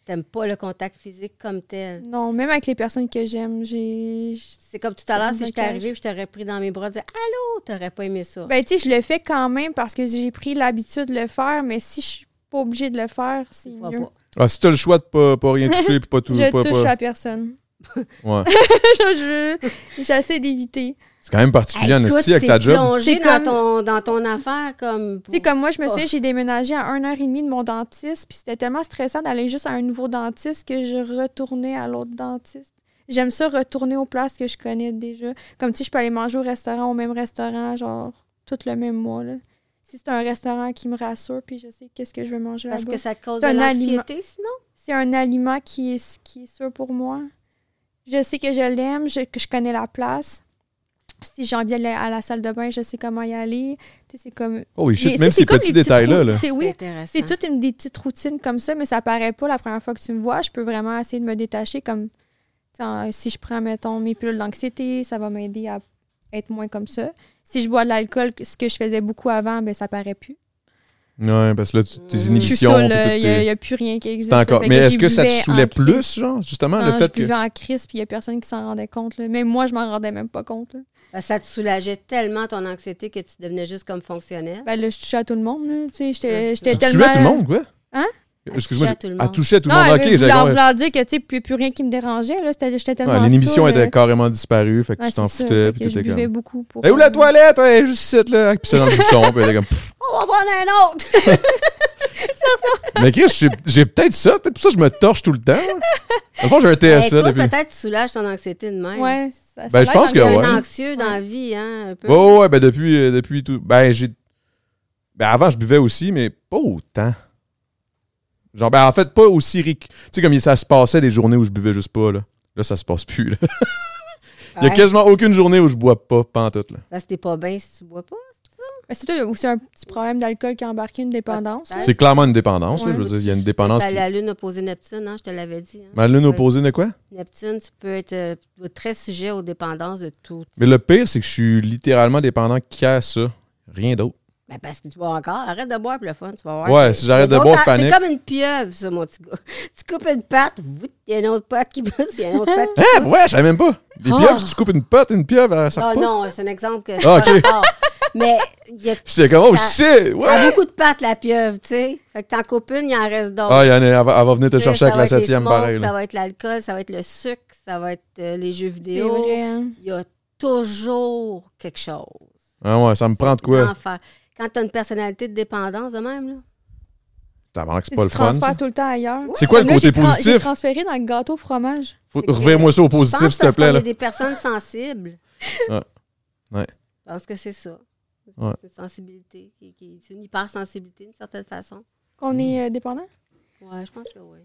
[SPEAKER 3] T'aimes pas le contact physique comme tel.
[SPEAKER 2] Non, même avec les personnes que j'aime, j'ai.
[SPEAKER 3] C'est comme tout à l'heure,
[SPEAKER 2] Un
[SPEAKER 3] si je t'ai
[SPEAKER 2] blocage.
[SPEAKER 3] arrivé, je t'aurais pris dans mes bras et dit Allô, t'aurais pas aimé ça.
[SPEAKER 2] Ben, tu sais, je le fais quand même parce que j'ai pris l'habitude de le faire, mais si je suis pas obligée de le faire, c'est
[SPEAKER 3] Tu vois
[SPEAKER 2] mieux.
[SPEAKER 3] pas.
[SPEAKER 1] Ah, si t'as le choix de pas, pas rien toucher puis pas tout
[SPEAKER 2] Je
[SPEAKER 1] pas,
[SPEAKER 2] touche
[SPEAKER 1] pas-
[SPEAKER 2] à personne.
[SPEAKER 1] Ouais.
[SPEAKER 2] Je- je- J'essaie d'éviter.
[SPEAKER 1] C'est quand même particulier en
[SPEAKER 3] Hey, écoute,
[SPEAKER 1] esti avec
[SPEAKER 3] tu
[SPEAKER 1] ta
[SPEAKER 3] t'es
[SPEAKER 1] job.
[SPEAKER 3] plongé
[SPEAKER 2] C'est
[SPEAKER 3] dans,
[SPEAKER 2] comme-
[SPEAKER 3] ton, dans ton affaire comme.
[SPEAKER 2] Tu sais, comme moi, je me
[SPEAKER 3] Oh.
[SPEAKER 2] souviens, j'ai déménagé à 1h30 de mon dentiste, puis c'était tellement stressant d'aller juste à un nouveau dentiste que je retournais à l'autre dentiste. J'aime ça retourner aux places que je connais déjà. Comme si je peux aller manger au restaurant, au même restaurant, genre, tout le même mois, là. Si c'est un restaurant qui me rassure, puis je sais qu'est-ce que je veux manger
[SPEAKER 3] Parce
[SPEAKER 2] là-bas.
[SPEAKER 3] que ça te cause de
[SPEAKER 2] C'est un aliment.
[SPEAKER 3] l'anxiété, sinon.
[SPEAKER 2] C'est un aliment qui est, qui est sûr pour moi. Je sais que je l'aime, je- que je connais la place. Si j'ai envie d'aller à la salle de bain, je sais comment y aller. Tu sais, c'est comme...
[SPEAKER 1] Oh,
[SPEAKER 2] Et-
[SPEAKER 1] shit,
[SPEAKER 2] c'est-
[SPEAKER 1] même
[SPEAKER 2] c'est
[SPEAKER 1] ces
[SPEAKER 2] comme
[SPEAKER 1] petits
[SPEAKER 2] les petites
[SPEAKER 1] détails-là.
[SPEAKER 2] routes,
[SPEAKER 1] là.
[SPEAKER 2] C'est oui,
[SPEAKER 3] intéressant.
[SPEAKER 2] c'est toutes une, des petites routines comme ça, mais ça paraît pas la première fois que tu me vois. Je peux vraiment essayer de me détacher comme tu sais, en- si je prends, mettons, mes pilules d'anxiété, ça va m'aider à être moins comme ça. Si je bois de l'alcool, que- ce que je faisais beaucoup avant, ben ça paraît plus.
[SPEAKER 1] Ouais, parce que là, tu- tes
[SPEAKER 3] Je suis
[SPEAKER 2] Je suis
[SPEAKER 1] inhibitions.
[SPEAKER 2] seule,
[SPEAKER 1] puis tout
[SPEAKER 2] il
[SPEAKER 1] tes-
[SPEAKER 2] n'y a, plus rien qui existe.
[SPEAKER 1] c'est encore.
[SPEAKER 2] Fait que
[SPEAKER 1] Mais
[SPEAKER 2] j'y
[SPEAKER 1] est-ce que ça te
[SPEAKER 2] buvais en
[SPEAKER 1] saoulait
[SPEAKER 2] crise.
[SPEAKER 1] plus, genre, justement, le
[SPEAKER 2] Non,
[SPEAKER 1] fait
[SPEAKER 2] je
[SPEAKER 1] que.
[SPEAKER 2] buvais en crise, puis il n'y a personne qui s'en rendait compte. là. Même moi, je m'en rendais même pas compte. là.
[SPEAKER 3] Ben, Ça te soulageait tellement ton anxiété que tu devenais juste comme fonctionnel.
[SPEAKER 2] Ben là, je touchais à tout le monde. là, tu sais,
[SPEAKER 3] Ouais,
[SPEAKER 2] J'étais
[SPEAKER 3] c'est
[SPEAKER 2] j'étais
[SPEAKER 1] Tu
[SPEAKER 2] tellement...
[SPEAKER 1] tuais tout le monde, quoi?
[SPEAKER 2] Hein?
[SPEAKER 1] Excuse-moi.
[SPEAKER 3] À
[SPEAKER 1] j'ai-
[SPEAKER 3] toucher tout le
[SPEAKER 1] À
[SPEAKER 3] monde.
[SPEAKER 1] toucher tout le
[SPEAKER 2] non,
[SPEAKER 1] monde. Ok,
[SPEAKER 2] elle veut
[SPEAKER 1] j'ai
[SPEAKER 2] vouloir-
[SPEAKER 1] compris.
[SPEAKER 2] vouloir dire que, tu sais, plus, plus rien qui me dérangeait, là. C'était- J'étais tellement.
[SPEAKER 1] Ouais, L'émission
[SPEAKER 2] saoule,
[SPEAKER 1] était
[SPEAKER 2] euh,
[SPEAKER 1] carrément disparue. Fait que
[SPEAKER 2] ouais,
[SPEAKER 1] tu t'en
[SPEAKER 2] c'est ça,
[SPEAKER 1] foutais.
[SPEAKER 2] fait
[SPEAKER 1] Puis
[SPEAKER 2] que
[SPEAKER 1] t'étais
[SPEAKER 2] Je buvais
[SPEAKER 1] comme. Eh,
[SPEAKER 2] beaucoup pour.
[SPEAKER 1] Et où la
[SPEAKER 2] euh,
[SPEAKER 1] toilette? Ouais, juste ici, là. Puis c'est dans le bouchon. Puis elle était comme. Pff.
[SPEAKER 3] Oh, on va prendre un autre!
[SPEAKER 1] Mais Chris, j'ai- j'ai peut-être ça. Peut-être pour ça que je me torche tout le temps. Au fond, j'ai un
[SPEAKER 3] Hey,
[SPEAKER 1] TSA
[SPEAKER 3] Ben, toi,
[SPEAKER 1] depuis.
[SPEAKER 3] peut-être, tu soulages ton anxiété de même.
[SPEAKER 2] Ouais, ça, ça
[SPEAKER 1] Ben, je
[SPEAKER 2] l'aide
[SPEAKER 1] pense
[SPEAKER 2] en
[SPEAKER 1] que
[SPEAKER 3] T'es
[SPEAKER 2] même
[SPEAKER 1] ouais.
[SPEAKER 2] temps.
[SPEAKER 3] un anxieux dans la vie, hein, un peu.
[SPEAKER 1] Ouais, ouais, ouais, ben depuis, euh, depuis tout. Ben, j'ai. Ben, avant, je buvais aussi, mais pas autant. Genre, ben, en fait, pas aussi ric... Tu sais, comme il- ça se passait des journées où je buvais juste pas, là. Là, ça se passe plus, là. Il y a
[SPEAKER 3] Ouais.
[SPEAKER 1] quasiment aucune journée où je bois pas, pantoute, là.
[SPEAKER 3] Parce que t'es pas bien si tu bois pas.
[SPEAKER 2] Ben, C'est peut-être aussi un petit problème d'alcool qui a embarqué une dépendance.
[SPEAKER 3] Ouais.
[SPEAKER 1] C'est clairement une dépendance, là.
[SPEAKER 2] Ouais.
[SPEAKER 1] Je veux dire, il y a une dépendance.
[SPEAKER 3] T'as
[SPEAKER 1] Qui...
[SPEAKER 3] Ben, La lune opposée Neptune, hein, je te l'avais dit. hein.
[SPEAKER 1] Ma lune
[SPEAKER 3] Ouais.
[SPEAKER 1] opposée de quoi?
[SPEAKER 3] Neptune, tu peux être euh, très sujet aux dépendances de tout.
[SPEAKER 1] Mais le pire, c'est que je suis littéralement dépendant qu'à ça. Rien d'autre.
[SPEAKER 3] Ben, parce que tu bois encore. Arrête de boire, puis le fun, tu vas voir.
[SPEAKER 1] Ouais, si j'arrête de
[SPEAKER 3] Donc,
[SPEAKER 1] boire,
[SPEAKER 3] t'as-
[SPEAKER 1] je panique.
[SPEAKER 3] C'est comme une pieuvre, ça, mon petit gars. Tu coupes une patte, vouit, il y a une autre patte qui pousse, il y a une autre patte qui
[SPEAKER 1] Hein?
[SPEAKER 3] pousse.
[SPEAKER 1] Ouais, je savais même pas. Des
[SPEAKER 3] Ah.
[SPEAKER 1] pieuvres, si tu coupes une pote, une pieuvre, euh, ça
[SPEAKER 3] Ah
[SPEAKER 1] repousse.
[SPEAKER 3] non, c'est un exemple que
[SPEAKER 1] Ah,
[SPEAKER 3] c'est pas
[SPEAKER 1] ok.
[SPEAKER 3] rapport. Mais il y a,
[SPEAKER 1] C'est comme, oh
[SPEAKER 3] ça- Ah,
[SPEAKER 1] shit!
[SPEAKER 3] elle a
[SPEAKER 1] Ouais!
[SPEAKER 3] beaucoup de pattes, la pieuvre, tu sais. Fait que t'en coupes une, il en reste d'autres.
[SPEAKER 1] Ah, il y en a, elle va, elle va venir te
[SPEAKER 3] Tu sais,
[SPEAKER 1] chercher
[SPEAKER 3] ça
[SPEAKER 1] avec la
[SPEAKER 3] va être les
[SPEAKER 1] septième,
[SPEAKER 3] smokes,
[SPEAKER 1] pareil, là.
[SPEAKER 3] Ça va être l'alcool, ça va être le sucre, ça va être euh, les jeux
[SPEAKER 2] C'est
[SPEAKER 3] vidéo.
[SPEAKER 2] vrai. hein.
[SPEAKER 3] Il y a toujours quelque chose.
[SPEAKER 1] Ah ouais, ça me prend de quoi?
[SPEAKER 3] L'enfer. Quand t'as une personnalité de dépendance de même, là.
[SPEAKER 1] Tabarnak, c'est
[SPEAKER 2] Tu
[SPEAKER 1] pas le fun.
[SPEAKER 2] transfères
[SPEAKER 1] ça.
[SPEAKER 2] tout le temps ailleurs.
[SPEAKER 1] C'est quoi le
[SPEAKER 2] Comme là,
[SPEAKER 1] côté
[SPEAKER 2] j'ai tra- J'ai
[SPEAKER 1] positif?
[SPEAKER 2] transféré dans le gâteau au fromage.
[SPEAKER 1] Faut-
[SPEAKER 3] C'est
[SPEAKER 1] Reviens-moi ça au
[SPEAKER 3] Je pense
[SPEAKER 1] positif, s'il te
[SPEAKER 3] parce
[SPEAKER 1] plaît.
[SPEAKER 3] qu'on
[SPEAKER 1] Là.
[SPEAKER 3] est des personnes sensibles.
[SPEAKER 1] Ouais. Ouais.
[SPEAKER 3] Je pense que c'est ça.
[SPEAKER 1] Ouais.
[SPEAKER 3] C'est une sensibilité. Qui, qui- c'est une hypersensibilité d'une certaine façon.
[SPEAKER 2] Qu'on
[SPEAKER 1] Hmm.
[SPEAKER 2] est euh, dépendant?
[SPEAKER 3] Ouais, je pense que oui.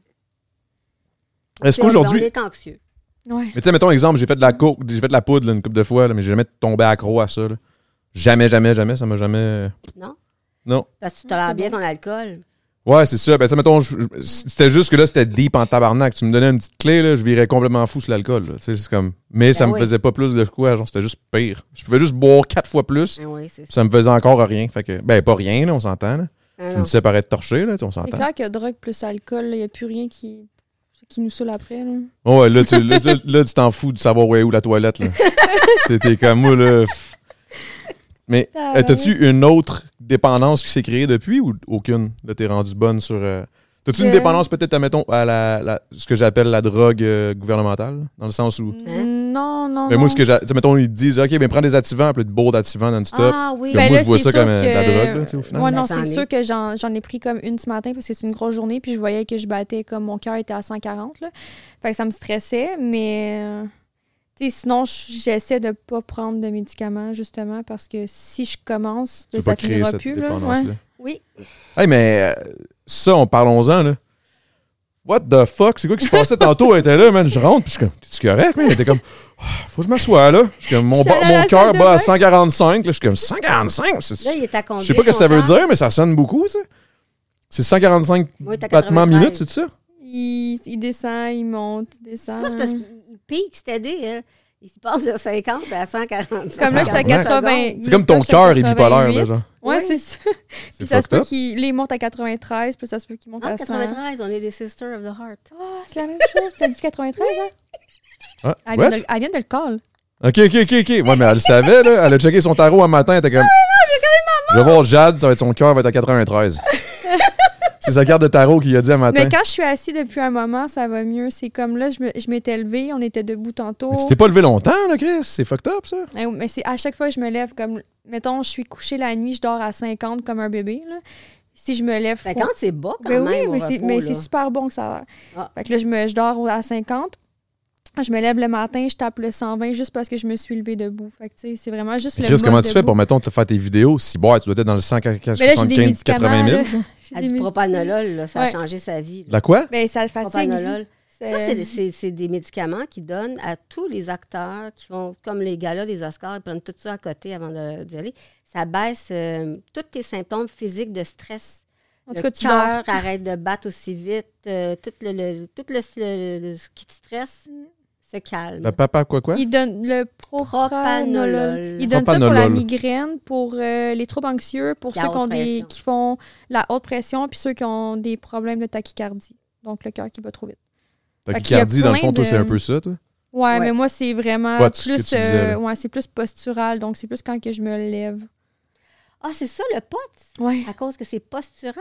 [SPEAKER 1] Est-ce
[SPEAKER 3] C'est-
[SPEAKER 1] qu'aujourd'hui,
[SPEAKER 3] On est anxieux.
[SPEAKER 2] Ouais.
[SPEAKER 1] Mais tu sais, mettons exemple, j'ai fait de la coke, j'ai fait de la poudre là, une couple de fois, là, mais j'ai jamais tombé accro à ça. là. Jamais, jamais, jamais, ça m'a jamais.
[SPEAKER 3] Non?
[SPEAKER 1] Non.
[SPEAKER 3] Parce que tu tolères
[SPEAKER 2] c'est
[SPEAKER 3] bien
[SPEAKER 2] bon.
[SPEAKER 3] ton alcool.
[SPEAKER 1] Ouais, c'est ça. Ben, tu sais, mettons, je- je- c'était juste que là, c'était deep en tabarnak. Tu me donnais une petite clé, là, je virais complètement fou sur l'alcool. là. Tu sais, c'est comme. Mais ça
[SPEAKER 3] Ben
[SPEAKER 1] me
[SPEAKER 3] oui.
[SPEAKER 1] faisait pas plus de quoi, genre, c'était juste pire. Je pouvais juste boire quatre fois plus,
[SPEAKER 3] Ah oui, c'est ça.
[SPEAKER 1] ça me faisait encore rien. Fait que, ben, pas rien, là, on s'entend. là.
[SPEAKER 3] Ah
[SPEAKER 1] Je
[SPEAKER 3] non.
[SPEAKER 1] me séparais de torcher, là, tu sais, on
[SPEAKER 2] C'est
[SPEAKER 1] s'entend.
[SPEAKER 2] clair que drogue plus alcool, il n'y a plus rien qui, qui nous saoule après. Là.
[SPEAKER 1] Ouais, là, tu là, tu- là, tu t'en fous de savoir où est où la toilette. là. T'es- T'es comme moi, là. pff. Mais
[SPEAKER 2] Ah,
[SPEAKER 1] euh,
[SPEAKER 2] ben
[SPEAKER 1] t'as-tu une autre dépendance qui s'est créée depuis ou aucune? Là, t'es rendu bonne sur. euh, T'as-tu une
[SPEAKER 2] Euh,
[SPEAKER 1] dépendance peut-être, admettons, à la, la- ce que j'appelle la drogue euh, gouvernementale? Dans le sens où.
[SPEAKER 3] Hein?
[SPEAKER 2] ben Non, non,
[SPEAKER 1] Mais
[SPEAKER 2] non.
[SPEAKER 1] moi, ce que j'ai. tu sais, mettons, ils te disent, OK, ben prends des activants, puis de beau d'activants non-stop.
[SPEAKER 3] Ah oui,
[SPEAKER 1] que Ben, moi,
[SPEAKER 2] là,
[SPEAKER 1] je vois
[SPEAKER 2] c'est
[SPEAKER 1] ça
[SPEAKER 2] sûr
[SPEAKER 1] comme, euh, de la
[SPEAKER 2] que-
[SPEAKER 1] drogue, là, tu sais, au final.
[SPEAKER 2] Ouais,
[SPEAKER 3] Ben,
[SPEAKER 2] non,
[SPEAKER 3] ça en
[SPEAKER 2] c'est
[SPEAKER 3] est.
[SPEAKER 2] sûr que j'en j'en ai pris comme une ce matin parce que c'est une grosse journée, puis je voyais que je battais comme mon cœur était à 140. Là. Fait que ça me stressait, mais euh, tu sais, sinon, je- j'essaie de pas prendre de médicaments, justement, parce que si je commence, ben,
[SPEAKER 1] Tu veux
[SPEAKER 2] ça
[SPEAKER 1] pas créer
[SPEAKER 2] finira
[SPEAKER 1] cette
[SPEAKER 2] plus. Là, ouais.
[SPEAKER 1] dépendance-là.
[SPEAKER 3] oui.
[SPEAKER 1] Hey, mais euh, ça, on parlons-en, là. What the fuck? C'est quoi qui se passait tantôt? Elle était là, man. Je rentre, puis je suis comme, t'es-tu correct, man? Elle était comme, Ah, faut que je m'assoie, là. Je suis comme, mon,
[SPEAKER 2] Je suis allée à la
[SPEAKER 1] mon
[SPEAKER 2] salle
[SPEAKER 1] cœur
[SPEAKER 2] de
[SPEAKER 1] bat à
[SPEAKER 2] bain.
[SPEAKER 1] 145. Là, je suis comme, 145?
[SPEAKER 3] Là,
[SPEAKER 1] C'est-
[SPEAKER 3] il est à combien?
[SPEAKER 1] Je sais pas ce que ça
[SPEAKER 3] ton
[SPEAKER 1] veut
[SPEAKER 3] temps?
[SPEAKER 1] dire, mais ça sonne beaucoup, ça. C'est 145
[SPEAKER 3] Moi, t'as
[SPEAKER 1] battements
[SPEAKER 3] 93.
[SPEAKER 1] minutes, c'est ça?
[SPEAKER 2] Il, il descend, il monte, il
[SPEAKER 3] Je sais
[SPEAKER 2] descend.
[SPEAKER 3] pas, c'est parce qu'il il pique, c'est-à-dire, hein. il se passe de 50 à 145.
[SPEAKER 2] Comme là, j'étais à
[SPEAKER 1] Ouais.
[SPEAKER 2] 80.
[SPEAKER 1] C'est comme ton
[SPEAKER 2] là, j'étais à
[SPEAKER 1] cœur est bipolaire,
[SPEAKER 2] 88.
[SPEAKER 1] là, genre.
[SPEAKER 2] Ouais,
[SPEAKER 3] Oui.
[SPEAKER 2] c'est ça.
[SPEAKER 1] C'est
[SPEAKER 2] Puis ça se
[SPEAKER 1] fucked
[SPEAKER 2] peut
[SPEAKER 1] up.
[SPEAKER 2] qu'il les monte à 93, puis ça se peut qu'il monte
[SPEAKER 3] Ah,
[SPEAKER 2] à 100.
[SPEAKER 3] 93, on est des Sisters of the Heart.
[SPEAKER 2] Ah, c'est la même chose. Tu as dit 93, hein?
[SPEAKER 1] Ah,
[SPEAKER 2] Elle
[SPEAKER 1] what?
[SPEAKER 2] vient, de, le- elle vient de le call.
[SPEAKER 1] Ok, ok, ok, ok. Ouais, mais elle le savait, là. Elle a checké son tarot un matin. Elle était
[SPEAKER 2] Ah,
[SPEAKER 1] comme. Je vais voir Jade, ça va être son cœur, va être à 93. c'est sa carte de tarot qu'il a dit un matin.
[SPEAKER 2] Mais quand je suis assise depuis un moment, ça va mieux. C'est comme là, je me- je m'étais levée, on était debout tantôt.
[SPEAKER 1] Mais tu t'es pas levé longtemps, là, Chris? C'est fucked up, ça?
[SPEAKER 2] Eh, Mais c'est à chaque fois que je me lève, comme, mettons, je suis couchée la nuit, je dors à 50 comme un bébé. là. Si je me lève.
[SPEAKER 3] 50, c'est bas quand
[SPEAKER 2] Ben oui,
[SPEAKER 3] même. au
[SPEAKER 2] mais c'est-
[SPEAKER 3] repos,
[SPEAKER 2] mais
[SPEAKER 3] là.
[SPEAKER 2] c'est super bon que ça a l'air.
[SPEAKER 3] Ah.
[SPEAKER 2] Fait que là, je, me, je dors au- à 50. Je me lève le matin, je tape le 120 juste parce que je me suis levée debout. Fait que, tu sais, c'est vraiment juste le
[SPEAKER 1] Chris, comment
[SPEAKER 2] mode
[SPEAKER 1] tu fais
[SPEAKER 2] debout.
[SPEAKER 1] pour, mettons, te faire tes vidéos? Si, bon, tu dois être dans le 175,
[SPEAKER 2] Mais là, j'ai des
[SPEAKER 1] 75, 80
[SPEAKER 2] médicaments.
[SPEAKER 1] 000.
[SPEAKER 2] là. J'ai
[SPEAKER 3] Elle
[SPEAKER 2] des
[SPEAKER 3] du
[SPEAKER 2] médicaments.
[SPEAKER 3] propanolol, là, ça a
[SPEAKER 2] Ouais.
[SPEAKER 3] changé sa vie. là.
[SPEAKER 1] La quoi?
[SPEAKER 2] Ben, ça le fatigue. Ben.
[SPEAKER 3] Propanolol.
[SPEAKER 2] C'est-
[SPEAKER 3] Ça, c'est- c'est c'est des médicaments qu'ils donnent à tous les acteurs qui font, comme les galas des Oscars, ils prennent tout ça à côté avant de- d'y aller. Ça baisse euh, tous tes symptômes physiques de stress.
[SPEAKER 2] En tout cas, tu
[SPEAKER 3] le
[SPEAKER 2] dors.
[SPEAKER 3] cœur arrête de battre aussi vite. euh, tout le, le- tout le, le- le- ce qui te stresse se calme.
[SPEAKER 1] La papa, quoi, quoi?
[SPEAKER 2] Il donne le propranolol.
[SPEAKER 3] Propanolol.
[SPEAKER 2] Il donne ça pour la
[SPEAKER 1] Propanolol.
[SPEAKER 2] migraine, pour euh, les troubles anxieux, pour
[SPEAKER 3] La
[SPEAKER 2] ceux qui, ont
[SPEAKER 3] haute
[SPEAKER 2] des,
[SPEAKER 3] pression.
[SPEAKER 2] qui font la haute pression, puis ceux qui ont des problèmes de tachycardie. Donc, le cœur qui bat trop vite.
[SPEAKER 1] Fait
[SPEAKER 2] Fait
[SPEAKER 1] que
[SPEAKER 2] qu'il y a
[SPEAKER 1] Cardi, dans le
[SPEAKER 2] plein
[SPEAKER 1] fond, toi,
[SPEAKER 2] de-
[SPEAKER 1] c'est un peu ça, toi?
[SPEAKER 2] Ouais,
[SPEAKER 3] Ouais.
[SPEAKER 2] mais moi, c'est vraiment
[SPEAKER 1] Ouais, c'est ce que
[SPEAKER 2] plus,
[SPEAKER 1] tu disais,
[SPEAKER 2] euh,
[SPEAKER 1] là.
[SPEAKER 2] ouais, c'est plus postural. Donc, c'est plus quand que je me lève.
[SPEAKER 3] Ah, c'est ça le pote?
[SPEAKER 2] Ouais.
[SPEAKER 3] À cause que c'est postural.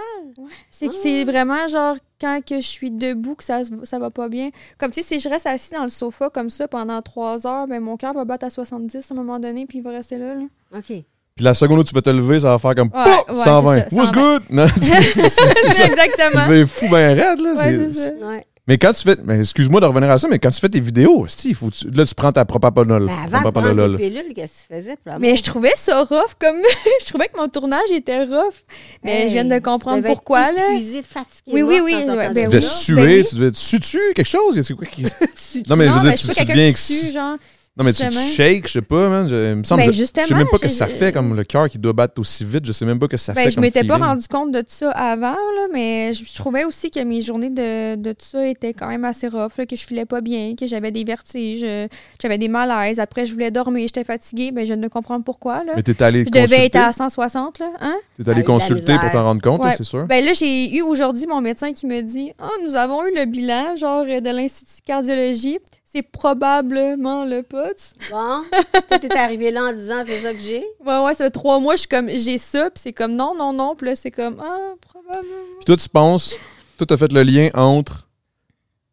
[SPEAKER 2] C'est que
[SPEAKER 3] Ah.
[SPEAKER 2] c'est vraiment genre quand que je suis debout que ça, se- ça va pas bien. Comme tu sais, si je reste assis dans le sofa comme ça pendant trois heures, ben mon cœur va battre à 70 à un moment donné, puis il va rester là. là.
[SPEAKER 3] OK.
[SPEAKER 1] Puis la seconde où tu vas te lever, ça va faire comme
[SPEAKER 2] Ouais,
[SPEAKER 1] pouf,
[SPEAKER 2] ouais, c'est
[SPEAKER 1] 120.
[SPEAKER 2] ça,
[SPEAKER 1] What's
[SPEAKER 2] 120.
[SPEAKER 1] good? Non, tu
[SPEAKER 2] C'est exactement.
[SPEAKER 1] es fou, ben raide, là.
[SPEAKER 2] Ouais,
[SPEAKER 1] c'est-
[SPEAKER 2] c'est ça.
[SPEAKER 3] Ouais.
[SPEAKER 1] Mais quand tu fais. mais excuse-moi de revenir à ça, mais quand tu fais tes vidéos, si, il faut. que tu- Là, tu prends ta propapanol.
[SPEAKER 2] Ben,
[SPEAKER 3] Mais Ben, avant de prendre des pilules, qu'est-ce que tu faisais? pour la-
[SPEAKER 2] Mais je trouvais ça rough comme je trouvais que mon tournage était rough. Mais
[SPEAKER 3] Hey,
[SPEAKER 2] je viens de
[SPEAKER 3] tu
[SPEAKER 2] comprendre
[SPEAKER 3] devais être
[SPEAKER 2] pourquoi là.
[SPEAKER 3] épuisée, fatiguée,
[SPEAKER 2] Oui, oui,
[SPEAKER 3] morte
[SPEAKER 2] oui,
[SPEAKER 3] dans un
[SPEAKER 1] Tu
[SPEAKER 2] ouais, ben
[SPEAKER 3] temps de
[SPEAKER 1] devais
[SPEAKER 2] oui.
[SPEAKER 3] là.
[SPEAKER 1] suer,
[SPEAKER 2] oui.
[SPEAKER 1] tu devais. Tu quelque chose? Y a- c'est quoi qui-
[SPEAKER 3] Tu-
[SPEAKER 1] Non, mais je veux dire,
[SPEAKER 2] suis
[SPEAKER 1] tu,
[SPEAKER 2] pas
[SPEAKER 1] tu
[SPEAKER 2] quelqu'un
[SPEAKER 1] deviens.
[SPEAKER 2] qui
[SPEAKER 1] ex-
[SPEAKER 2] sue, genre.
[SPEAKER 1] Non, mais tu, tu
[SPEAKER 2] Justement.
[SPEAKER 1] shakes, je sais pas, man. Je, il me semble,
[SPEAKER 2] Ben,
[SPEAKER 1] je, je sais
[SPEAKER 2] justement,
[SPEAKER 1] même pas ce que
[SPEAKER 2] je-
[SPEAKER 1] ça
[SPEAKER 2] je-
[SPEAKER 1] fait, comme le cœur qui doit battre aussi vite. Je sais même pas que ça
[SPEAKER 2] Ben,
[SPEAKER 1] fait.
[SPEAKER 2] je
[SPEAKER 1] comme
[SPEAKER 2] m'étais pas
[SPEAKER 1] feeling.
[SPEAKER 2] rendu compte de ça avant, là, mais je, je trouvais aussi que mes journées de, de tout ça étaient quand même assez rough, là, que je filais pas bien, que j'avais des vertiges, euh, j'avais des malaises. Après, je voulais dormir, j'étais fatiguée. Ben, je ne comprends pourquoi. Là.
[SPEAKER 1] Mais t'es allé
[SPEAKER 2] Je devais
[SPEAKER 1] consulter.
[SPEAKER 2] être à 160, là, hein?
[SPEAKER 1] T'es allé
[SPEAKER 3] Ah, eu de la
[SPEAKER 1] consulter pour
[SPEAKER 3] misère.
[SPEAKER 1] t'en rendre compte, là,
[SPEAKER 2] Ouais.
[SPEAKER 1] c'est sûr.
[SPEAKER 2] Ben là, j'ai eu aujourd'hui mon médecin qui me dit Ah, nous avons eu le bilan, genre, euh, de l'Institut de cardiologie. C'est probablement le pote.
[SPEAKER 3] Bon, toi, t'es arrivé là en disant c'est ça que j'ai.
[SPEAKER 2] Ouais, ouais, c'est trois mois, je suis comme, j'ai ça, puis c'est comme, non, non, non, puis là, c'est comme, ah, probablement.
[SPEAKER 1] Puis toi, tu penses, toi, t'as fait le lien entre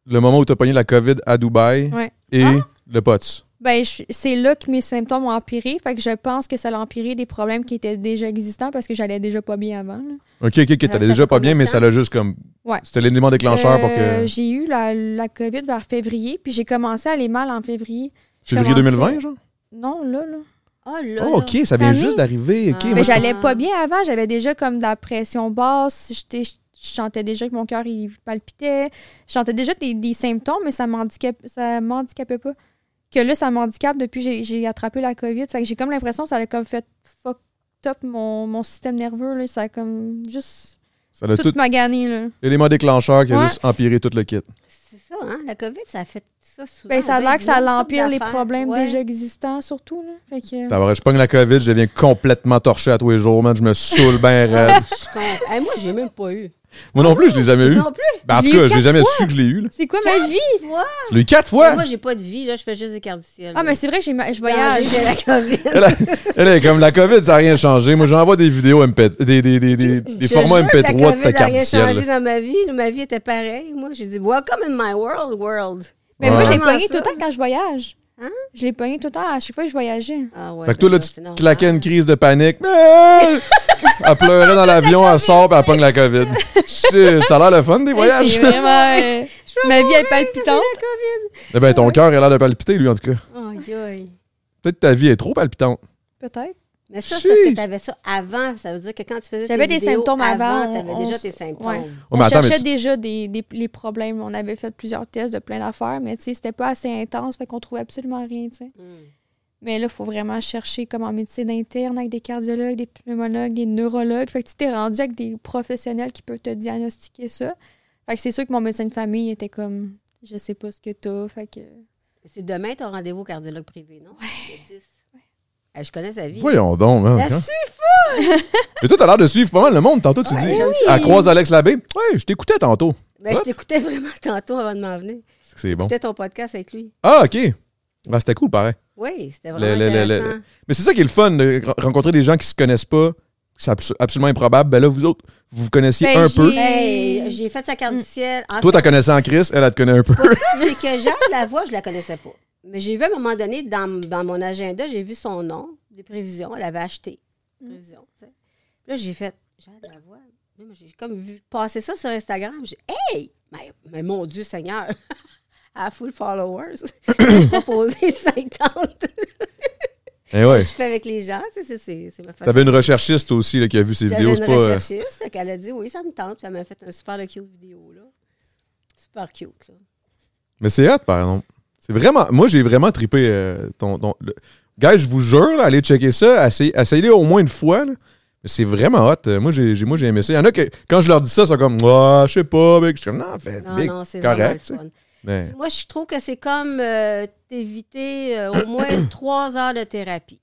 [SPEAKER 1] le moment où t'as pogné la COVID à Dubaï
[SPEAKER 2] Ouais. Ah?
[SPEAKER 1] et le POTS.
[SPEAKER 2] Ben, je- c'est là que mes symptômes ont empiré. Fait que je pense que ça l'a empiré des problèmes qui étaient déjà existants parce que j'allais déjà pas bien avant. là.
[SPEAKER 1] Ok, ok, ok,
[SPEAKER 3] Ça
[SPEAKER 1] t'allais
[SPEAKER 3] fait
[SPEAKER 1] déjà pas
[SPEAKER 3] combien
[SPEAKER 1] bien,
[SPEAKER 3] de
[SPEAKER 1] mais
[SPEAKER 3] temps?
[SPEAKER 1] ça l'a juste comme.
[SPEAKER 2] Ouais.
[SPEAKER 1] C'était l'élément déclencheur pour
[SPEAKER 2] Euh,
[SPEAKER 1] que.
[SPEAKER 2] J'ai eu la, la COVID vers février, puis j'ai commencé à aller mal en février.
[SPEAKER 1] Février
[SPEAKER 2] commencé-
[SPEAKER 1] 2020, genre?
[SPEAKER 2] Non, là, là.
[SPEAKER 3] Oh là.
[SPEAKER 1] Oh, ok, ça vient
[SPEAKER 2] Année.
[SPEAKER 1] juste d'arriver. ok,
[SPEAKER 3] Ah.
[SPEAKER 1] moi,
[SPEAKER 2] Mais
[SPEAKER 1] je-
[SPEAKER 2] j'allais pas bien avant. J'avais déjà comme de la pression basse. J'étais- je chantais déjà que mon cœur il palpitait. Je chantais déjà des, des symptômes, mais ça m'handicapait, ça m'handicapait pas. Que là, ça m'handicape depuis que j'ai- j'ai attrapé la COVID. Fait que j'ai comme l'impression que ça a comme fait fuck top mon, mon système nerveux. Là. Ça a comme juste
[SPEAKER 1] Ça a
[SPEAKER 2] tout
[SPEAKER 1] Euh, tout
[SPEAKER 2] magané. Là.
[SPEAKER 1] l'élément déclencheur qui a
[SPEAKER 2] Ouais.
[SPEAKER 1] juste empiré tout le kit.
[SPEAKER 3] C'est ça, hein? La COVID, ça a fait ça souvent.
[SPEAKER 2] Ben, ça a
[SPEAKER 3] avec
[SPEAKER 2] l'air que ça
[SPEAKER 3] d'autres types
[SPEAKER 2] l'empire les
[SPEAKER 3] d'affaires.
[SPEAKER 2] problèmes
[SPEAKER 3] Ouais.
[SPEAKER 2] déjà existants, surtout. Là. Fait que,
[SPEAKER 1] T'as vrai, je pogne la COVID, je deviens complètement torché à tous les jours, man. Je me saoule bien raide.
[SPEAKER 3] Je comprends. Hey, moi, j'ai même pas eu.
[SPEAKER 1] Moi non plus, je l'ai jamais eu.
[SPEAKER 3] Non plus.
[SPEAKER 1] Ben, en
[SPEAKER 2] Je
[SPEAKER 1] tout
[SPEAKER 2] l'ai eu
[SPEAKER 1] cas, j'ai
[SPEAKER 2] quatre
[SPEAKER 1] jamais su que je l'ai eu. Là.
[SPEAKER 2] c'est quoi ma vie?
[SPEAKER 3] Moi,
[SPEAKER 1] Je l'ai eu quatre fois.
[SPEAKER 3] moi j'ai pas de vie, là. Je fais juste des cartes du ciel.
[SPEAKER 2] Ah, mais c'est vrai que j'ai ma- je voyage.
[SPEAKER 3] voyage. J'ai la COVID.
[SPEAKER 1] Elle, a- elle est comme la COVID, ça n'a rien changé. Moi, j'envoie des vidéos MP, des, des, des, Euh, des, des
[SPEAKER 3] Je
[SPEAKER 1] formats
[SPEAKER 3] jure que
[SPEAKER 1] MP3 de
[SPEAKER 3] la
[SPEAKER 1] ta
[SPEAKER 3] COVID a
[SPEAKER 1] carte
[SPEAKER 3] rien
[SPEAKER 1] du ciel.
[SPEAKER 3] changé
[SPEAKER 1] là.
[SPEAKER 3] dans ma vie. Ma vie était pareille. Moi, j'ai dit « Welcome in my world, world
[SPEAKER 2] Mais moi, je l'ai
[SPEAKER 3] Comment
[SPEAKER 2] pogné
[SPEAKER 3] ça?
[SPEAKER 2] tout le temps quand je voyage.
[SPEAKER 3] Hein?
[SPEAKER 2] Je l'ai pogné tout le temps à chaque fois que je voyageais. ».
[SPEAKER 3] Ah ouais.
[SPEAKER 1] Fait que toi,
[SPEAKER 3] ben
[SPEAKER 1] là,
[SPEAKER 3] c'est
[SPEAKER 1] tu
[SPEAKER 3] normal.
[SPEAKER 1] claquais une crise de panique. Elle pleurait dans l'avion, elle sort, puis elle pogne la COVID. Shit, ça a l'air le fun des
[SPEAKER 2] C'est
[SPEAKER 1] voyages.
[SPEAKER 2] vraiment. euh,
[SPEAKER 3] Je vais
[SPEAKER 2] ma vie
[SPEAKER 3] mourir,
[SPEAKER 2] est palpitante.
[SPEAKER 1] Eh ben, ton cœur a l'air de palpiter, lui, en tout cas.
[SPEAKER 3] Aïe, aïe.
[SPEAKER 1] Peut-être que ta vie est trop palpitante. Oh,
[SPEAKER 2] Peut-être.
[SPEAKER 3] Mais ça, c'est parce que
[SPEAKER 1] Chiche.
[SPEAKER 3] tu avais ça avant. Ça veut dire que quand tu faisais
[SPEAKER 2] J'avais
[SPEAKER 3] tes
[SPEAKER 2] des
[SPEAKER 3] vidéos
[SPEAKER 2] symptômes avant,
[SPEAKER 3] tu
[SPEAKER 2] on-
[SPEAKER 3] avais
[SPEAKER 2] on
[SPEAKER 3] déjà
[SPEAKER 2] s-
[SPEAKER 3] tes symptômes.
[SPEAKER 2] ouais.
[SPEAKER 1] Oh,
[SPEAKER 2] on
[SPEAKER 1] mais attends, mais
[SPEAKER 2] cherchait
[SPEAKER 1] tu-
[SPEAKER 2] déjà des, des- les problèmes. On avait fait plusieurs tests de plein d'affaires, mais tu sais, c'était pas assez intense, fait qu'on trouvait absolument rien, tu sais.
[SPEAKER 3] Hmm.
[SPEAKER 2] Mais là, il faut vraiment chercher comme en médecine interne avec des cardiologues, des pneumologues, des neurologues. Fait que tu t'es rendu avec des professionnels qui peuvent te diagnostiquer ça. Fait que c'est sûr que mon médecin de famille était comme je sais pas ce que t'as. Fait que.
[SPEAKER 3] C'est demain ton rendez-vous au cardiologue privé, non? Le 10. Ah, je connais sa vie.
[SPEAKER 1] Voyons donc. hein,
[SPEAKER 3] La
[SPEAKER 1] hein.
[SPEAKER 3] suite,
[SPEAKER 1] Mais toi, t'as l'air de suivre pas mal le monde. Tantôt, tu dis,
[SPEAKER 3] j'aime
[SPEAKER 1] elle croise Alex Labbé. Ouais, je t'écoutais tantôt.
[SPEAKER 3] ben,
[SPEAKER 1] What?
[SPEAKER 3] je t'écoutais vraiment tantôt avant de m'en venir.
[SPEAKER 1] C'est que C'est bon.
[SPEAKER 3] J'écoutais ton podcast avec lui.
[SPEAKER 1] Ah, OK. Ah, c'était cool, pareil.
[SPEAKER 3] Oui, c'était
[SPEAKER 1] Le-
[SPEAKER 3] vraiment
[SPEAKER 1] le- le- le-
[SPEAKER 3] intéressant.
[SPEAKER 1] Mais c'est ça qui est le fun, de re- rencontrer des gens qui se connaissent pas, que c'est abso- absolument improbable. Ben là, vous autres, vous vous connaissiez
[SPEAKER 2] Ben,
[SPEAKER 1] un
[SPEAKER 2] j'ai- Mm.
[SPEAKER 1] peu.
[SPEAKER 3] Hey, j'ai fait sa carte du ciel. Ah, En
[SPEAKER 1] Toi, t'as connaissé en Chris, elle, elle te connaît un peu.
[SPEAKER 3] c'est que Jade Lavoie, je la connaissais pas. Mais j'ai vu à un moment donné, dans, dans mon agenda, j'ai vu son nom, des prévisions. Elle avait acheté. des Prévisions, tu sais. Là, j'ai fait Jade Lavoie. Là, moi, J'ai comme vu passer ça sur Instagram. J'ai Hey! Mais, mais mon Dieu Seigneur! À full followers. J'ai proposé 50.
[SPEAKER 1] Eh ouais.
[SPEAKER 3] je fais avec les gens. tu sais, C'est c'est- c'est ma façon.
[SPEAKER 1] T'avais une recherchiste aussi là, qui a vu ces
[SPEAKER 3] J'avais
[SPEAKER 1] vidéos.
[SPEAKER 3] une
[SPEAKER 1] C'est pas. euh,
[SPEAKER 3] recherchiste. fait qu'elle a dit Oui, ça me tente. Puis elle m'a fait un super de cute vidéo. Là. Super cute. Là.
[SPEAKER 1] Mais c'est hot, par exemple. C'est vraiment. Moi, j'ai vraiment trippé euh, ton. ton- le- Guys, je vous jure, là, allez checker ça. Essayez- Essayez-le au moins une fois. là. Mais c'est vraiment hot. Euh, Moi, j'ai j'ai- moi, j'ai aimé ça. Il y en a que, quand je leur dis ça, ils sont comme, ah, je sais pas, mec. Je suis comme, non, fait,
[SPEAKER 3] Non,
[SPEAKER 1] big,
[SPEAKER 3] non, c'est vraiment le
[SPEAKER 1] correct. tu sais.
[SPEAKER 3] fun.
[SPEAKER 1] Mais-
[SPEAKER 3] Moi, je trouve que c'est comme euh, t'éviter euh, au moins trois heures de thérapie.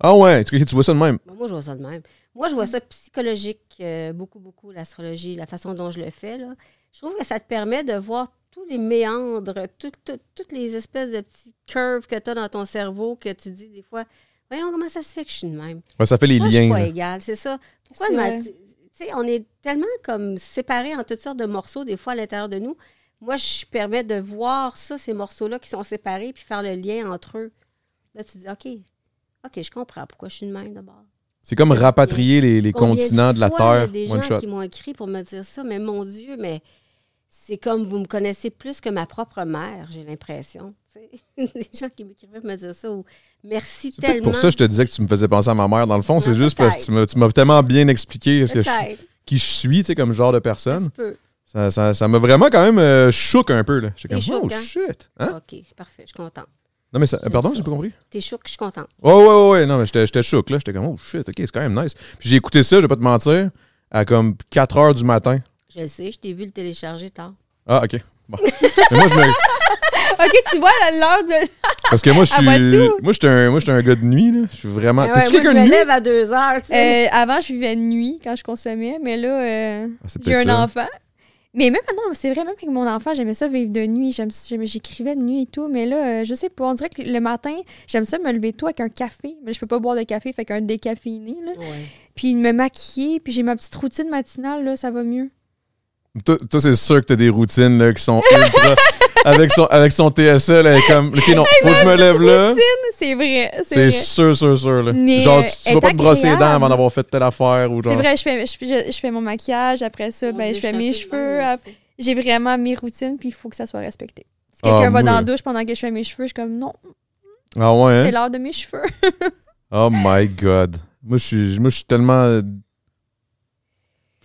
[SPEAKER 1] Ah ouais, tu, tu vois ça de même.
[SPEAKER 3] Bon, moi, je vois ça de même. Moi, je vois ça psychologique, euh, beaucoup, beaucoup, l'astrologie, la façon dont je le fais. Là. Je trouve que ça te permet de voir tous les méandres, tout- tout- toutes les espèces de petites curves que tu as dans ton cerveau, que tu dis des fois, voyons comment ça se fait que je suis de même.
[SPEAKER 1] Ouais, ça fait les
[SPEAKER 3] Pourquoi je suis
[SPEAKER 1] liens.
[SPEAKER 3] pas
[SPEAKER 1] là.
[SPEAKER 3] égale, c'est ça. Pourquoi
[SPEAKER 2] C'est
[SPEAKER 3] ma-
[SPEAKER 2] vrai.
[SPEAKER 3] tu sais, on est tellement comme séparés en toutes sortes de morceaux, des fois à l'intérieur de nous. Moi, je permets de voir ça, ces morceaux-là qui sont séparés, puis faire le lien entre eux. Là, tu dis, OK, OK, je comprends pourquoi je suis de même d'abord.
[SPEAKER 1] C'est comme rapatrier les, les
[SPEAKER 3] Combien
[SPEAKER 1] continents de la
[SPEAKER 3] fois, il y a
[SPEAKER 1] Terre,
[SPEAKER 3] des
[SPEAKER 1] one
[SPEAKER 3] gens
[SPEAKER 1] shot.
[SPEAKER 3] qui m'ont écrit pour me dire ça, mais mon Dieu, mais c'est comme vous me connaissez plus que ma propre mère, j'ai l'impression. tu sais. des gens qui m'écrivaient pour me dire ça, ou merci
[SPEAKER 1] C'est peut-être
[SPEAKER 3] tellement.
[SPEAKER 1] pour ça que je te disais que tu me faisais penser à ma mère. Dans le fond, c'est
[SPEAKER 3] Ouais,
[SPEAKER 1] juste parce que tu m'as- tu m'as tellement bien expliqué ce que je-
[SPEAKER 3] Peut-être,
[SPEAKER 1] qui je suis, tu sais, comme genre de
[SPEAKER 3] ça
[SPEAKER 1] personne.
[SPEAKER 3] se peut.
[SPEAKER 1] Ça ça- ça m'a vraiment quand même euh, choqué un peu. là. J'étais
[SPEAKER 3] T'es
[SPEAKER 1] comme, oh
[SPEAKER 3] choquant.
[SPEAKER 1] shit. Hein?
[SPEAKER 3] OK, parfait, je suis contente.
[SPEAKER 1] Non, mais ça-
[SPEAKER 3] J'aime
[SPEAKER 1] pardon,
[SPEAKER 3] ça.
[SPEAKER 1] j'ai pas compris.
[SPEAKER 3] T'es chaud que je suis contente.
[SPEAKER 1] Ouais, ouais, ouais, ouais. Non, mais j'étais j'étais choqué, là. J'étais comme, oh shit, ok, c'est quand même nice. Puis j'ai écouté ça, je vais pas te mentir, à comme 4 heures du matin.
[SPEAKER 3] Je le sais, je t'ai vu le télécharger tard.
[SPEAKER 1] Ah, ok. Bon. Mais moi, je me-
[SPEAKER 2] OK, tu vois, là, l'heure de.
[SPEAKER 1] Parce que moi, je
[SPEAKER 2] Elle
[SPEAKER 1] suis.
[SPEAKER 2] voit tout.
[SPEAKER 1] Moi, j'étais un, moi, j'étais un gars de nuit, là. Je suis vraiment.
[SPEAKER 3] Ah ouais,
[SPEAKER 1] T'es-tu
[SPEAKER 3] moi, je
[SPEAKER 1] quelqu'un de
[SPEAKER 3] me
[SPEAKER 1] nuit?
[SPEAKER 3] lève à deux heures, tu sais.
[SPEAKER 2] Euh, avant, je vivais de nuit quand je consommais, mais là, euh,
[SPEAKER 1] Ah, c'est
[SPEAKER 2] j'ai un
[SPEAKER 1] peut-être ça.
[SPEAKER 2] enfant. Mais même maintenant, c'est vrai, même avec mon enfant, j'aimais ça vivre de nuit. J'aime- j'aimais- J'écrivais de nuit et tout, mais là, euh, je sais pas. On dirait que le matin, j'aime ça me lever tôt avec un café. Mais je peux pas boire de café, fait qu'un décaféiné. Là.
[SPEAKER 3] Ouais.
[SPEAKER 2] Puis me maquiller, puis j'ai ma petite routine matinale, là, ça va mieux.
[SPEAKER 1] Toi, toi, c'est sûr que t'as des routines là, qui sont ultra. avec, son, avec son TSL, elle est comme. Ok, non, faut que je me lève là.
[SPEAKER 2] C'est vrai, c'est
[SPEAKER 1] C'est
[SPEAKER 2] vrai.
[SPEAKER 1] sûr, sûr, sûr. Là.
[SPEAKER 2] Mais,
[SPEAKER 1] genre,
[SPEAKER 2] euh,
[SPEAKER 1] tu, tu
[SPEAKER 2] elle
[SPEAKER 1] vas
[SPEAKER 2] est
[SPEAKER 1] pas te brosser les dents
[SPEAKER 2] agréable.
[SPEAKER 1] avant d'avoir fait telle affaire ou
[SPEAKER 2] C'est
[SPEAKER 1] genre.
[SPEAKER 2] vrai, je fais, je, je- je fais mon maquillage, après ça,
[SPEAKER 3] Mon
[SPEAKER 2] ben,
[SPEAKER 3] Dieu,
[SPEAKER 2] je fais
[SPEAKER 3] suis un
[SPEAKER 2] mes
[SPEAKER 3] peu de même
[SPEAKER 2] cheveux. ap-
[SPEAKER 3] aussi.
[SPEAKER 2] J'ai vraiment mes routines, puis il faut que ça soit respecté. Si
[SPEAKER 1] Ah,
[SPEAKER 2] quelqu'un
[SPEAKER 1] moi,
[SPEAKER 2] va dans
[SPEAKER 1] euh,
[SPEAKER 2] la douche pendant que je fais mes cheveux, je suis comme non,
[SPEAKER 1] Ah ouais,
[SPEAKER 2] c'est
[SPEAKER 1] hein?
[SPEAKER 2] l'heure de mes cheveux.
[SPEAKER 1] Oh my god. Moi, euh, je suis, moi, je suis tellement. Je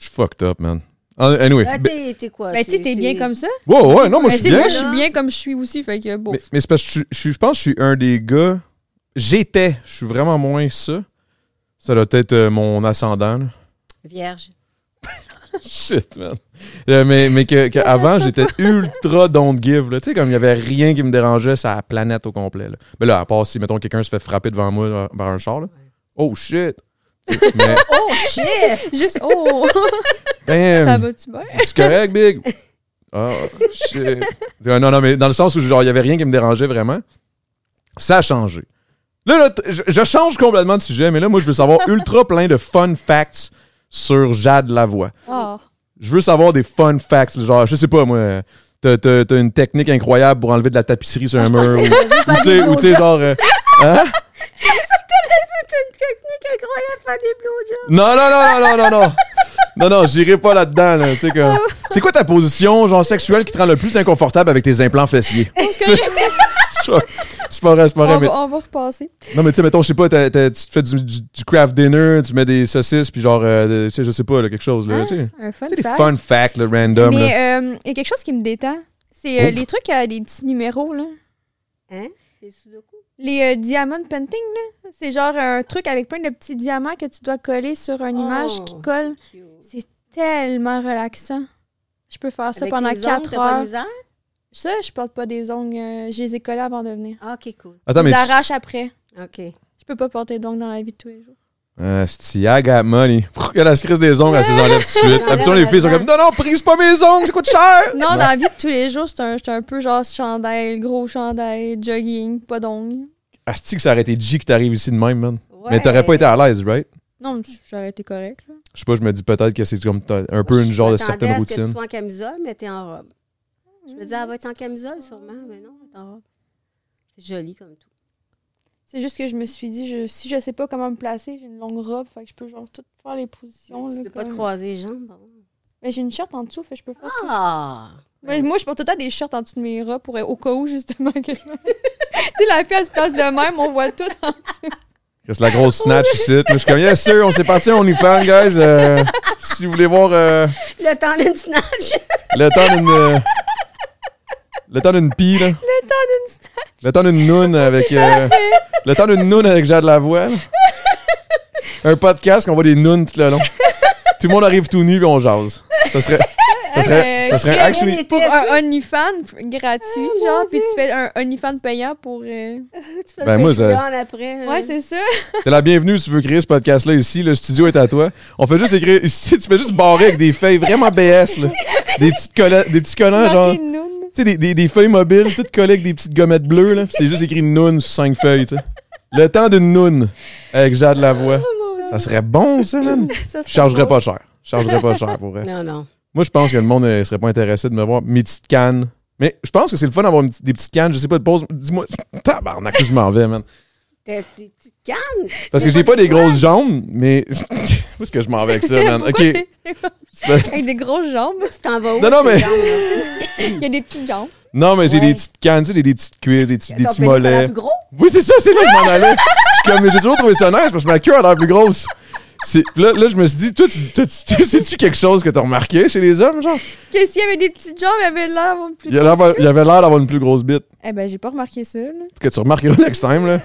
[SPEAKER 1] suis fucked up, man. Ah, Anyway.
[SPEAKER 3] Là,
[SPEAKER 1] Ben,
[SPEAKER 3] t'es t'es quoi?
[SPEAKER 2] Ben, tu sais, t'es bien comme ça.
[SPEAKER 1] wow, ouais, non, moi,
[SPEAKER 2] Ben,
[SPEAKER 1] je
[SPEAKER 2] tu sais,
[SPEAKER 1] suis
[SPEAKER 2] moi,
[SPEAKER 1] bien.
[SPEAKER 2] je suis bien comme je suis aussi. Fait que, bon.
[SPEAKER 1] Mais, mais c'est parce que je suis- je, suis- je pense que je suis un des gars. J'étais, je suis vraiment moins ça. Ça doit être euh, mon ascendant. là.
[SPEAKER 3] Vierge.
[SPEAKER 1] Shit, man. Euh, mais mais que, que avant, j'étais ultra don't give. là. Tu sais, comme il n'y avait rien qui me dérangeait, c'est la planète au complet. Là. Mais là, à part si, mettons, quelqu'un se fait frapper devant moi là, par un char, là. Oh shit! Mais,
[SPEAKER 3] Oh, shit!
[SPEAKER 2] Juste, oh,
[SPEAKER 1] damn!
[SPEAKER 2] ça va-tu bien?
[SPEAKER 1] C'est correct, Big? Oh, shit. Euh, Non, non, mais dans le sens où genre, il n'y avait rien qui me dérangeait vraiment, ça a changé. Là, là, t- je, je change complètement de sujet, mais là, moi, je veux savoir ultra plein de fun facts sur Jade Lavoie.
[SPEAKER 2] Ah.
[SPEAKER 1] Je veux savoir des fun facts, genre, je sais pas, moi, t'as t'as- t'as une technique incroyable pour enlever de la tapisserie
[SPEAKER 3] Ah,
[SPEAKER 1] sur un mur. Ou ou tu sais, ou tu sais, genre. euh, hein?
[SPEAKER 3] une technique incroyable, faire des blowjobs.
[SPEAKER 1] Non, non, non, non, non, non, non. Non, non, j'irai pas là-dedans, là. Tu sais, comme- C'est quoi ta position, genre, sexuelle qui te rend le plus inconfortable avec tes implants fessiers?
[SPEAKER 2] Parce que je-
[SPEAKER 1] C'est pas- c'est pas vrai, c'est pas vrai.
[SPEAKER 2] on,
[SPEAKER 1] mais-
[SPEAKER 2] va, on va repasser.
[SPEAKER 1] Non, mais tu sais, mettons, je sais pas, t'as- t'as- tu te fais du, du, du craft dinner, tu mets des saucisses, puis genre, euh, tu sais, je sais pas, là, quelque chose,
[SPEAKER 3] Hein?
[SPEAKER 1] là. tu sais.
[SPEAKER 2] Un fun
[SPEAKER 1] C'est des
[SPEAKER 2] fact.
[SPEAKER 1] fun facts, là, random, là. Oh.
[SPEAKER 2] Mais euh, il y a quelque chose qui me détend. C'est euh,
[SPEAKER 1] Ouf.
[SPEAKER 2] les trucs à des petits numéros, là.
[SPEAKER 3] Hein? Les sudoku?
[SPEAKER 2] Les euh, diamond painting, là. C'est genre un truc avec plein de petits diamants que tu dois coller sur une
[SPEAKER 3] Oh.
[SPEAKER 2] image qui colle.
[SPEAKER 3] Cute.
[SPEAKER 2] C'est tellement relaxant. Je peux faire ça
[SPEAKER 3] Avec
[SPEAKER 2] pendant
[SPEAKER 3] tes ongles,
[SPEAKER 2] 4
[SPEAKER 3] t'as pas de
[SPEAKER 2] heures.
[SPEAKER 3] misère?
[SPEAKER 2] Ça, je porte pas des ongles. euh, je les ai collés avant de venir.
[SPEAKER 3] Ah, ok, cool.
[SPEAKER 1] Attends,
[SPEAKER 2] je les
[SPEAKER 1] mais. tu-
[SPEAKER 2] arrache après.
[SPEAKER 3] Ok.
[SPEAKER 2] Je peux pas porter d'ongles dans la vie de tous les jours.
[SPEAKER 1] Euh, c'est I got money. Pourquoi elle a la crise des ongles, elle se les enlève tout de suite.
[SPEAKER 3] Elle
[SPEAKER 1] Habituellement, les filles sont comme,
[SPEAKER 3] enlève
[SPEAKER 1] non, non, prise pas mes ongles, ça coûte cher.
[SPEAKER 2] Non, dans la vie de tous les jours, c'est un, c'est un peu genre chandail, gros chandail, jogging, pas d'ongles.
[SPEAKER 1] Asti que ça aurait été G que t'arrives ici de même, man.
[SPEAKER 3] Ouais.
[SPEAKER 1] Mais t'aurais pas été à l'aise, right?
[SPEAKER 2] Non, mais j'aurais été correct. là.
[SPEAKER 1] Je sais pas, je me dis peut-être que c'est comme t'as un peu une
[SPEAKER 3] Je
[SPEAKER 1] genre de
[SPEAKER 3] m'attendais
[SPEAKER 1] certaine
[SPEAKER 3] à ce que tu
[SPEAKER 1] routine.
[SPEAKER 3] sois en camisole, mais t'es en robe. Je me disais, ah, elle va être en camisole sûrement, mais non, elle est en robe. C'est joli comme tout.
[SPEAKER 2] C'est juste que je me suis dit, je, si je sais pas comment me placer, j'ai une longue robe, fait que je peux genre tout faire les positions.
[SPEAKER 3] tu
[SPEAKER 2] là,
[SPEAKER 3] peux pas te
[SPEAKER 2] comme-
[SPEAKER 3] croiser les jambes. bon.
[SPEAKER 2] Mais j'ai une short en dessous, fait que je peux faire ça.
[SPEAKER 3] Ah!
[SPEAKER 2] Mais moi, je porte tout le temps des shirts en dessous de mes robes pour au cas où, justement. que- tu sais, la fille, elle se place de même, on voit tout.
[SPEAKER 1] C'est la grosse snatch ici. Moi, je suis comme, yes, sir, on s'est parti, on y fan, guys. Euh, si vous voulez voir euh,
[SPEAKER 3] Le temps d'une snatch!
[SPEAKER 1] le temps d'une. euh, le temps d'une pie, là. Le temps d'une noun avec. euh, le temps d'une noun avec Jade Lavoie. là. Un podcast qu'on voit des nounes tout le long. Tout le monde arrive tout nu puis on jase. Ça serait. Ça serait.
[SPEAKER 2] Euh,
[SPEAKER 1] Ça serait
[SPEAKER 2] Pierre,
[SPEAKER 1] actually.
[SPEAKER 3] elle est-
[SPEAKER 2] Pour un OnlyFans gratuit,
[SPEAKER 3] Ah,
[SPEAKER 2] genre, puis tu fais un OnlyFans payant pour. euh,
[SPEAKER 3] tu fais
[SPEAKER 1] Ben,
[SPEAKER 3] le
[SPEAKER 1] moi, ça-
[SPEAKER 3] Patreon après. hein. là.
[SPEAKER 2] Ouais, c'est ça.
[SPEAKER 1] T'es la bienvenue si tu veux créer ce podcast-là ici. Le studio est à toi. On fait juste écrire. Ici, tu fais juste barrer avec des feuilles vraiment BS, là. Des petites colla- des petits collants, Ah, genre.
[SPEAKER 2] Marqué
[SPEAKER 1] Tu
[SPEAKER 2] Noun.
[SPEAKER 1] sais, des, des- des feuilles mobiles, toutes collées avec des petites gommettes bleues, là. Puis c'est juste écrit Noun sur cinq feuilles, tu sais. Le temps d'une Noun avec Jade Lavoie. Ça serait bon, ça, man.
[SPEAKER 2] Ça, c'est
[SPEAKER 1] Je chargerais
[SPEAKER 2] drôle.
[SPEAKER 1] pas cher. Je chargerais pas cher pour vrai.
[SPEAKER 3] Non, non.
[SPEAKER 1] Moi, je pense que le monde euh, serait pas intéressé de me voir. Mes petites cannes. Mais je pense que c'est le fun d'avoir une petite- des petites cannes. Je sais pas, de pause. Dis-moi. Tabarnak, je m'en vais, man.
[SPEAKER 3] T'es t'es petite canne!
[SPEAKER 1] Parce que j'ai pas des grosses jambes, mais. Où est-ce que je m'en vais avec ça, man?
[SPEAKER 2] Pourquoi
[SPEAKER 1] Ok.
[SPEAKER 2] t'es-
[SPEAKER 1] c'est pas-
[SPEAKER 2] Avec des grosses jambes.
[SPEAKER 3] Tu t'en vas où?
[SPEAKER 1] Non, non, mais-
[SPEAKER 2] Il y a des petites jambes.
[SPEAKER 1] Non, mais j'ai
[SPEAKER 3] Ouais.
[SPEAKER 1] des petites cannes, tu sais, des, des petites cuisses, des, petits- des petits mollets.
[SPEAKER 3] plus gros?
[SPEAKER 1] Oui, c'est ça, c'est là que je m'en allais. Je suis comme, mais j'ai toujours trouvé ça nice parce que ma queue a l'air plus grosse. C'est- puis Là, là, je me suis dit, toi, tu, toi, tu- toi, c'est-tu quelque chose que t'as remarqué chez les hommes, genre?
[SPEAKER 2] Qu'est-ce qu'il y avait des petites jambes, il avait l'air plus.
[SPEAKER 1] Il a l'air d'avoir- il avait l'air d'avoir une plus grosse bite.
[SPEAKER 2] Eh ben, j'ai pas remarqué ça, là.
[SPEAKER 1] Que tu remarqueras next time, là.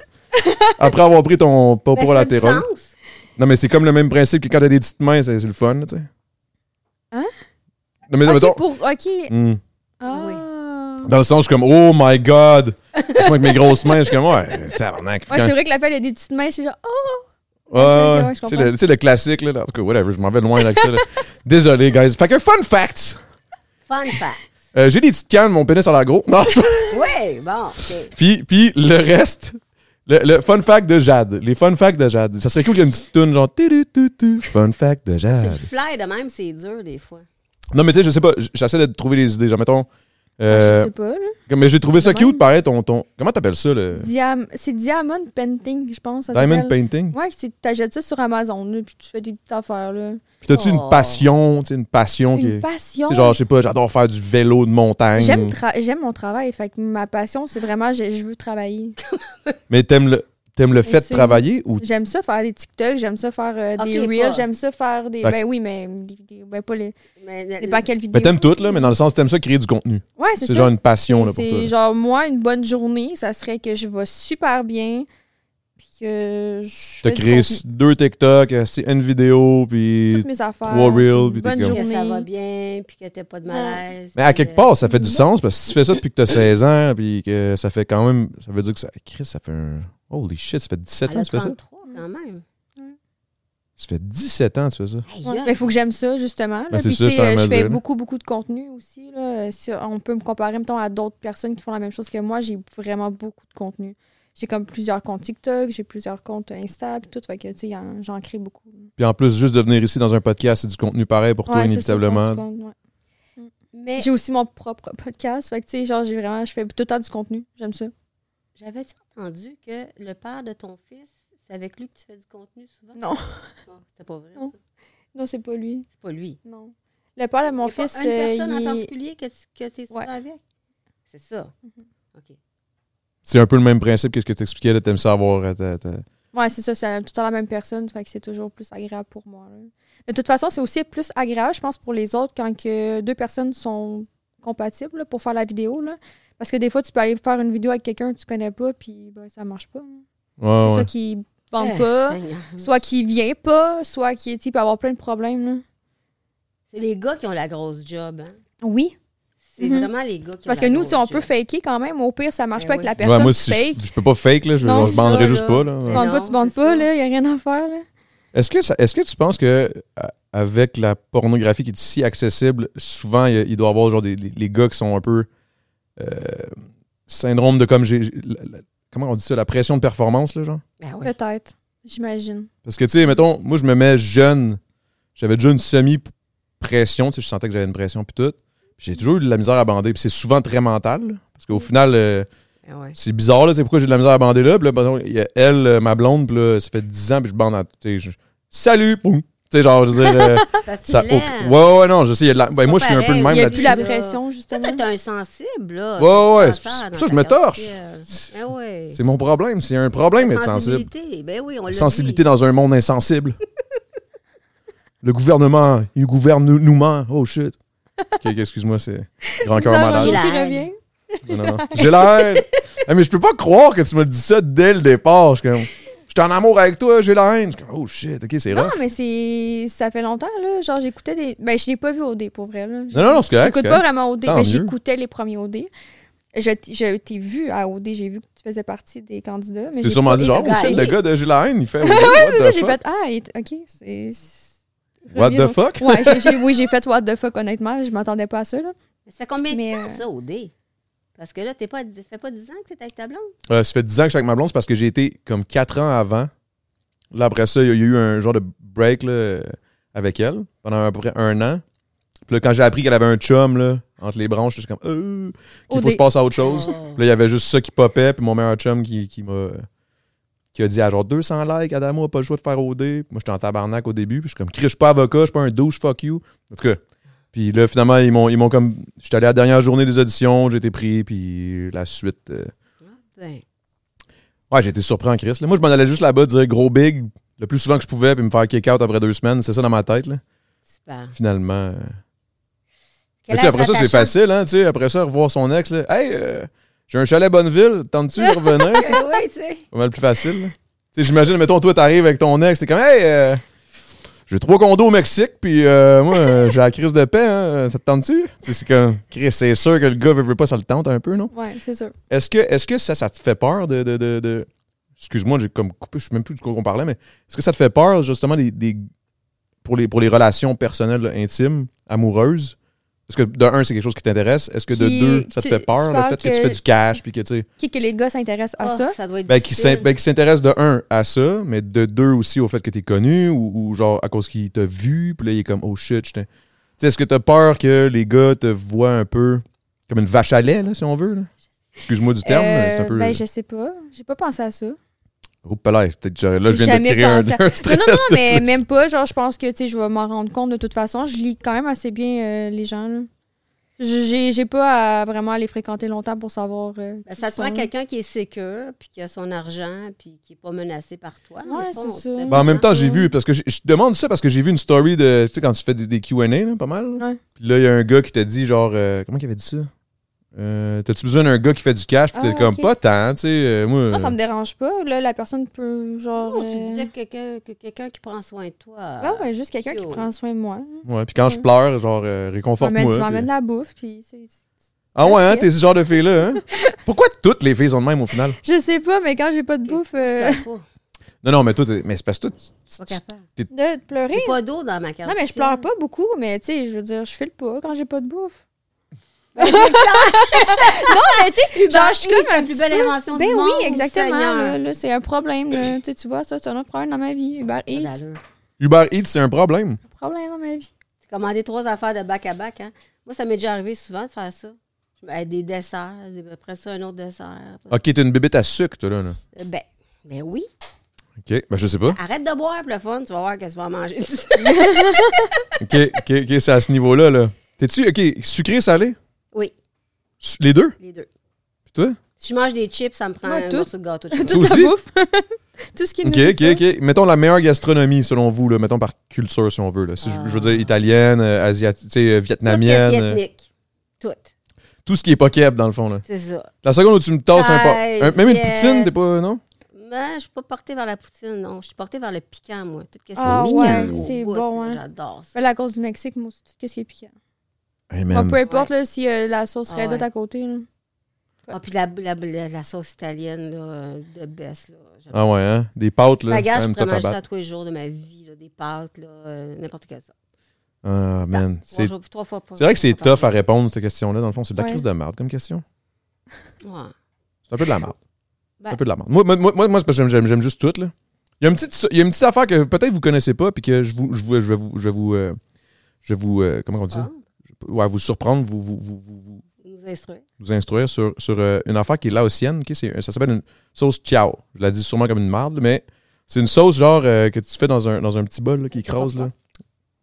[SPEAKER 1] Après avoir pris ton pas
[SPEAKER 3] Ben,
[SPEAKER 1] pour
[SPEAKER 3] ça fait du
[SPEAKER 1] latéral.
[SPEAKER 3] sens.
[SPEAKER 1] Non, mais c'est comme le même principe que quand t'as des petites mains, c'est c'est le fun, là, tu sais.
[SPEAKER 2] Hein?
[SPEAKER 1] Non, mais
[SPEAKER 2] Ok,
[SPEAKER 1] mettons.
[SPEAKER 2] pour. Ok.
[SPEAKER 1] Hmm.
[SPEAKER 2] Ah.
[SPEAKER 1] Dans le sens, je suis comme, oh my god! Parce que moi, avec mes grosses mains, je suis comme, ouais, tabarnak.
[SPEAKER 2] Ouais,
[SPEAKER 1] Quand-
[SPEAKER 2] c'est vrai que l'appel, il y a des petites mains, je suis genre, oh!
[SPEAKER 1] Ouais, ouais,
[SPEAKER 2] ok, ouais, je
[SPEAKER 1] tu sais,
[SPEAKER 2] comprends.
[SPEAKER 1] le, tu sais, le classique, là. En tout cas, whatever, je m'en vais loin avec ça. là. Désolé, guys. Fait que, fun fact!
[SPEAKER 3] Fun fact.
[SPEAKER 1] Euh, j'ai des petites cannes, mon pénis a l'air gros. Non, je-
[SPEAKER 3] Oui, bon, OK.
[SPEAKER 1] puis, puis le reste, le, le fun fact de Jade. Les fun facts de Jade. Ça serait cool qu'il y ait une petite toune genre, tu fun fact de
[SPEAKER 3] C'est le
[SPEAKER 1] Jade.
[SPEAKER 3] fly de même, c'est dur des fois.
[SPEAKER 1] Non, mais tu sais, je sais pas, j- j'essaie de trouver des idées. Genre, mettons. euh,
[SPEAKER 2] Ah, Je sais pas, là.
[SPEAKER 1] comme- mais j'ai trouvé ça
[SPEAKER 2] de même.
[SPEAKER 1] cute, pareil, ton. ton comment t'appelles ça, le.
[SPEAKER 2] Diam- c'est Diamond Painting, je pense. Ça
[SPEAKER 1] Diamond
[SPEAKER 2] s'appelle.
[SPEAKER 1] Painting?
[SPEAKER 2] Ouais, que c'est- t'achètes ça sur Amazon, là, puis tu fais des petites affaires, là.
[SPEAKER 1] Puis t'as-tu une
[SPEAKER 3] Oh.
[SPEAKER 1] passion, tu sais, une passion qui
[SPEAKER 2] Une
[SPEAKER 1] est.
[SPEAKER 2] passion.
[SPEAKER 1] Tu sais, genre, je sais pas, j'adore faire du vélo de montagne.
[SPEAKER 2] J'aime tra- j'aime mon travail, fait que ma passion, c'est vraiment, je, je veux travailler.
[SPEAKER 1] Mais t'aimes le. T'aimes le fait de
[SPEAKER 2] c'est-
[SPEAKER 1] travailler ou
[SPEAKER 2] J'aime ça faire des TikTok, j'aime ça faire euh, des
[SPEAKER 3] Ok,
[SPEAKER 2] reels,
[SPEAKER 3] pas-
[SPEAKER 2] j'aime ça faire des.
[SPEAKER 1] Fait-
[SPEAKER 2] Ben oui, mais. des- des- ben pas les.
[SPEAKER 3] Mais
[SPEAKER 2] les
[SPEAKER 3] le-
[SPEAKER 2] pas quelle vidéo.
[SPEAKER 1] Mais t'aimes tout, là, mais dans le sens, t'aimes ça créer du contenu.
[SPEAKER 2] Ouais, c'est
[SPEAKER 1] C'est
[SPEAKER 2] ça.
[SPEAKER 1] genre une passion, là, pour toi.
[SPEAKER 2] C'est
[SPEAKER 1] là.
[SPEAKER 2] genre, moi, une bonne journée, ça serait que je vais super bien. Puis que je.
[SPEAKER 1] T'as
[SPEAKER 2] fais du
[SPEAKER 1] créé
[SPEAKER 2] contenu.
[SPEAKER 1] s- deux TikTok, euh, c'est une vidéo, puis...
[SPEAKER 2] toutes mes affaires.
[SPEAKER 1] trois reels,
[SPEAKER 2] j'ai une
[SPEAKER 1] puis t'es
[SPEAKER 2] bonne
[SPEAKER 1] comme-
[SPEAKER 3] que ça va
[SPEAKER 2] journée.
[SPEAKER 3] bien, puis que t'as pas de malaise.
[SPEAKER 1] Mais à
[SPEAKER 3] puis,
[SPEAKER 1] quelque
[SPEAKER 3] euh,
[SPEAKER 1] part, ça fait du sens, parce que si tu fais ça depuis que t'as 16 ans, puis que ça fait quand même... Ça veut dire que ça... Chris, ça fait un... Holy shit, ça fait 17
[SPEAKER 3] Elle
[SPEAKER 1] ans
[SPEAKER 3] a
[SPEAKER 1] que tu fais ça.
[SPEAKER 3] 33 quand même.
[SPEAKER 1] Ça fait 17 ans que tu fais ça.
[SPEAKER 3] Aïe,
[SPEAKER 2] Ouais,
[SPEAKER 3] aïe.
[SPEAKER 2] Mais il faut que j'aime ça, justement. là.
[SPEAKER 1] Ben, c'est
[SPEAKER 2] Puis,
[SPEAKER 1] ça,
[SPEAKER 2] tu sais,
[SPEAKER 1] c'est un
[SPEAKER 2] euh, je
[SPEAKER 1] mal
[SPEAKER 2] fais
[SPEAKER 1] dire, là.
[SPEAKER 2] beaucoup, beaucoup de contenu aussi. Là. Euh, si on peut me comparer, mettons, à d'autres personnes qui font la même chose que moi. J'ai vraiment beaucoup de contenu. J'ai comme plusieurs comptes TikTok, j'ai plusieurs comptes Insta, puis tout. Fait que, tu sais, y en- j'en crée beaucoup.
[SPEAKER 1] Puis en plus, juste de venir ici dans un podcast, c'est du contenu pareil pour toi,
[SPEAKER 2] Ouais, c'est ça, je
[SPEAKER 1] inévitablement.
[SPEAKER 2] compte, ouais.
[SPEAKER 3] Mais
[SPEAKER 2] J'ai aussi mon propre podcast. Fait que, tu sais, genre, j'ai vraiment, je fais tout le temps du contenu. J'aime ça.
[SPEAKER 3] j'avais-tu entendu que le père de ton fils, c'est avec lui que tu fais du contenu souvent?
[SPEAKER 2] Non,
[SPEAKER 3] Ah, C'était pas vrai,
[SPEAKER 2] Non.
[SPEAKER 3] ça.
[SPEAKER 2] non, c'est pas lui.
[SPEAKER 3] C'est pas lui.
[SPEAKER 2] Non. Le père de mon
[SPEAKER 3] Y a pas
[SPEAKER 2] fils,
[SPEAKER 3] une
[SPEAKER 2] euh,
[SPEAKER 3] personne
[SPEAKER 2] il-
[SPEAKER 3] en particulier que tu que es souvent
[SPEAKER 2] Ouais. Mhm.
[SPEAKER 3] avec? C'est ça. OK.
[SPEAKER 1] C'est un peu le même principe que ce que t'expliquais, là, t'aimes savoir... à ta- ta-
[SPEAKER 2] Ouais, c'est ça, c'est tout le temps la même personne, fait que c'est toujours plus agréable pour moi. là. De toute façon, c'est aussi plus agréable, je pense, pour les autres quand que deux personnes sont compatibles là, pour faire la vidéo. Là. Parce que des fois, tu peux aller faire une vidéo avec quelqu'un que tu connais pas, puis ben, ça marche pas. hein.
[SPEAKER 1] Ouais, Ah ouais.
[SPEAKER 2] Soit qu'il vend
[SPEAKER 3] Eh,
[SPEAKER 2] pas,
[SPEAKER 3] Seigneur.
[SPEAKER 2] soit qu'il vient pas, soit qu'il tu sais, il peut avoir plein de problèmes. là.
[SPEAKER 3] C'est les gars qui ont la grosse job. hein.
[SPEAKER 2] Oui,
[SPEAKER 3] C'est
[SPEAKER 2] Mhm.
[SPEAKER 3] vraiment les gars qui
[SPEAKER 2] parce
[SPEAKER 3] ont
[SPEAKER 2] que
[SPEAKER 3] la
[SPEAKER 2] nous, tu
[SPEAKER 3] grosse
[SPEAKER 2] sais, on peut
[SPEAKER 3] job.
[SPEAKER 2] faker quand même. Au pire, ça marche
[SPEAKER 3] Ben
[SPEAKER 2] pas avec
[SPEAKER 3] oui.
[SPEAKER 2] la
[SPEAKER 1] Ouais,
[SPEAKER 2] personne
[SPEAKER 1] moi,
[SPEAKER 2] qui
[SPEAKER 1] si
[SPEAKER 2] fake.
[SPEAKER 1] je, je peux pas fake, là, je,
[SPEAKER 2] Non,
[SPEAKER 1] je
[SPEAKER 2] c'est
[SPEAKER 1] banderais
[SPEAKER 3] ça,
[SPEAKER 1] juste
[SPEAKER 3] là.
[SPEAKER 1] pas. Là,
[SPEAKER 2] Tu
[SPEAKER 1] Ouais.
[SPEAKER 2] vends pas,
[SPEAKER 3] Non,
[SPEAKER 2] tu vends
[SPEAKER 3] c'est
[SPEAKER 2] pas,
[SPEAKER 3] ça.
[SPEAKER 2] là, y a rien à faire, là.
[SPEAKER 1] Est-ce que, ça- est-ce que tu penses que euh, avec la pornographie qui est si accessible, souvent il, y a- il doit y avoir genre des, les, les gars qui sont un peu euh, syndrome de comme j'ai j'ai- la- la- comment on dit ça la pression de performance là genre
[SPEAKER 3] Ben oui.
[SPEAKER 2] Peut-être, j'imagine.
[SPEAKER 1] parce que tu sais mettons moi je me mets jeune j'avais déjà une semi pression tu sais je sentais que j'avais une pression puis tout Puis j'ai toujours eu de la misère à bander puis c'est souvent très mental là. parce qu'au final euh,
[SPEAKER 3] Ben oui.
[SPEAKER 1] c'est bizarre là tu sais pourquoi j'ai de la misère à bander là puis là par exemple, il y a elle euh, ma blonde puis là ça fait 10 ans puis je bande à, tu sais, je- salut boum tu sais genre je veux dire euh,
[SPEAKER 3] Parce que tu
[SPEAKER 1] Ça,
[SPEAKER 3] l'aimes.
[SPEAKER 1] aucun- ouais, ouais, ouais, non, je sais. il y a de la- ben,
[SPEAKER 3] pas
[SPEAKER 1] moi, je suis un peu de
[SPEAKER 3] pareil.
[SPEAKER 1] même
[SPEAKER 2] Il y a
[SPEAKER 1] là-dessus.
[SPEAKER 2] plus la
[SPEAKER 3] là.
[SPEAKER 2] prestement.
[SPEAKER 3] Toi, t'es un sensible, là.
[SPEAKER 1] Ouais, ouais, ouais,
[SPEAKER 3] T'es
[SPEAKER 1] c'est- c'est pour
[SPEAKER 3] dans
[SPEAKER 1] ça que je
[SPEAKER 3] ta
[SPEAKER 1] me torche.
[SPEAKER 3] torche. Ben ouais.
[SPEAKER 1] C'est mon problème. C'est un problème d'être sensible.
[SPEAKER 3] Sensibilité. Ben oui, on l'a
[SPEAKER 1] Sensibilité
[SPEAKER 3] dit.
[SPEAKER 1] dans un monde insensible. Le gouvernement, il gouverne nous, nous ment. Oh shit. Ok, excuse-moi, c'est grand cœur
[SPEAKER 2] Ça, un
[SPEAKER 1] malade.
[SPEAKER 2] jour qui
[SPEAKER 3] Malade.
[SPEAKER 2] revient.
[SPEAKER 1] Non, non, non. J'ai l'air. Ah, mais je peux pas croire que tu m'as dit ça dès le départ. Je suis comme, j'étais en amour avec toi, j'ai la haine. Je suis comme, oh shit, ok, c'est
[SPEAKER 2] Non,
[SPEAKER 1] rough.
[SPEAKER 2] mais c'est. Ça fait longtemps, là. Genre, j'écoutais des. Ben, je l'ai pas vu au dé, pour vrai, là.
[SPEAKER 1] Non, non, non, c'est correct.
[SPEAKER 2] J'écoute
[SPEAKER 1] c'est
[SPEAKER 2] pas
[SPEAKER 1] correct.
[SPEAKER 2] vraiment OD,
[SPEAKER 1] Tant
[SPEAKER 2] mais
[SPEAKER 1] mieux.
[SPEAKER 2] j'écoutais les premiers OD. Je t- je t'ai vu à OD, j'ai vu que tu faisais partie des candidats. mais
[SPEAKER 1] T'es
[SPEAKER 2] j'ai
[SPEAKER 1] sûrement
[SPEAKER 2] pas
[SPEAKER 1] dit
[SPEAKER 2] été
[SPEAKER 1] genre,
[SPEAKER 2] le
[SPEAKER 1] oh
[SPEAKER 2] gars.
[SPEAKER 1] shit, le
[SPEAKER 3] gars.
[SPEAKER 1] gars de J'ai la haine, il fait. oh, what
[SPEAKER 2] Ça,
[SPEAKER 1] the
[SPEAKER 2] j'ai
[SPEAKER 1] fuck?
[SPEAKER 2] fait Ah, il est- ok, c'est. c'est-
[SPEAKER 1] What
[SPEAKER 2] Reviens,
[SPEAKER 1] the fuck?
[SPEAKER 2] Ouais, j'ai- j'ai- oui, j'ai fait What the fuck, honnêtement. Je m'attendais pas à ça, là.
[SPEAKER 3] Mais ça fait combien
[SPEAKER 2] Mais,
[SPEAKER 3] de temps,
[SPEAKER 2] euh,
[SPEAKER 3] ça, au dé? Parce que là, t'es pas, ça fait pas 10 ans que t'es avec ta blonde.
[SPEAKER 1] Euh, ça fait 10 ans que je suis avec ma blonde, c'est parce que j'ai été comme 4 ans avant. Là, après ça, il y a eu un genre de break là, euh, avec elle pendant à peu près un an. Puis là, quand j'ai appris qu'elle avait un chum là, entre les branches, j'étais comme euh, qu'il
[SPEAKER 2] Oh,
[SPEAKER 1] faut que
[SPEAKER 2] des-
[SPEAKER 1] je passe à autre chose.
[SPEAKER 3] Oh.
[SPEAKER 1] Puis là, il y avait juste ça qui popait, puis mon meilleur chum qui, qui m'a qui a dit à genre 200 likes, Adamo a pas le choix de faire OD. Puis Moi, j'étais en tabarnak au début, puis je suis comme, Chris, je suis pas avocat, je suis pas un douche, fuck you. En tout cas, puis là, finalement, ils m'ont ils m'ont comme, j'étais allé à la dernière journée des auditions, j'ai été pris, puis la suite, euh,
[SPEAKER 3] Ben,
[SPEAKER 1] Ouais, j'ai été surpris en Chris. là. Moi, je m'en allais juste là-bas dire gros big le plus souvent que je pouvais, puis me faire kick out après deux semaines. C'est ça dans ma tête, là.
[SPEAKER 3] super.
[SPEAKER 1] Finalement. euh. Mais
[SPEAKER 3] Quel
[SPEAKER 1] tu sais, après
[SPEAKER 3] âge
[SPEAKER 1] ça,
[SPEAKER 3] a ta
[SPEAKER 1] c'est
[SPEAKER 3] chambre?
[SPEAKER 1] facile, hein. Tu sais, après ça, revoir son ex, là. Hey, euh, j'ai un chalet Bonneville, tentes-tu de revenir? Tu sais,
[SPEAKER 3] Ben oui, tu sais.
[SPEAKER 1] pas mal plus facile, là. Tu sais, j'imagine, mettons, toi, t'arrives avec ton ex, t'es comme, hey, euh, j'ai trois condos au Mexique, puis euh, moi, euh, j'ai la crise de paix, hein. Ça te tente-tu? Tu sais, c'est comme, Chris, c'est sûr que le gars veut, veut pas, ça le tente un peu, non?
[SPEAKER 2] euh, Ouais, c'est sûr.
[SPEAKER 1] Est-ce que, est que ça, ça te fait peur de. de, de, de- Excuse-moi, j'ai comme coupé, je sais même plus du coup qu'on parlait, mais est-ce que ça te fait peur, justement, des, des- pour, les, pour les relations personnelles, là, intimes, amoureuses? Est-ce que de un, c'est quelque chose qui t'intéresse? Est-ce que de
[SPEAKER 2] Qui-
[SPEAKER 1] deux, ça te
[SPEAKER 2] tu-
[SPEAKER 1] fait peur,
[SPEAKER 2] tu
[SPEAKER 1] le
[SPEAKER 2] parles
[SPEAKER 1] fait que, tu
[SPEAKER 2] que-
[SPEAKER 1] fais du cash, puis que tu sais.
[SPEAKER 2] Qui que les gars s'intéressent à
[SPEAKER 3] Oh,
[SPEAKER 2] ça?
[SPEAKER 3] Ça doit être
[SPEAKER 1] Ben, qui s'in-
[SPEAKER 3] difficile.
[SPEAKER 1] ben, qui s'intéresse de un à ça, mais de deux aussi au fait que t'es connu, ou, ou genre à cause qu'il t'a vu, puis là, il est comme, oh shit, je t'ai- Tu sais, est-ce que t'as peur que les gars te voient un peu comme une vache à lait, là, si on veut, là? Excuse-moi du terme, mais c'est un
[SPEAKER 2] Euh,
[SPEAKER 1] peu.
[SPEAKER 2] Ben, je sais pas. J'ai pas pensé à ça.
[SPEAKER 1] Oh, là, peut-être que là, je viens de
[SPEAKER 2] Jamais
[SPEAKER 1] créer un,
[SPEAKER 2] pensé à-
[SPEAKER 1] un
[SPEAKER 2] Non,
[SPEAKER 1] stress.
[SPEAKER 2] non, non, mais
[SPEAKER 1] de plus.
[SPEAKER 2] même pas. Genre, je pense que, tu sais, je vais m'en rendre compte de toute façon. Je lis quand même assez bien euh, les gens, là. J'ai j'ai pas à vraiment les fréquenter longtemps pour savoir. euh,
[SPEAKER 3] Ben,
[SPEAKER 2] qui
[SPEAKER 3] ça
[SPEAKER 2] ils
[SPEAKER 3] te prend
[SPEAKER 2] sont.
[SPEAKER 3] quelqu'un qui est sécure, puis qui a son argent, puis qui n'est pas menacé par toi. dans le
[SPEAKER 2] Ouais,
[SPEAKER 3] fond,
[SPEAKER 2] c'est
[SPEAKER 3] tu
[SPEAKER 2] ça.
[SPEAKER 3] sais.
[SPEAKER 2] Ben,
[SPEAKER 1] Ben, en même temps, j'ai
[SPEAKER 2] Ouais.
[SPEAKER 1] vu, parce que j'ai- je te demande ça parce que j'ai vu une story de, tu sais, quand tu fais des, des Q&A, là, pas mal. là.
[SPEAKER 2] Ouais.
[SPEAKER 1] Puis là, il y a un gars qui t'a dit, genre, euh, comment il avait dit ça? Euh, T'as-tu besoin d'un gars qui fait du cash? Puis t'es
[SPEAKER 2] Ah,
[SPEAKER 1] comme,
[SPEAKER 2] ok.
[SPEAKER 1] pas tant, tu sais, euh, moi...
[SPEAKER 2] Moi, ça me dérange pas. Là, la personne peut, genre.
[SPEAKER 3] Non, Oh, tu
[SPEAKER 2] euh,
[SPEAKER 3] disais que quelqu'un que quelqu'un qui prend soin de toi. euh,
[SPEAKER 2] Ah ouais, juste quelqu'un qui
[SPEAKER 3] Yo.
[SPEAKER 2] prend soin de moi.
[SPEAKER 1] euh, Ouais, puis quand je pleure, genre, euh,
[SPEAKER 2] Tu m'amènes-
[SPEAKER 1] réconforte-moi.
[SPEAKER 2] tu
[SPEAKER 1] puis-
[SPEAKER 2] m'emmènes de la bouffe, puis c'est-
[SPEAKER 1] Ah ouais, hein,
[SPEAKER 2] Merci.
[SPEAKER 1] t'es ce genre de fille-là, hein? Pourquoi toutes les filles sont de même au final?
[SPEAKER 2] Je sais pas, mais quand j'ai pas de bouffe, euh,
[SPEAKER 3] T'as pas,
[SPEAKER 1] Non, non, mais toi, t'es- mais c'est parce que toi, tu-
[SPEAKER 3] pas
[SPEAKER 1] tu-
[SPEAKER 3] capable.
[SPEAKER 2] de pleurer.
[SPEAKER 3] J'ai pas d'eau dans ma carte.
[SPEAKER 2] Non, mais je pleure pas beaucoup, mais tu sais, je veux dire, je file pas quand j'ai pas de bouffe.
[SPEAKER 3] Ben,
[SPEAKER 2] non, mais tu sais, genre, je suis
[SPEAKER 3] Uber
[SPEAKER 2] comme
[SPEAKER 3] Eats, la
[SPEAKER 2] un
[SPEAKER 3] plus
[SPEAKER 2] petit
[SPEAKER 3] belle
[SPEAKER 2] peu-
[SPEAKER 3] invention
[SPEAKER 2] Ben
[SPEAKER 3] du monde.
[SPEAKER 2] oui, exactement.
[SPEAKER 3] Seigneur.
[SPEAKER 2] Là, là, c'est un problème. là. Tu sais, tu vois, ça, c'est un autre problème dans ma vie. Uber
[SPEAKER 3] Pas
[SPEAKER 2] Eats,
[SPEAKER 3] d'allure.
[SPEAKER 1] Uber Eats, c'est un problème.
[SPEAKER 2] un problème dans ma vie.
[SPEAKER 3] Tu commandais trois affaires de bac à bac. Hein? Moi, ça m'est déjà arrivé souvent de faire ça. Je- euh, Des desserts, des- après ça, un autre dessert.
[SPEAKER 1] Ok, t'es une bébête à sucre, toi, là. là.
[SPEAKER 3] Euh, Ben, ben oui.
[SPEAKER 1] Ok, ben je sais pas.
[SPEAKER 3] Arrête de boire pour le fun, tu vas voir que tu vas en manger.
[SPEAKER 1] Ok, ok, ok, c'est à ce niveau-là, là. T'es-tu, ok, sucré, salé?
[SPEAKER 3] oui,
[SPEAKER 1] Su- Les deux?
[SPEAKER 3] les deux.
[SPEAKER 1] Puis toi?
[SPEAKER 3] Si je mange des chips, ça me prend
[SPEAKER 2] Moi,
[SPEAKER 3] un
[SPEAKER 2] tout.
[SPEAKER 3] morceau de gâteau de chocolat.
[SPEAKER 1] Toi
[SPEAKER 2] Toute la
[SPEAKER 1] aussi?
[SPEAKER 2] bouffe. Tout ce qui est
[SPEAKER 1] Ok, ok,
[SPEAKER 2] nourriture.
[SPEAKER 1] ok. Mettons la meilleure gastronomie, selon vous, là. Mettons par culture, si on veut, là. Si je, je veux dire italienne, euh, asiatique, tu sais, euh,
[SPEAKER 3] Ah. Tout
[SPEAKER 1] vietnamienne.
[SPEAKER 3] est
[SPEAKER 1] euh,
[SPEAKER 3] ethnique. Tout.
[SPEAKER 1] Tout ce qui est pas keb, dans le fond, là.
[SPEAKER 3] C'est ça.
[SPEAKER 1] La seconde où tu me tasses un pas.
[SPEAKER 3] Thaï,
[SPEAKER 1] un- Même une
[SPEAKER 3] viet-
[SPEAKER 1] poutine, t'es pas, non?
[SPEAKER 3] Ben, je suis pas portée vers la poutine, non. Je suis portée vers le piquant, moi. Tout ce qui est
[SPEAKER 2] Ah,
[SPEAKER 3] piquant,
[SPEAKER 2] ouais,
[SPEAKER 3] au
[SPEAKER 2] c'est
[SPEAKER 3] bout,
[SPEAKER 2] bon, hein.
[SPEAKER 3] J'adore ça.
[SPEAKER 2] Ben, la cause du Mexique, moi aussi, tout ce qui est piquant.
[SPEAKER 1] Hey,
[SPEAKER 2] Moi,
[SPEAKER 1] man.
[SPEAKER 2] peu importe là, si euh, la sauce
[SPEAKER 3] Ah,
[SPEAKER 2] redoute
[SPEAKER 3] ouais.
[SPEAKER 2] à côté. là.
[SPEAKER 3] Ah, puis la, la, la, la sauce italienne, là, euh, de baisse, là. J'adore.
[SPEAKER 1] Ah ouais, hein? Des pâtes, là. c'est
[SPEAKER 3] Bagage,
[SPEAKER 1] quand
[SPEAKER 3] je
[SPEAKER 1] même
[SPEAKER 3] pourrais
[SPEAKER 1] tough à
[SPEAKER 3] manger
[SPEAKER 1] battre.
[SPEAKER 3] ça tous les jours de ma vie, là, des pâtes, là, euh, n'importe quelle sorte.
[SPEAKER 1] Ah, man.
[SPEAKER 3] Trois,
[SPEAKER 1] C'est
[SPEAKER 3] jours, trois fois pas.
[SPEAKER 1] c'est vrai que c'est tough à répondre, cette question-là, dans le fond. C'est de la
[SPEAKER 2] Ouais.
[SPEAKER 1] crise de merde comme question.
[SPEAKER 3] Ouais.
[SPEAKER 1] C'est un peu de la merde. C'est un
[SPEAKER 3] Ben.
[SPEAKER 1] peu de la merde. Moi, moi, moi, moi, c'est parce que j'aime- j'aime j'aime juste tout, là. Il y, a une petite, il y a une petite affaire que peut-être vous connaissez pas, puis que je, vous, je, vous- je vais vous. Je vais vous, euh, je vais vous euh, comment on dit
[SPEAKER 3] Ah,
[SPEAKER 1] Ouais, vous surprendre, vous, vous, vous, vous, vous-
[SPEAKER 3] nous instruire.
[SPEAKER 1] vous instruire sur, sur euh, une affaire qui est laotienne. ok? C'est- ça s'appelle une sauce chow. Je la dis sûrement comme une marde, mais c'est une sauce genre euh, que tu fais dans un, dans un petit bol là, qui écrase. Là.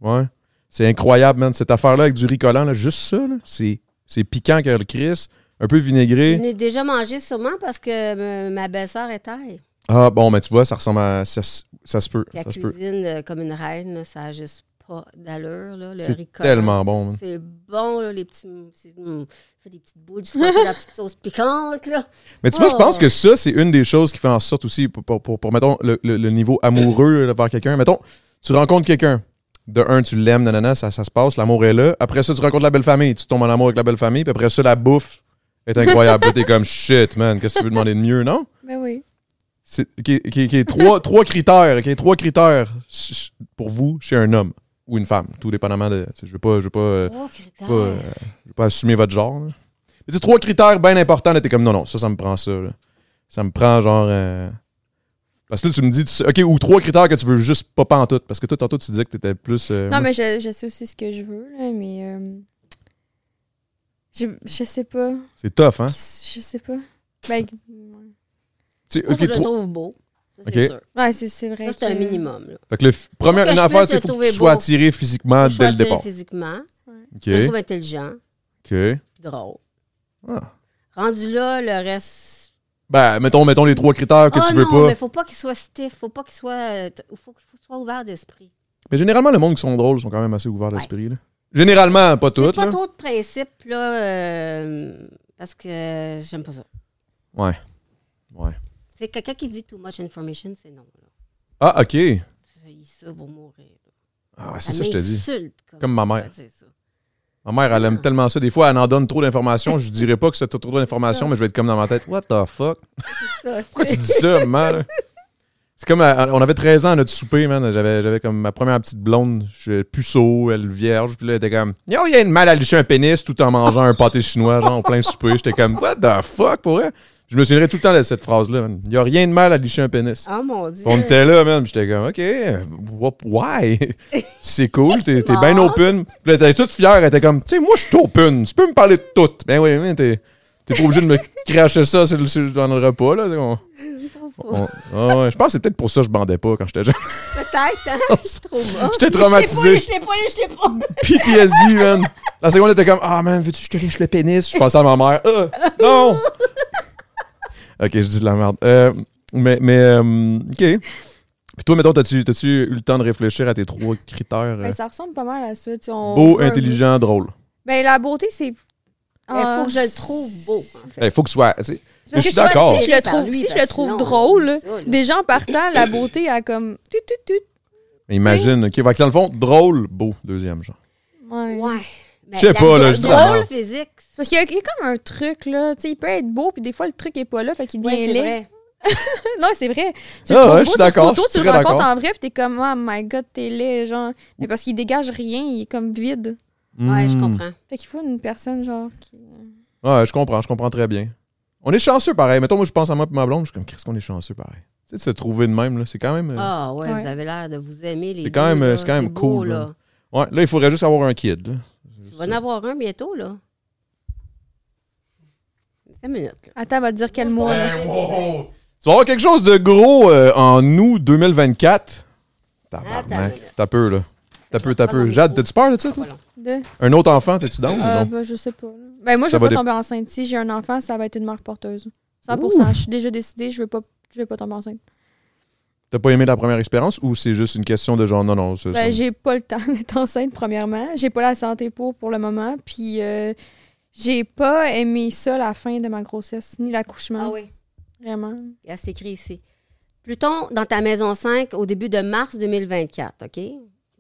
[SPEAKER 1] Ouais. C'est incroyable, man. Cette affaire-là avec du riz collant, là, juste ça, là, c'est, c'est piquant que le Chris. Un peu
[SPEAKER 3] Je
[SPEAKER 1] vinaigré.
[SPEAKER 3] n'ai déjà mangé sûrement parce que me- ma belle-sœur est taille.
[SPEAKER 1] Ah bon, mais tu vois, ça ressemble à. Ça, s- ça se peut.
[SPEAKER 3] Puis La
[SPEAKER 1] ça se peut.
[SPEAKER 3] cuisine, euh, comme une reine, là, ça n'a juste pas d'allure. là, le riz
[SPEAKER 1] C'est
[SPEAKER 3] collant.
[SPEAKER 1] tellement bon, man.
[SPEAKER 3] C'est bon, là, les petits. c'est- mm, fait des petites boules, tu te fais la petite sauce piquante, là.
[SPEAKER 1] Mais tu vois, je
[SPEAKER 3] Oh.
[SPEAKER 1] pense que ça, c'est une des choses qui fait en sorte aussi pour, pour, pour- pour, mettons, le, le- le niveau amoureux là, vers quelqu'un. Mettons, tu rencontres quelqu'un. De un, tu l'aimes, nanana, ça, ça se passe, l'amour est là. Après ça, tu rencontres la belle famille, tu tombes en amour avec la belle famille, puis après ça, la bouffe est incroyable. Là, t'es comme shit, man, qu'est-ce que tu veux demander de mieux, non?
[SPEAKER 2] Ben oui.
[SPEAKER 1] C'est qui qui- qui est trois, trois critères, qui est trois critères ch- ch- pour vous chez un homme ou une femme, tout dépendamment de. tu sais, Je veux pas, je veux pas, euh,
[SPEAKER 3] Oh,
[SPEAKER 1] je
[SPEAKER 3] critère.
[SPEAKER 1] veux pas, euh, je veux pas assumer votre genre. là. Mais tu sais, trois critères bien importants, là, t'es comme non, non, ça, ça me prend ça. là. Ça me prend genre. euh, Parce que là, tu me dis, tu sais- OK, ou trois critères que tu veux juste pas pantoute. Parce que toi, tantôt, tu disais que t'étais plus. euh,
[SPEAKER 2] Non, mais je, je sais aussi ce que je veux, là, mais. euh, je, je sais pas.
[SPEAKER 1] C'est tough, hein?
[SPEAKER 2] Je sais pas. Ben, ouais.
[SPEAKER 1] Tu sais, OK,
[SPEAKER 3] Moi, faut que je le
[SPEAKER 1] trois-
[SPEAKER 3] trouve beau. Ça, c'est
[SPEAKER 1] Ok.
[SPEAKER 3] sûr.
[SPEAKER 2] Ouais, c'est c'est vrai.
[SPEAKER 3] Ça, c'est un
[SPEAKER 2] que-
[SPEAKER 3] minimum. Là.
[SPEAKER 1] Fait que le f- première,
[SPEAKER 3] Faut que
[SPEAKER 1] une
[SPEAKER 3] je
[SPEAKER 1] affaire,
[SPEAKER 3] puisse
[SPEAKER 1] c'est
[SPEAKER 3] le
[SPEAKER 1] faut que
[SPEAKER 3] trouver
[SPEAKER 1] tu sois
[SPEAKER 3] beau.
[SPEAKER 1] attiré physiquement
[SPEAKER 3] Faut que je sois
[SPEAKER 1] Ah, dès le
[SPEAKER 3] attirée
[SPEAKER 1] départ.
[SPEAKER 3] physiquement.
[SPEAKER 1] OK.
[SPEAKER 3] Je le trouve intelligent,
[SPEAKER 1] OK.
[SPEAKER 3] puis drôle.
[SPEAKER 1] Ah.
[SPEAKER 3] Rendu là, le reste.
[SPEAKER 1] Ben, mettons, mettons les trois critères que
[SPEAKER 3] Ah
[SPEAKER 1] tu veux
[SPEAKER 3] non,
[SPEAKER 1] pas.
[SPEAKER 3] mais faut pas qu'il soit stiff, faut pas qu'il soit. euh, t- Faut qu'il soit ouvert d'esprit.
[SPEAKER 1] Mais généralement, le monde qui sont drôles sont quand même assez ouverts d'esprit. là. Généralement, pas
[SPEAKER 3] C'est
[SPEAKER 1] toutes.
[SPEAKER 3] pas
[SPEAKER 1] là.
[SPEAKER 3] trop de principes, là, euh, parce que j'aime pas ça.
[SPEAKER 1] Ouais. Ouais.
[SPEAKER 3] C'est quelqu'un qui dit too much information, c'est non. Là.
[SPEAKER 1] Ah, OK.
[SPEAKER 3] Ça, il ça pour mourir.
[SPEAKER 1] Ah, ouais, c'est ça, que je te dis.
[SPEAKER 3] m'insulte,
[SPEAKER 1] Comme ma mère.
[SPEAKER 3] C'est ça.
[SPEAKER 1] Ma mère, elle aime tellement ça. Des fois, elle en donne trop d'informations. Je dirais pas que c'est trop d'informations, mais je vais être comme dans ma tête. What the fuck?
[SPEAKER 3] Ça,
[SPEAKER 1] Pourquoi
[SPEAKER 3] c'est-
[SPEAKER 1] tu dis ça, maman? là? C'est comme, euh, on avait 13 ans à notre souper, man. J'avais, j'avais comme ma première petite blonde, je, puceau, elle vierge. Puis là, elle était comme, yo, il y a une mal à lécher un pénis tout en mangeant un pâté chinois, genre, au plein souper. J'étais comme, what the fuck, pour vrai? Je me souviendrai tout le temps de cette phrase-là, man. Il y a rien de mal à lécher un pénis.
[SPEAKER 3] Oh mon Dieu.
[SPEAKER 1] On était là, man. J'étais comme, OK, wh- why? C'est cool, t'es, t'es bien
[SPEAKER 3] Bon.
[SPEAKER 1] open. Puis là, t'es toute fière. Elle était comme, tu sais, moi, je suis open. Tu peux me parler de tout. Ben oui, mais t'es, t'es pas obligé de me cracher ça sur le- sur- dans le repas, là. On- on- ah ouais, je pense que c'est peut-être pour ça que je bandais pas quand j'étais jeune.
[SPEAKER 3] Peut-être, hein? Je suis trop bas.
[SPEAKER 1] J'étais
[SPEAKER 3] Je l'ai pas eu,
[SPEAKER 1] traumatisé.
[SPEAKER 3] Je l'ai pas eu, je l'ai pas eu.
[SPEAKER 1] PTSD, man. La seconde était comme Ah, man, veux-tu que je te lèche le pénis Je pensais à ma mère. Euh, non Ok, je dis de la merde. Euh, mais, mais euh, ok. Puis toi, mettons, t'as-tu t'as-tu eu le temps de réfléchir à tes trois critères euh,
[SPEAKER 2] Ben, ça ressemble pas mal à ça. tu sais, on
[SPEAKER 1] Beau,
[SPEAKER 2] veut un-
[SPEAKER 1] intelligent, drôle.
[SPEAKER 2] Ben, la beauté, c'est. Ah,
[SPEAKER 3] Il faut que je le trouve beau. en fait.
[SPEAKER 1] Il faut que ce soit. tu sais,
[SPEAKER 2] C'est parce
[SPEAKER 1] Je suis
[SPEAKER 2] que si-
[SPEAKER 1] d'accord.
[SPEAKER 2] Si je le
[SPEAKER 3] Par
[SPEAKER 2] trouve,
[SPEAKER 3] lui,
[SPEAKER 2] si
[SPEAKER 3] parce
[SPEAKER 2] je le
[SPEAKER 3] que
[SPEAKER 2] trouve
[SPEAKER 3] sinon,
[SPEAKER 2] drôle,
[SPEAKER 3] c'est ça, là.
[SPEAKER 2] déjà en partant, la beauté a comme. Tut, tut, tut.
[SPEAKER 1] mais imagine, ok. fait que dans le fond, drôle, beau, deuxième genre.
[SPEAKER 2] Ouais.
[SPEAKER 3] Ouais. Mais
[SPEAKER 1] sais
[SPEAKER 3] la
[SPEAKER 1] pas, là, je dis la
[SPEAKER 3] drôle
[SPEAKER 1] merde.
[SPEAKER 3] physique.
[SPEAKER 2] Parce qu'il y, a- il y a comme un truc, là. Tu sais, il peut être beau, puis des fois, le truc est pas là, fait qu'il
[SPEAKER 3] Ouais,
[SPEAKER 2] devient
[SPEAKER 3] c'est
[SPEAKER 2] laid.
[SPEAKER 3] vrai.
[SPEAKER 2] Non, c'est vrai. Tu le
[SPEAKER 1] Ah ouais,
[SPEAKER 2] trouves beau
[SPEAKER 1] je suis
[SPEAKER 2] sur
[SPEAKER 1] d'accord,
[SPEAKER 2] photo,
[SPEAKER 1] je suis
[SPEAKER 2] tu le
[SPEAKER 1] très
[SPEAKER 2] rencontres
[SPEAKER 1] d'accord.
[SPEAKER 2] en vrai, puis t'es comme, oh my god, t'es laid, genre. Mais parce qu'il dégage rien, il est comme vide.
[SPEAKER 3] Ouais, je
[SPEAKER 1] Hmm.
[SPEAKER 3] comprends.
[SPEAKER 2] Fait qu'il faut une personne, genre, qui.
[SPEAKER 1] Ouais, je comprends, je comprends très bien. On est chanceux pareil. Mettons, moi, je pense à moi et ma blonde, je suis comme, qu'est-ce qu'on est chanceux pareil. Tu sais, de se trouver de même, là, c'est quand même. euh,
[SPEAKER 3] Ah ouais,
[SPEAKER 2] Ouais.
[SPEAKER 3] vous avez l'air de vous aimer les
[SPEAKER 1] C'est quand
[SPEAKER 3] deux,
[SPEAKER 1] même-
[SPEAKER 3] là.
[SPEAKER 1] c'est quand même
[SPEAKER 3] beau,
[SPEAKER 1] cool, là.
[SPEAKER 3] là.
[SPEAKER 1] Ouais, là, il faudrait juste avoir un kid, là.
[SPEAKER 3] Tu vas en avoir un bientôt, là. Cinq minutes, là.
[SPEAKER 2] Attends, va te dire quel mois, là.
[SPEAKER 1] Hey, Ben, wow. Tu vas avoir quelque chose de gros euh, en août 2024.
[SPEAKER 3] Attends,
[SPEAKER 1] Tabarnak.
[SPEAKER 3] là.
[SPEAKER 1] T'as peur, là. T'as peur, t'as
[SPEAKER 3] Pas dans
[SPEAKER 1] peur.
[SPEAKER 3] le
[SPEAKER 1] Jade,
[SPEAKER 3] micro.
[SPEAKER 1] t'as-tu peur de ça, toi?
[SPEAKER 3] Pas long.
[SPEAKER 2] De...
[SPEAKER 1] Un autre enfant, t'es-tu down ou
[SPEAKER 2] Euh,
[SPEAKER 1] Ah non?
[SPEAKER 2] ben, je sais pas. là. Ben, moi, je
[SPEAKER 1] Ça
[SPEAKER 2] vais
[SPEAKER 1] va
[SPEAKER 2] pas
[SPEAKER 1] dé-
[SPEAKER 2] tomber enceinte. Si j'ai un enfant, ça va être une mère porteuse. 100
[SPEAKER 1] Ouh.
[SPEAKER 2] Je suis déjà décidée, je veux pas, je veux pas tomber enceinte.
[SPEAKER 1] T'as pas aimé la première expérience ou c'est juste une question de genre, non, non, ça, ça-
[SPEAKER 2] Ben, j'ai pas le temps d'être enceinte, premièrement. J'ai pas la santé pour pour le moment. Puis, euh, j'ai pas aimé ça la fin de ma grossesse, ni l'accouchement.
[SPEAKER 3] Ah oui.
[SPEAKER 2] Vraiment.
[SPEAKER 3] Regarde, c'est écrit ici. Pluton, dans ta maison 5, au début de mars 2024, OK?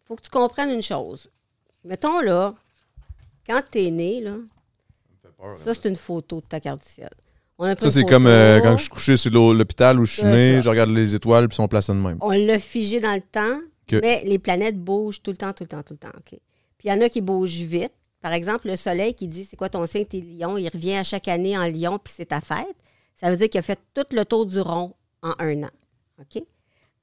[SPEAKER 3] faut que tu comprennes une chose. Mettons, là, quand t'es né, là, ça, c'est une photo de ta carte du ciel. On a pris
[SPEAKER 1] ça, c'est
[SPEAKER 3] une photo,
[SPEAKER 1] comme euh, quand je suis couché sur l'hô- l'hôpital où je suis
[SPEAKER 3] C'est
[SPEAKER 1] né,
[SPEAKER 3] ça.
[SPEAKER 1] je regarde les étoiles puis ils sont placés de même.
[SPEAKER 3] On l'a figé dans le temps,
[SPEAKER 1] Que-
[SPEAKER 3] mais les planètes bougent tout le temps, tout le temps, tout le temps, OK? Puis il y en a qui bougent vite. Par exemple, le soleil qui dit, c'est quoi ton signe, t'es lion, il revient à chaque année en lion, puis c'est ta fête. Ça veut dire qu'il a fait tout le tour du rond en un an, OK?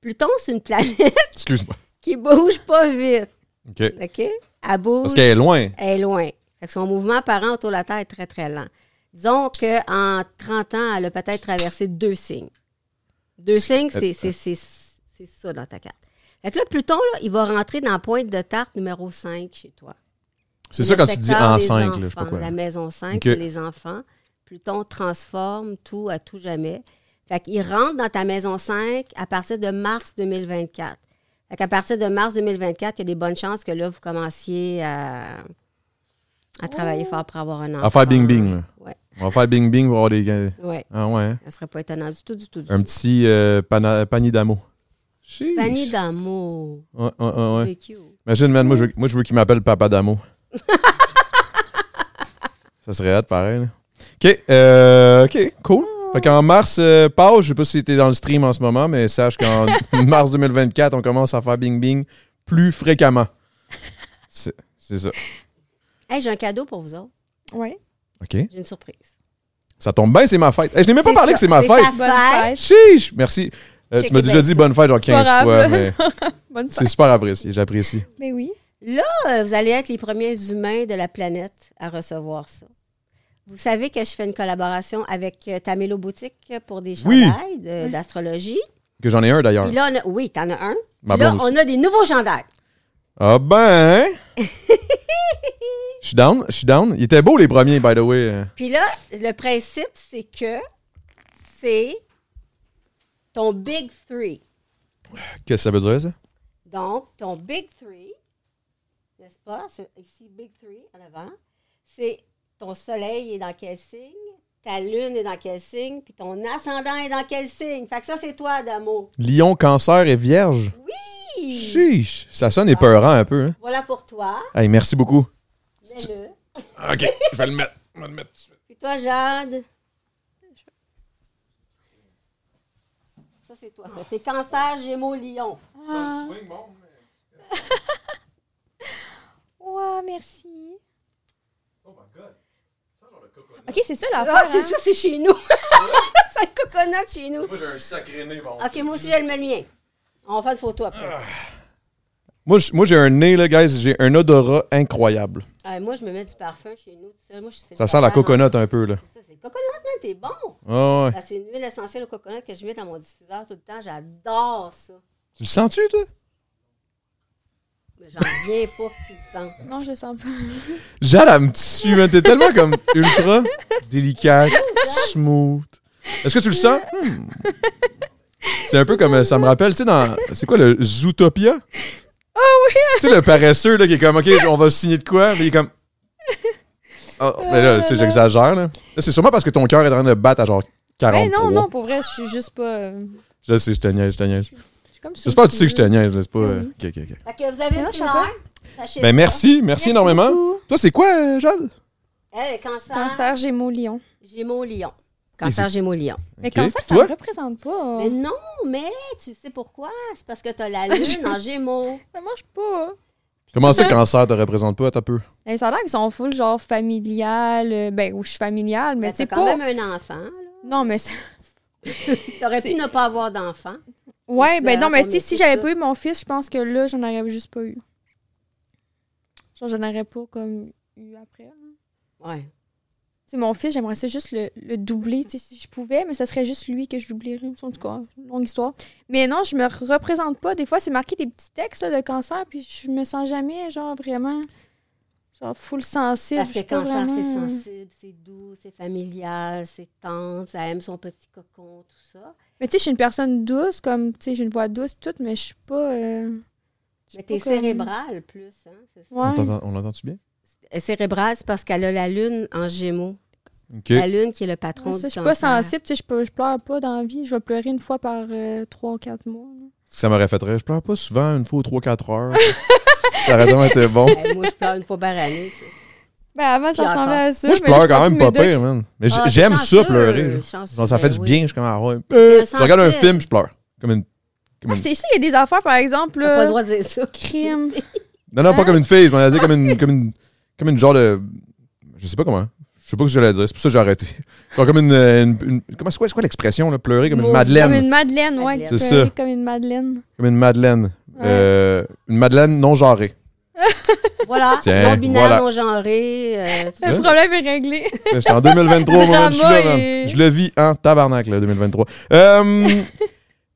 [SPEAKER 3] Pluton, c'est une planète
[SPEAKER 1] Excuse-moi.
[SPEAKER 3] qui bouge pas vite.
[SPEAKER 1] OK.
[SPEAKER 3] OK? Elle bouge,
[SPEAKER 1] Parce qu'elle est loin.
[SPEAKER 3] elle est loin. Fait que son mouvement apparent autour de la Terre est très, très lent. Disons qu'en 30 ans, elle a peut-être traversé deux signes. Deux signes, c'est- c'est c'est- c'est ça dans ta carte. Fait que là, Pluton, là, il va rentrer dans la pointe de tarte numéro 5 chez toi.
[SPEAKER 1] C'est
[SPEAKER 3] Le
[SPEAKER 1] ça quand tu dis
[SPEAKER 3] secteur
[SPEAKER 1] en
[SPEAKER 3] des
[SPEAKER 1] 5, là, je sais pas
[SPEAKER 3] enfants,
[SPEAKER 1] quoi.
[SPEAKER 3] La maison 5,
[SPEAKER 1] Ok.
[SPEAKER 3] c'est les enfants. Pluton transforme tout à tout jamais. Fait qu'il rentre dans ta maison 5 à partir de mars 2024. Fait qu'à partir de mars 2024, il y a des bonnes chances que là, vous commenciez à, à travailler fort pour avoir un enfant.
[SPEAKER 1] À faire bing-bing, là.
[SPEAKER 3] Ouais,
[SPEAKER 1] On va faire bing-bing pour avoir des...
[SPEAKER 3] ouais.
[SPEAKER 1] Ah ouais, hein?
[SPEAKER 3] Ça serait pas étonnant du tout, du tout, du
[SPEAKER 1] Un
[SPEAKER 3] tout.
[SPEAKER 1] petit euh, pana- panier d'amour. Sheesh.
[SPEAKER 3] Panier d'amour.
[SPEAKER 1] Ouais, ouais, ouais, ouais.
[SPEAKER 3] C'est cute.
[SPEAKER 1] Imagine, man, moi, je veux, moi, je veux qu'il m'appelle Papa Damo. ça serait hâte, pareil. là. OK, euh, OK, cool. Fait qu'en mars, euh, pause, je sais pas si t'es dans le stream en ce moment, mais sache qu'en mars 2024, on commence à faire Bing Bing plus fréquemment. C'est c'est ça.
[SPEAKER 3] Hey, j'ai un cadeau pour vous autres.
[SPEAKER 2] Ouais.
[SPEAKER 1] OK.
[SPEAKER 3] J'ai une surprise.
[SPEAKER 1] Ça tombe bien, c'est ma fête. Hey, je n'ai même pas
[SPEAKER 3] C'est
[SPEAKER 1] parlé
[SPEAKER 3] ça,
[SPEAKER 1] que c'est ma
[SPEAKER 3] c'est ta
[SPEAKER 1] fête.
[SPEAKER 2] Bonne
[SPEAKER 3] Fête. ben,
[SPEAKER 2] fête.
[SPEAKER 1] Chiche! Merci. Euh, tu
[SPEAKER 3] Checkez
[SPEAKER 1] m'as déjà
[SPEAKER 3] bien
[SPEAKER 1] dit
[SPEAKER 3] ça.
[SPEAKER 1] bonne fête genre 15 fois,
[SPEAKER 2] Favorable.
[SPEAKER 1] mais
[SPEAKER 2] Bonne
[SPEAKER 1] c'est
[SPEAKER 2] fête.
[SPEAKER 1] super apprécié. J'apprécie.
[SPEAKER 2] Ben oui.
[SPEAKER 3] Euh, vous allez être les premiers humains de la planète à recevoir ça. Vous savez que je fais une collaboration avec euh, Tamélo Boutique pour des
[SPEAKER 1] Oui.
[SPEAKER 3] chandails de- d'astrologie.
[SPEAKER 1] Que j'en ai un d'ailleurs.
[SPEAKER 3] Puis là, on a- oui, t'en as un.
[SPEAKER 1] Ma
[SPEAKER 3] Puis là,
[SPEAKER 1] blonde
[SPEAKER 3] on a des nouveaux chandails.
[SPEAKER 1] Ah ben! Je suis down, je suis down. Il était beau les premiers, by the way. Euh,
[SPEAKER 3] Puis là, le principe, c'est que c'est ton Big Three.
[SPEAKER 1] Qu'est-ce que ça veut dire, ça?
[SPEAKER 3] Donc, ton Big Three, n'est-ce pas? C'est ici, Big Three, en avant. C'est ton soleil est dans quel signe? Ta lune est dans quel signe? Puis ton ascendant est dans quel signe? Fait que ça, c'est toi, Damo.
[SPEAKER 1] Lion, cancer et vierge.
[SPEAKER 3] Hi!
[SPEAKER 1] Chiche! Ça sonne épeurant un peu. Hein?
[SPEAKER 3] Voilà pour toi.
[SPEAKER 1] Hey, merci beaucoup.
[SPEAKER 3] Mets-le.
[SPEAKER 1] OK, je vais le mettre. Je vais le mettre.
[SPEAKER 3] Puis toi, Jade. Ça, c'est toi, ça. T'es cancer, gémeaux, lion. Ah.
[SPEAKER 2] Wow, merci.
[SPEAKER 1] Oh
[SPEAKER 2] OK, c'est ça l'affaire.
[SPEAKER 3] Ah, c'est
[SPEAKER 2] hein?
[SPEAKER 3] ça, c'est chez nous. c'est le coconut chez nous.
[SPEAKER 1] Moi, j'ai un sacré nez, bon.
[SPEAKER 3] OK, moi aussi, j'ai le mets le mien. On va faire une photo après.
[SPEAKER 1] Moi, j'ai- moi, j'ai un nez, là, guys. J'ai un odorat incroyable.
[SPEAKER 3] Ah, moi, je me mets du parfum chez nous. tout seul. Moi, je
[SPEAKER 1] Ça
[SPEAKER 3] suis
[SPEAKER 1] sent la
[SPEAKER 3] célibataire. hein.
[SPEAKER 1] coconut un peu, là.
[SPEAKER 3] C'est ça, c'est le coconut, man, t'es bon.
[SPEAKER 1] Ah ouais.
[SPEAKER 3] Ben, c'est une huile essentielle au coconut que je mets dans mon diffuseur tout le temps. J'adore ça.
[SPEAKER 1] Tu le sens-tu, toi?
[SPEAKER 3] Mais J'en viens pas que tu le sens.
[SPEAKER 2] Non, je le sens pas.
[SPEAKER 1] Jade, elle me tue, man. T'es tellement comme ultra délicate, smooth. Est-ce que tu le sens? Hmm. C'est un peu comme, euh, ça me rappelle, tu sais, dans, c'est quoi le Zootopia? Ah oui! Tu sais, le paresseux, là, qui est comme, OK, on va signer de quoi? Mais il est comme... Ah, mais là, tu sais, j'exagère, là. Là, c'est sûrement parce que ton cœur est en train de battre à genre
[SPEAKER 2] Mais
[SPEAKER 1] 43.
[SPEAKER 2] Ben non, non, pour vrai, je suis juste pas. euh,
[SPEAKER 1] Je sais, je te niaise, je te niaise.
[SPEAKER 2] Je suis Mm. comme ça.
[SPEAKER 1] J'espère que tu sais que je te niaise, là, c'est pas... euh, OK, OK, OK.
[SPEAKER 3] Fait que vous avez
[SPEAKER 2] Non,
[SPEAKER 3] une
[SPEAKER 2] je sais pas.
[SPEAKER 3] primeur. Sachez
[SPEAKER 1] Ben,
[SPEAKER 3] ça.
[SPEAKER 1] merci, merci énormément.
[SPEAKER 2] beaucoup.
[SPEAKER 1] Toi, c'est quoi, euh, Jade?
[SPEAKER 3] Elle, le cancer,
[SPEAKER 2] Cancer, Gémeaux, Lion.
[SPEAKER 3] Gémeaux, Lion. Cancer, Gémeaux, Lion.
[SPEAKER 2] Mais
[SPEAKER 1] Ok.
[SPEAKER 2] cancer, ça
[SPEAKER 1] Toi?
[SPEAKER 2] me représente pas.
[SPEAKER 3] Mais non, mais tu sais pourquoi? C'est parce que t'as la lune en Gémeaux.
[SPEAKER 2] Ça marche pas.
[SPEAKER 1] Comment ça, cancer te représente pas, t'as peu?
[SPEAKER 2] Et ça a l'air qu'ils sont full, genre familial. euh, ben, où je suis familiale, mais
[SPEAKER 3] Mais
[SPEAKER 2] tu sais
[SPEAKER 3] t'as
[SPEAKER 2] pas.
[SPEAKER 3] quand même un enfant. là.
[SPEAKER 2] Non, mais ça-
[SPEAKER 3] T'aurais pu ne pas avoir d'enfant.
[SPEAKER 2] Ouais,
[SPEAKER 3] C'est
[SPEAKER 2] ben non,
[SPEAKER 3] un
[SPEAKER 2] mais
[SPEAKER 3] bon
[SPEAKER 2] tu sais, si
[SPEAKER 3] métier,
[SPEAKER 2] j'avais
[SPEAKER 3] ça.
[SPEAKER 2] pas eu mon fils, je pense que là, j'en aurais juste pas eu. Genre, j'en aurais pas comme eu après. là.
[SPEAKER 3] Ouais.
[SPEAKER 2] Tu sais, mon fils, j'aimerais ça juste le, le doubler, tu sais, si je pouvais, mais ça serait juste lui que je doublierais. En tout cas, longue histoire. Mais non, je me représente pas. Des fois, c'est marqué des petits textes là, de cancer, puis je me sens jamais, genre, vraiment, genre, full sensible.
[SPEAKER 3] Parce
[SPEAKER 2] Je
[SPEAKER 3] que
[SPEAKER 2] suis pas
[SPEAKER 3] cancer, c'est
[SPEAKER 2] vraiment-
[SPEAKER 3] sensible, c'est doux, c'est familial, c'est tendre, ça aime son petit cocon, tout ça.
[SPEAKER 2] Mais tu sais, je suis une personne douce, comme, tu sais, j'ai une voix douce, puis tout, mais je suis pas. euh, je suis
[SPEAKER 3] Mais
[SPEAKER 2] pas
[SPEAKER 3] t'es
[SPEAKER 2] comme-
[SPEAKER 3] cérébrale plus, hein? c'est ça?
[SPEAKER 1] On
[SPEAKER 2] Ouais.
[SPEAKER 1] t'entend- On l'entend-tu bien?
[SPEAKER 3] Euh, Cérébrale, c'est parce qu'elle a la lune en Gémeaux.
[SPEAKER 1] OK.
[SPEAKER 3] La lune qui est le patron
[SPEAKER 2] Ouais,
[SPEAKER 3] du
[SPEAKER 2] ça, je suis
[SPEAKER 3] cancer.
[SPEAKER 2] pas sensible, tu sais, je peux- je pleure pas dans la vie. Je vais pleurer une fois par euh, trois ou quatre mois. là.
[SPEAKER 1] Ça m'aurait fait rire. Je pleure pas souvent, une fois ou trois, quatre heures. ça aurait vraiment été bon.
[SPEAKER 3] Ben, moi, je pleure une fois par année. tu sais.
[SPEAKER 2] Ben avant, ça
[SPEAKER 3] Puis
[SPEAKER 2] ressemblait
[SPEAKER 3] encore.
[SPEAKER 2] à ça.
[SPEAKER 1] Moi, je
[SPEAKER 2] mais
[SPEAKER 1] pleure
[SPEAKER 2] là,
[SPEAKER 1] quand
[SPEAKER 2] prends
[SPEAKER 1] même
[SPEAKER 2] plus
[SPEAKER 1] pas
[SPEAKER 2] mes
[SPEAKER 1] pire, man. Mais j-
[SPEAKER 3] Ah, t'es
[SPEAKER 1] j'aime ça,
[SPEAKER 3] chanceux,
[SPEAKER 1] pleurer. genre.
[SPEAKER 3] chanceux,
[SPEAKER 1] Genre, ça fait
[SPEAKER 3] ben
[SPEAKER 1] du
[SPEAKER 3] oui.
[SPEAKER 1] bien. Je suis comme, ah ouais.
[SPEAKER 3] T'es
[SPEAKER 1] Si je regarde un
[SPEAKER 3] sensible.
[SPEAKER 1] film, je pleure. Comme une. Comme
[SPEAKER 2] Ah,
[SPEAKER 1] une...
[SPEAKER 2] c'est ça, il y a des affaires, par exemple.
[SPEAKER 3] T'as pas
[SPEAKER 2] là,
[SPEAKER 3] le droit de dire ça.
[SPEAKER 2] crime.
[SPEAKER 1] Non, non, pas
[SPEAKER 2] Hein?
[SPEAKER 1] comme une fille. Je m'en ai dit comme une, comme une. Comme une genre de. Je sais pas comment. Je sais pas ce que j'allais dire. C'est pour ça que j'ai arrêté. Genre comme une. euh, une- une- Comment c'est quoi, c'est quoi l'expression, là? Pleurer comme une
[SPEAKER 3] Maudit.
[SPEAKER 1] madeleine.
[SPEAKER 2] Comme une madeleine, ouais.
[SPEAKER 3] Madeleine.
[SPEAKER 1] C'est
[SPEAKER 2] pleurer
[SPEAKER 1] ça.
[SPEAKER 2] Comme une madeleine.
[SPEAKER 1] Comme une madeleine.
[SPEAKER 2] Ouais.
[SPEAKER 1] Euh, une madeleine non genrée.
[SPEAKER 3] Voilà,
[SPEAKER 1] Tiens,
[SPEAKER 3] non-binaire,
[SPEAKER 1] voilà.
[SPEAKER 3] non-genré. euh, tu-
[SPEAKER 1] Hein?
[SPEAKER 2] Le problème est réglé.
[SPEAKER 1] J'étais en 2023, moi,
[SPEAKER 2] Drama
[SPEAKER 1] je suis là, man.
[SPEAKER 2] et-
[SPEAKER 1] Je le vis en tabarnak, là, 2023. Euh,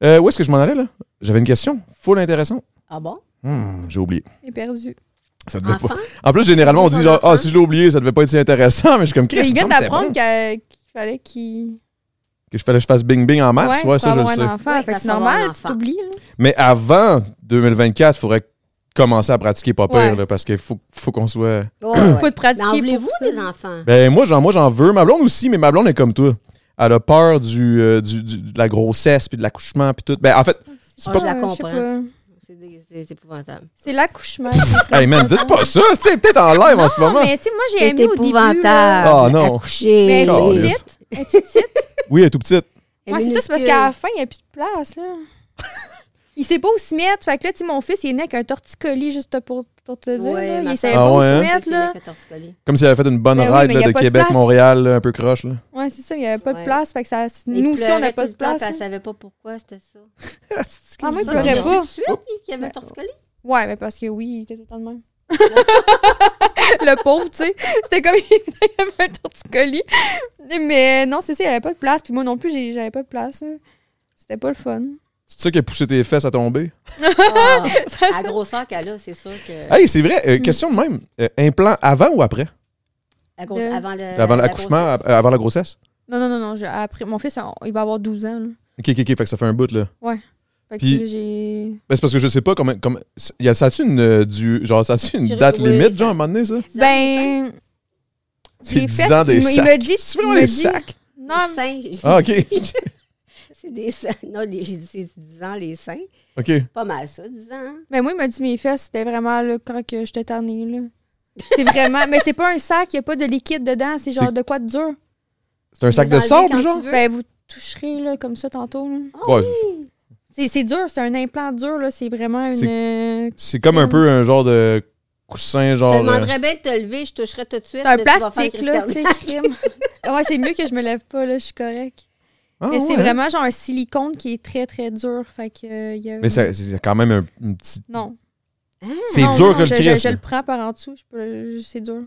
[SPEAKER 1] euh, où est-ce que je m'en allais, là? J'avais une question. Full intéressant.
[SPEAKER 3] Ah bon?
[SPEAKER 1] Hmm, j'ai oublié.
[SPEAKER 2] Il est perdu.
[SPEAKER 1] Ça devait
[SPEAKER 3] Enfant?
[SPEAKER 1] pas- En plus, généralement, on
[SPEAKER 3] Ils
[SPEAKER 1] dit
[SPEAKER 3] ont
[SPEAKER 1] genre,
[SPEAKER 3] d'enfants.
[SPEAKER 1] ah, si je l'ai oublié, ça devait pas être si intéressant, mais je suis comme,
[SPEAKER 2] Mais
[SPEAKER 1] qu'est-ce
[SPEAKER 2] il
[SPEAKER 1] que
[SPEAKER 2] vient d'apprendre qu'à- qu'il fallait qu'il.
[SPEAKER 1] Que je fallait que je fasse bing-bing en mars? Ouais,
[SPEAKER 2] pour
[SPEAKER 1] ça, je le
[SPEAKER 2] avoir
[SPEAKER 1] sais.
[SPEAKER 2] un enfant.
[SPEAKER 3] Ouais,
[SPEAKER 2] fait que
[SPEAKER 3] parce
[SPEAKER 2] c'est
[SPEAKER 3] qu'on va avoir un
[SPEAKER 2] normal, tu
[SPEAKER 3] enfant.
[SPEAKER 2] t'oublies. là.
[SPEAKER 1] Mais avant 2024, il faudrait commencer à pratiquer pas pire,
[SPEAKER 2] Ouais.
[SPEAKER 1] là, parce qu'il faut, faut qu'on soit.
[SPEAKER 3] Ouais,
[SPEAKER 2] Faut
[SPEAKER 3] ouais.
[SPEAKER 2] te
[SPEAKER 3] Mais
[SPEAKER 2] pratiquer.
[SPEAKER 3] en
[SPEAKER 2] pour
[SPEAKER 3] voulez-vous
[SPEAKER 2] ça.
[SPEAKER 3] des enfants?
[SPEAKER 1] Ben, moi, j'en, moi, j'en veux. Ma blonde aussi, mais ma blonde est comme toi. Elle a peur du, euh, du- du- de la grossesse, puis de l'accouchement, puis tout. Ben, en fait,
[SPEAKER 2] C'est
[SPEAKER 3] Ah, je la
[SPEAKER 2] euh, sais
[SPEAKER 3] comprends.
[SPEAKER 2] pas.
[SPEAKER 1] Ben.
[SPEAKER 3] C'est dé- C'est c'est épouvantable.
[SPEAKER 2] C'est l'accouchement.
[SPEAKER 1] hey man, dites pas ça. C'est peut-être en live en ce
[SPEAKER 2] Non,
[SPEAKER 1] moment.
[SPEAKER 2] mais euh, tu sais, moi, j'ai
[SPEAKER 3] C'est
[SPEAKER 2] aimé au début. là. Ben,
[SPEAKER 3] épouvantable.
[SPEAKER 1] Ah, non.
[SPEAKER 3] Accoucher.
[SPEAKER 2] Mais elle est
[SPEAKER 1] Oh,
[SPEAKER 2] toute
[SPEAKER 1] yes.
[SPEAKER 2] petite. Elle est toute petite.
[SPEAKER 1] Oui, elle est tout petite.
[SPEAKER 2] Ouais, c'est ça, c'est parce qu'à la fin, il n'y a plus de place, là. il sait pas où se mettre. Fait que là, tu sais, mon fils, il est né avec un torticolis, juste pour, pour te dire.
[SPEAKER 3] Ouais,
[SPEAKER 2] là.
[SPEAKER 3] ma
[SPEAKER 2] Il savait
[SPEAKER 1] soeur.
[SPEAKER 2] pas
[SPEAKER 1] Ah
[SPEAKER 2] où
[SPEAKER 1] ouais,
[SPEAKER 2] se
[SPEAKER 1] hein?
[SPEAKER 2] mettre, là.
[SPEAKER 1] Comme si elle avait fait une bonne
[SPEAKER 2] Ben oui,
[SPEAKER 1] ride
[SPEAKER 2] mais
[SPEAKER 1] là,
[SPEAKER 2] y
[SPEAKER 1] de
[SPEAKER 2] a pas de place.
[SPEAKER 1] Québec-Montréal, un peu croche. Là.
[SPEAKER 2] Ouais, c'est ça, il n'y avait pas de
[SPEAKER 3] Ouais.
[SPEAKER 2] place. Fait que ça, nous aussi, on n'a pas de place.
[SPEAKER 3] Elle
[SPEAKER 2] hein.
[SPEAKER 3] savait pas pourquoi c'était ça.
[SPEAKER 2] Ah, moi, il
[SPEAKER 3] Ça,
[SPEAKER 2] pleurait
[SPEAKER 3] on a
[SPEAKER 2] pas. Oh.
[SPEAKER 3] su tout de suite lui, qu'il y avait un torticolis.
[SPEAKER 2] Ouais, mais parce que oui, il était tout le temps de même. le pauvre, tu sais. C'était comme il avait un torticolis. Mais non, c'est ça, il n'y avait pas de place. Puis moi non plus, j'ai- j'avais pas de place. hein. C'était pas le fun.
[SPEAKER 1] C'est ça qui a poussé tes fesses à tomber?
[SPEAKER 3] Ah, à la grosseur qu'elle a, c'est sûr que.
[SPEAKER 1] Hey, c'est vrai.
[SPEAKER 2] Mm.
[SPEAKER 1] euh, question de même. Euh, implant avant ou après?
[SPEAKER 3] La grosse-
[SPEAKER 2] Euh,
[SPEAKER 3] avant le-
[SPEAKER 1] avant
[SPEAKER 3] la
[SPEAKER 1] l'accouchement,
[SPEAKER 3] grossesse.
[SPEAKER 1] av- avant la grossesse?
[SPEAKER 2] Non, non, non, non. je- après, mon fils, il va avoir 12 ans. Là.
[SPEAKER 1] Ok, ok, ok. Fait que ça fait un bout, là.
[SPEAKER 2] Fait que
[SPEAKER 1] Puis-
[SPEAKER 2] là, j'ai.
[SPEAKER 1] Ben, c'est parce que je sais pas comment. comment c'est- y a, ça a-tu une, euh, du, genre, ça a-tu une
[SPEAKER 3] J'ai-
[SPEAKER 1] date
[SPEAKER 3] oui,
[SPEAKER 1] limite,
[SPEAKER 3] ça-
[SPEAKER 1] genre, à un moment donné, ça?
[SPEAKER 2] Ben.
[SPEAKER 1] C'est
[SPEAKER 2] les
[SPEAKER 1] 10
[SPEAKER 2] fesses,
[SPEAKER 1] ans des
[SPEAKER 2] il me- Il
[SPEAKER 1] sacs.
[SPEAKER 2] me dit.
[SPEAKER 1] C'est
[SPEAKER 2] il
[SPEAKER 1] vraiment
[SPEAKER 2] me
[SPEAKER 1] les
[SPEAKER 2] dit-
[SPEAKER 1] sacs.
[SPEAKER 2] Non,
[SPEAKER 3] Les seins. j'ai-
[SPEAKER 1] Ah, ok.
[SPEAKER 3] C'est des seins. Non, les- j'ai dit, c'est 10 ans, les seins.
[SPEAKER 1] ok.
[SPEAKER 3] Pas mal ça, 10 ans.
[SPEAKER 2] mais moi, il m'a dit mes fesses, c'était vraiment là, quand que j'étais tannée. Là. C'est vraiment. mais c'est pas un sac, il n'y a pas de liquide dedans, c'est genre
[SPEAKER 1] C'est-
[SPEAKER 2] de quoi de dur.
[SPEAKER 1] C'est un sac de
[SPEAKER 3] enlever quand
[SPEAKER 1] sable,
[SPEAKER 3] tu
[SPEAKER 1] genre?
[SPEAKER 3] veux. Oh.
[SPEAKER 2] Ben, vous toucherez là, comme ça tantôt. là.
[SPEAKER 1] Ouais,
[SPEAKER 2] C'est, c'est dur, c'est un implant dur, là, c'est vraiment une.
[SPEAKER 1] C'est-
[SPEAKER 2] euh,
[SPEAKER 1] C'est comme un peu un genre de coussin,
[SPEAKER 3] Je
[SPEAKER 1] genre.
[SPEAKER 3] te
[SPEAKER 1] euh,
[SPEAKER 3] demanderais bien de te lever, je toucherais tout de suite.
[SPEAKER 2] C'est un
[SPEAKER 3] mais tu vas faire
[SPEAKER 2] plastique,
[SPEAKER 3] Christian
[SPEAKER 2] là, tu sais, crime. ouais, c'est mieux que je me lève pas, là, je suis correcte.
[SPEAKER 1] ah,
[SPEAKER 2] mais c'est
[SPEAKER 1] ouais, hein?
[SPEAKER 2] vraiment genre un silicone qui est très, très dur. Fait que. euh, il y a-
[SPEAKER 1] Mais ça- c'est quand même un, un petit.
[SPEAKER 2] Non.
[SPEAKER 3] Hein?
[SPEAKER 1] C'est
[SPEAKER 2] Non,
[SPEAKER 1] dur
[SPEAKER 2] non,
[SPEAKER 1] que le
[SPEAKER 2] je,
[SPEAKER 1] Christ,
[SPEAKER 2] je, je
[SPEAKER 1] là.
[SPEAKER 2] le prends par en dessous, je peux- c'est dur.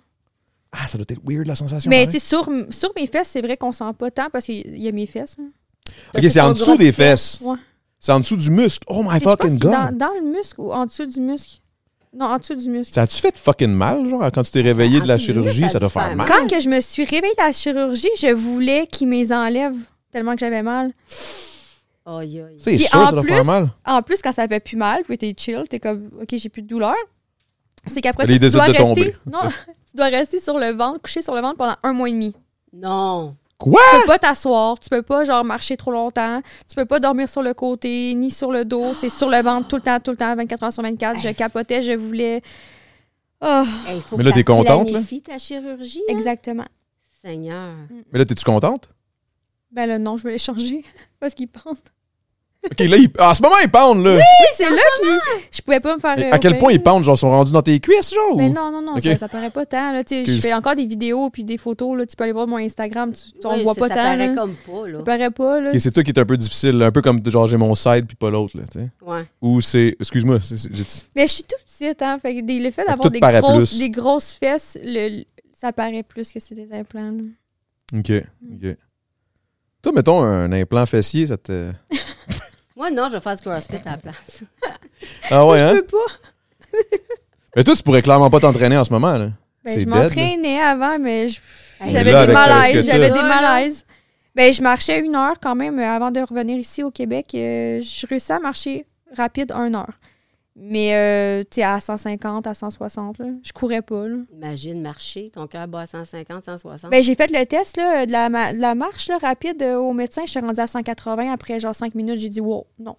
[SPEAKER 1] Ah, ça doit être weird, la sensation.
[SPEAKER 2] Mais
[SPEAKER 1] pareil.
[SPEAKER 2] tu sais, sur, sur mes fesses, c'est vrai qu'on sent pas tant parce qu'il y a mes fesses. hein.
[SPEAKER 3] T'as
[SPEAKER 1] Ok, c'est
[SPEAKER 3] pas
[SPEAKER 1] en
[SPEAKER 3] le
[SPEAKER 1] dessous
[SPEAKER 3] droit de
[SPEAKER 1] des
[SPEAKER 3] le faire.
[SPEAKER 1] fesses.
[SPEAKER 2] Ouais.
[SPEAKER 1] C'est en dessous du muscle. Oh my
[SPEAKER 2] Puis je pense
[SPEAKER 1] fucking
[SPEAKER 2] qu'il est
[SPEAKER 1] god.
[SPEAKER 2] dans, dans le muscle ou en dessous du muscle. Non, en dessous du muscle.
[SPEAKER 1] Ça a-tu fait fucking mal, genre, quand tu t'es réveillé de la chirurgie, ça doit faire mal?
[SPEAKER 2] Quand que je me suis réveillée de la chirurgie, je voulais qu'ils mes enlèvent tellement que j'avais mal.
[SPEAKER 3] Aïe, aïe.
[SPEAKER 1] C'est
[SPEAKER 2] Puis
[SPEAKER 1] sûr,
[SPEAKER 2] en
[SPEAKER 1] ça doit faire
[SPEAKER 2] plus,
[SPEAKER 1] mal.
[SPEAKER 2] En plus, quand ça fait plus mal, puis t'es chill, t'es comme, OK, j'ai plus de douleur. C'est qu'après,
[SPEAKER 1] Les
[SPEAKER 2] ça, tu
[SPEAKER 1] désirs
[SPEAKER 2] dois
[SPEAKER 1] de
[SPEAKER 2] rester.
[SPEAKER 1] tomber.
[SPEAKER 2] Non, tu dois rester sur le ventre, couché sur le ventre pendant un mois et demi.
[SPEAKER 3] Non.
[SPEAKER 1] Quoi?
[SPEAKER 2] Tu peux pas t'asseoir, tu peux pas genre marcher trop longtemps, tu peux pas dormir sur le côté ni sur le dos, c'est sur le ventre tout le temps, tout le temps, 24 heures sur 24. Je capotais, je voulais. Ah,
[SPEAKER 3] Hey, faut
[SPEAKER 1] Mais
[SPEAKER 3] que
[SPEAKER 1] là, t'es
[SPEAKER 3] t'as
[SPEAKER 1] contente, là?
[SPEAKER 3] planifié ta chirurgie? hein?
[SPEAKER 2] exactement.
[SPEAKER 3] Seigneur.
[SPEAKER 1] Mais là, t'es-tu contente?
[SPEAKER 2] Ben là, non, je voulais changer parce qu'ils pendent.
[SPEAKER 1] OK, là, ils- en ce moment, ils pendent, là.
[SPEAKER 2] Oui, c'est là que je pouvais pas me faire.
[SPEAKER 1] Mais
[SPEAKER 2] euh,
[SPEAKER 1] à quel
[SPEAKER 2] opérer.
[SPEAKER 1] point ils pendent? Genre, sont rendus dans tes cuisses, genre?
[SPEAKER 2] Mais
[SPEAKER 1] ou-
[SPEAKER 2] non, non, non,
[SPEAKER 1] Ok.
[SPEAKER 2] ça, ça paraît pas tant. Là, Tu sais, je
[SPEAKER 1] Excuse.
[SPEAKER 2] fais encore des vidéos puis des photos. Là, tu peux aller voir mon Instagram, tu, tu- on
[SPEAKER 3] Oui,
[SPEAKER 2] voit
[SPEAKER 3] ça-
[SPEAKER 2] pas
[SPEAKER 3] ça
[SPEAKER 2] tant.
[SPEAKER 3] paraît
[SPEAKER 2] là.
[SPEAKER 3] comme pas, là.
[SPEAKER 2] Ça paraît pas. Là.
[SPEAKER 1] Ok, c'est toi qui est un peu difficile, là, un peu comme genre j'ai mon side puis pas l'autre, là, tu sais.
[SPEAKER 3] Ouais.
[SPEAKER 1] Ou c'est. Excuse-moi, c'est- c'est- j'ai dit-
[SPEAKER 2] Mais je suis tout petite, hein. Fait que des- le fait
[SPEAKER 1] tout
[SPEAKER 2] d'avoir des
[SPEAKER 1] paraît
[SPEAKER 2] grosses,
[SPEAKER 1] plus.
[SPEAKER 2] des grosses fesses, le, ça paraît plus que c'est des implants. là.
[SPEAKER 1] Ok, ok. Toi, mettons un implant fessier, ça te.
[SPEAKER 3] Moi, non, je vais faire du CrossFit à la place.
[SPEAKER 1] Ah ouais,
[SPEAKER 2] Je
[SPEAKER 1] hein?
[SPEAKER 2] peux pas.
[SPEAKER 1] Mais toi, tu pourrais clairement pas t'entraîner en ce moment, là.
[SPEAKER 2] Ben,
[SPEAKER 1] C'est
[SPEAKER 2] je
[SPEAKER 1] dead, là.
[SPEAKER 2] m'entraînais avant, mais je-
[SPEAKER 3] Hey,
[SPEAKER 2] j'avais
[SPEAKER 1] là,
[SPEAKER 2] des
[SPEAKER 1] avec- avec
[SPEAKER 2] malaises.
[SPEAKER 1] ce que
[SPEAKER 2] J'avais
[SPEAKER 3] t'as.
[SPEAKER 2] des
[SPEAKER 3] Ah, là.
[SPEAKER 2] malaises. Ben, je marchais une heure quand même euh, avant de revenir ici au Québec. Euh, je réussis à marcher rapide une heure. Mais euh, tu sais, à 150, à 160, là, je courais pas. Là.
[SPEAKER 3] Imagine marcher, ton cœur bat à 150, 160.
[SPEAKER 2] Ben, j'ai fait le test là, de, la, ma- de la marche là, rapide euh, au médecin. Je suis rendue à 180. Après genre 5 minutes, j'ai dit wow, non.